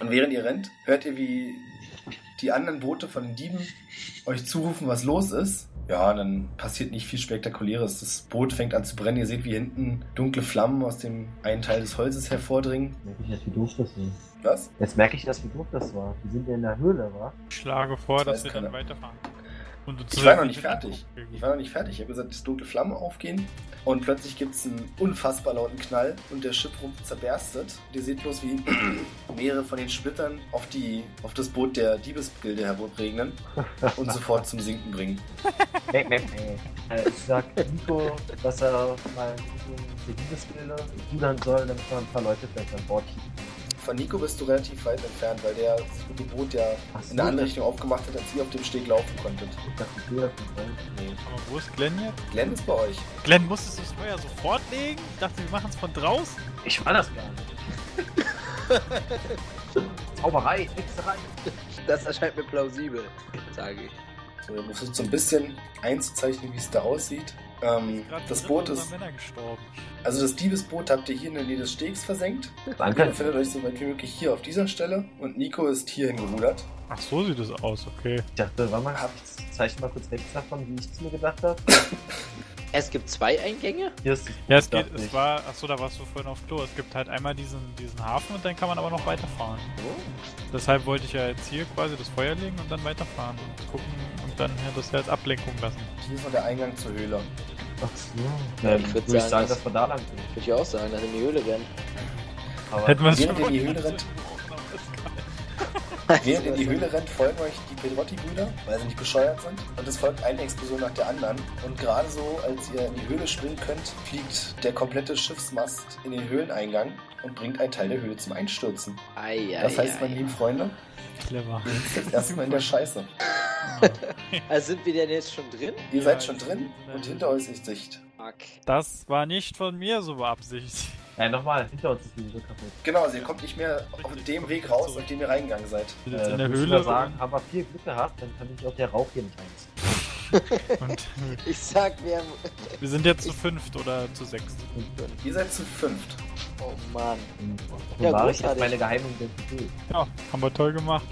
Speaker 4: Und während ihr rennt, hört ihr, wie die anderen Boote von den Dieben euch zurufen, was los ist. Ja, und dann passiert nicht viel Spektakuläres. Das Boot fängt an zu brennen. Ihr seht, wie hinten dunkle Flammen aus dem einen Teil des Holzes hervordringen.
Speaker 3: Merke ich jetzt, wie doof das ist.
Speaker 4: Was?
Speaker 3: Jetzt merke ich erst, wie doof das war. Wir sind ja in der Höhle, wa?
Speaker 1: Ich schlage vor,
Speaker 4: Das
Speaker 1: dass wir
Speaker 4: weiß
Speaker 1: dann
Speaker 4: keiner.
Speaker 1: weiterfahren. Und du
Speaker 4: Ich war noch nicht fertig. Ich war noch nicht fertig. Ich habe gesagt, dass dunkle Flammen aufgehen. Und plötzlich gibt es einen unfassbar lauten Knall und der Schiffrumpf zerberstet. Und ihr seht bloß, wie mehrere von den Splittern auf, die, auf das Boot der Diebesgilde hervorregnen und sofort zum Sinken bringen.
Speaker 3: Meck, meck, meck. Äh, Ich sag Nico, dass er mal für dieses Bilder rudern soll, damit wir ein paar Leute vielleicht an Bord kriegen.
Speaker 4: Von Nico bist du relativ weit entfernt, weil der sich mit dem Boot ja
Speaker 3: Ach so,
Speaker 4: in eine andere
Speaker 3: ich
Speaker 4: Richtung aufgemacht hat, als ihr auf dem Steg laufen konntet.
Speaker 3: dachte, ich will davon sein.
Speaker 4: Nee.
Speaker 1: Aber wo ist Glenn jetzt?
Speaker 4: Glenn ist bei euch.
Speaker 1: Glenn, musstest du das Feuer sofort legen? Ich dachte, wir machen es von draußen.
Speaker 3: Ich war das gar nicht. Zauberei, Hexerei.
Speaker 2: Das erscheint mir plausibel, sage ich.
Speaker 4: So, ihr versucht so ein bisschen einzuzeichnen, wie es da aussieht. Ähm,
Speaker 1: Gerade
Speaker 4: das
Speaker 1: dritte
Speaker 4: Boot
Speaker 1: unserer
Speaker 4: ist.
Speaker 1: Männer gestorben.
Speaker 4: Also das Diebesboot habt ihr hier in der Nähe des Stegs versenkt. Ihr
Speaker 3: Danke.
Speaker 4: findet euch so weit wie möglich hier auf dieser Stelle und Nico ist hierhin gerudert.
Speaker 1: Ach, so sieht es aus, okay.
Speaker 3: Ich dachte, warte mal, ich zeichne mal kurz rechts davon, wie ich es mir gedacht habe.
Speaker 2: Es gibt zwei Eingänge?
Speaker 3: Hier ist das
Speaker 1: Ja, es
Speaker 3: Boot
Speaker 1: geht,
Speaker 3: doch
Speaker 1: es
Speaker 3: nicht.
Speaker 1: war, achso, da warst du vorhin auf Klo. Es gibt halt einmal diesen, diesen Hafen und dann kann man aber noch weiterfahren.
Speaker 4: Oh.
Speaker 1: Deshalb wollte ich ja jetzt hier quasi das Feuer legen und dann weiterfahren und gucken und dann ja, das ja als Ablenkung lassen.
Speaker 4: Hier ist noch der Eingang zur Höhle.
Speaker 3: Ach so. Ja,
Speaker 2: Ich
Speaker 3: ich
Speaker 2: würd
Speaker 3: würde
Speaker 2: sagen,
Speaker 3: sagen, sagen,
Speaker 2: dass-
Speaker 3: dass wir da lang gehen.
Speaker 2: Würde ich auch sagen, dass in die Höhle rennen.
Speaker 3: Aber
Speaker 1: Hätten wir es
Speaker 4: Während ihr in die
Speaker 1: vorhin
Speaker 4: Höhle rennt.
Speaker 1: gehabt.
Speaker 4: Während ihr in die Höhle rennt, folgen euch die Pedrotti-Brüder, weil sie nicht bescheuert sind. Und es folgt eine Explosion nach der anderen. Und gerade so, als ihr in die Höhle springen könnt, fliegt der komplette Schiffsmast in den Höhleneingang und bringt einen Teil der Höhle zum Einstürzen.
Speaker 2: Ei, ei,
Speaker 4: Das heißt,
Speaker 2: ei.
Speaker 4: meine lieben Freunde,
Speaker 1: Clever. Genau.
Speaker 4: ihr sitzt jetzt erstmal in der Scheiße.
Speaker 2: Also sind wir denn jetzt schon drin?
Speaker 4: Ihr seid schon drin und hinter euch ist Sicht.
Speaker 2: Fuck.
Speaker 1: Das war nicht von mir so beabsichtigt.
Speaker 3: Nein, nochmal, hinter uns ist die Höhle kaputt.
Speaker 4: Genau, also ihr kommt nicht mehr auf dem Weg raus, auf dem ihr reingegangen seid.
Speaker 1: Wir sind jetzt in
Speaker 3: Äh,
Speaker 1: der
Speaker 3: müssen
Speaker 1: Höhle
Speaker 3: Wir sagen, haben wir viel Glück gehabt, dann kann ich auch der Rauch hier nicht einziehen.
Speaker 1: und
Speaker 2: Ich sag mir,
Speaker 1: wir sind jetzt zu fünft oder zu sechst.
Speaker 4: Ihr seid zu fünft.
Speaker 2: oh Mann.
Speaker 3: Und
Speaker 2: Ja,
Speaker 3: ja, war ich jetzt
Speaker 2: großartig.
Speaker 3: meine geheime Identität.
Speaker 1: Ja, haben wir toll gemacht.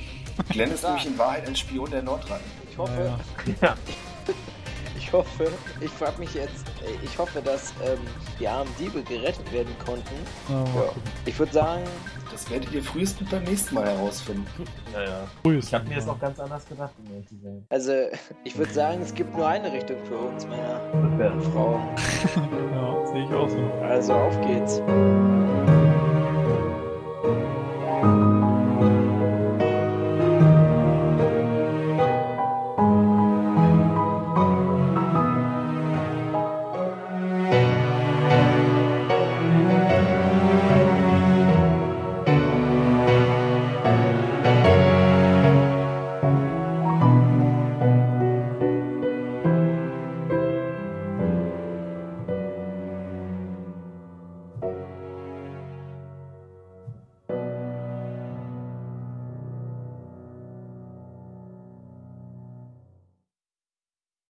Speaker 4: Glenn ist
Speaker 2: Ah.
Speaker 4: nämlich in Wahrheit ein Spion der Nordrhein.
Speaker 2: Ich hoffe,
Speaker 1: Naja.
Speaker 3: Ja.
Speaker 2: ich hoffe, ich frag mich jetzt, äh, ich hoffe, dass ähm, die armen Diebe gerettet werden konnten.
Speaker 1: Ja, mal
Speaker 2: Ja.
Speaker 1: gucken.
Speaker 2: Ich würde sagen,
Speaker 4: Das werdet ihr frühestens beim nächsten Mal herausfinden.
Speaker 3: Naja.
Speaker 1: Grüß.
Speaker 3: Ich habe mir das auch ganz anders gedacht, um ehrlich zu sein.
Speaker 2: also, ich würde sagen, es gibt nur eine Richtung für uns, Männer
Speaker 3: Rückwärts.
Speaker 2: und Frauen.
Speaker 1: Ja, sehe ich auch so.
Speaker 2: Also auf geht's.
Speaker 3: Tschüss.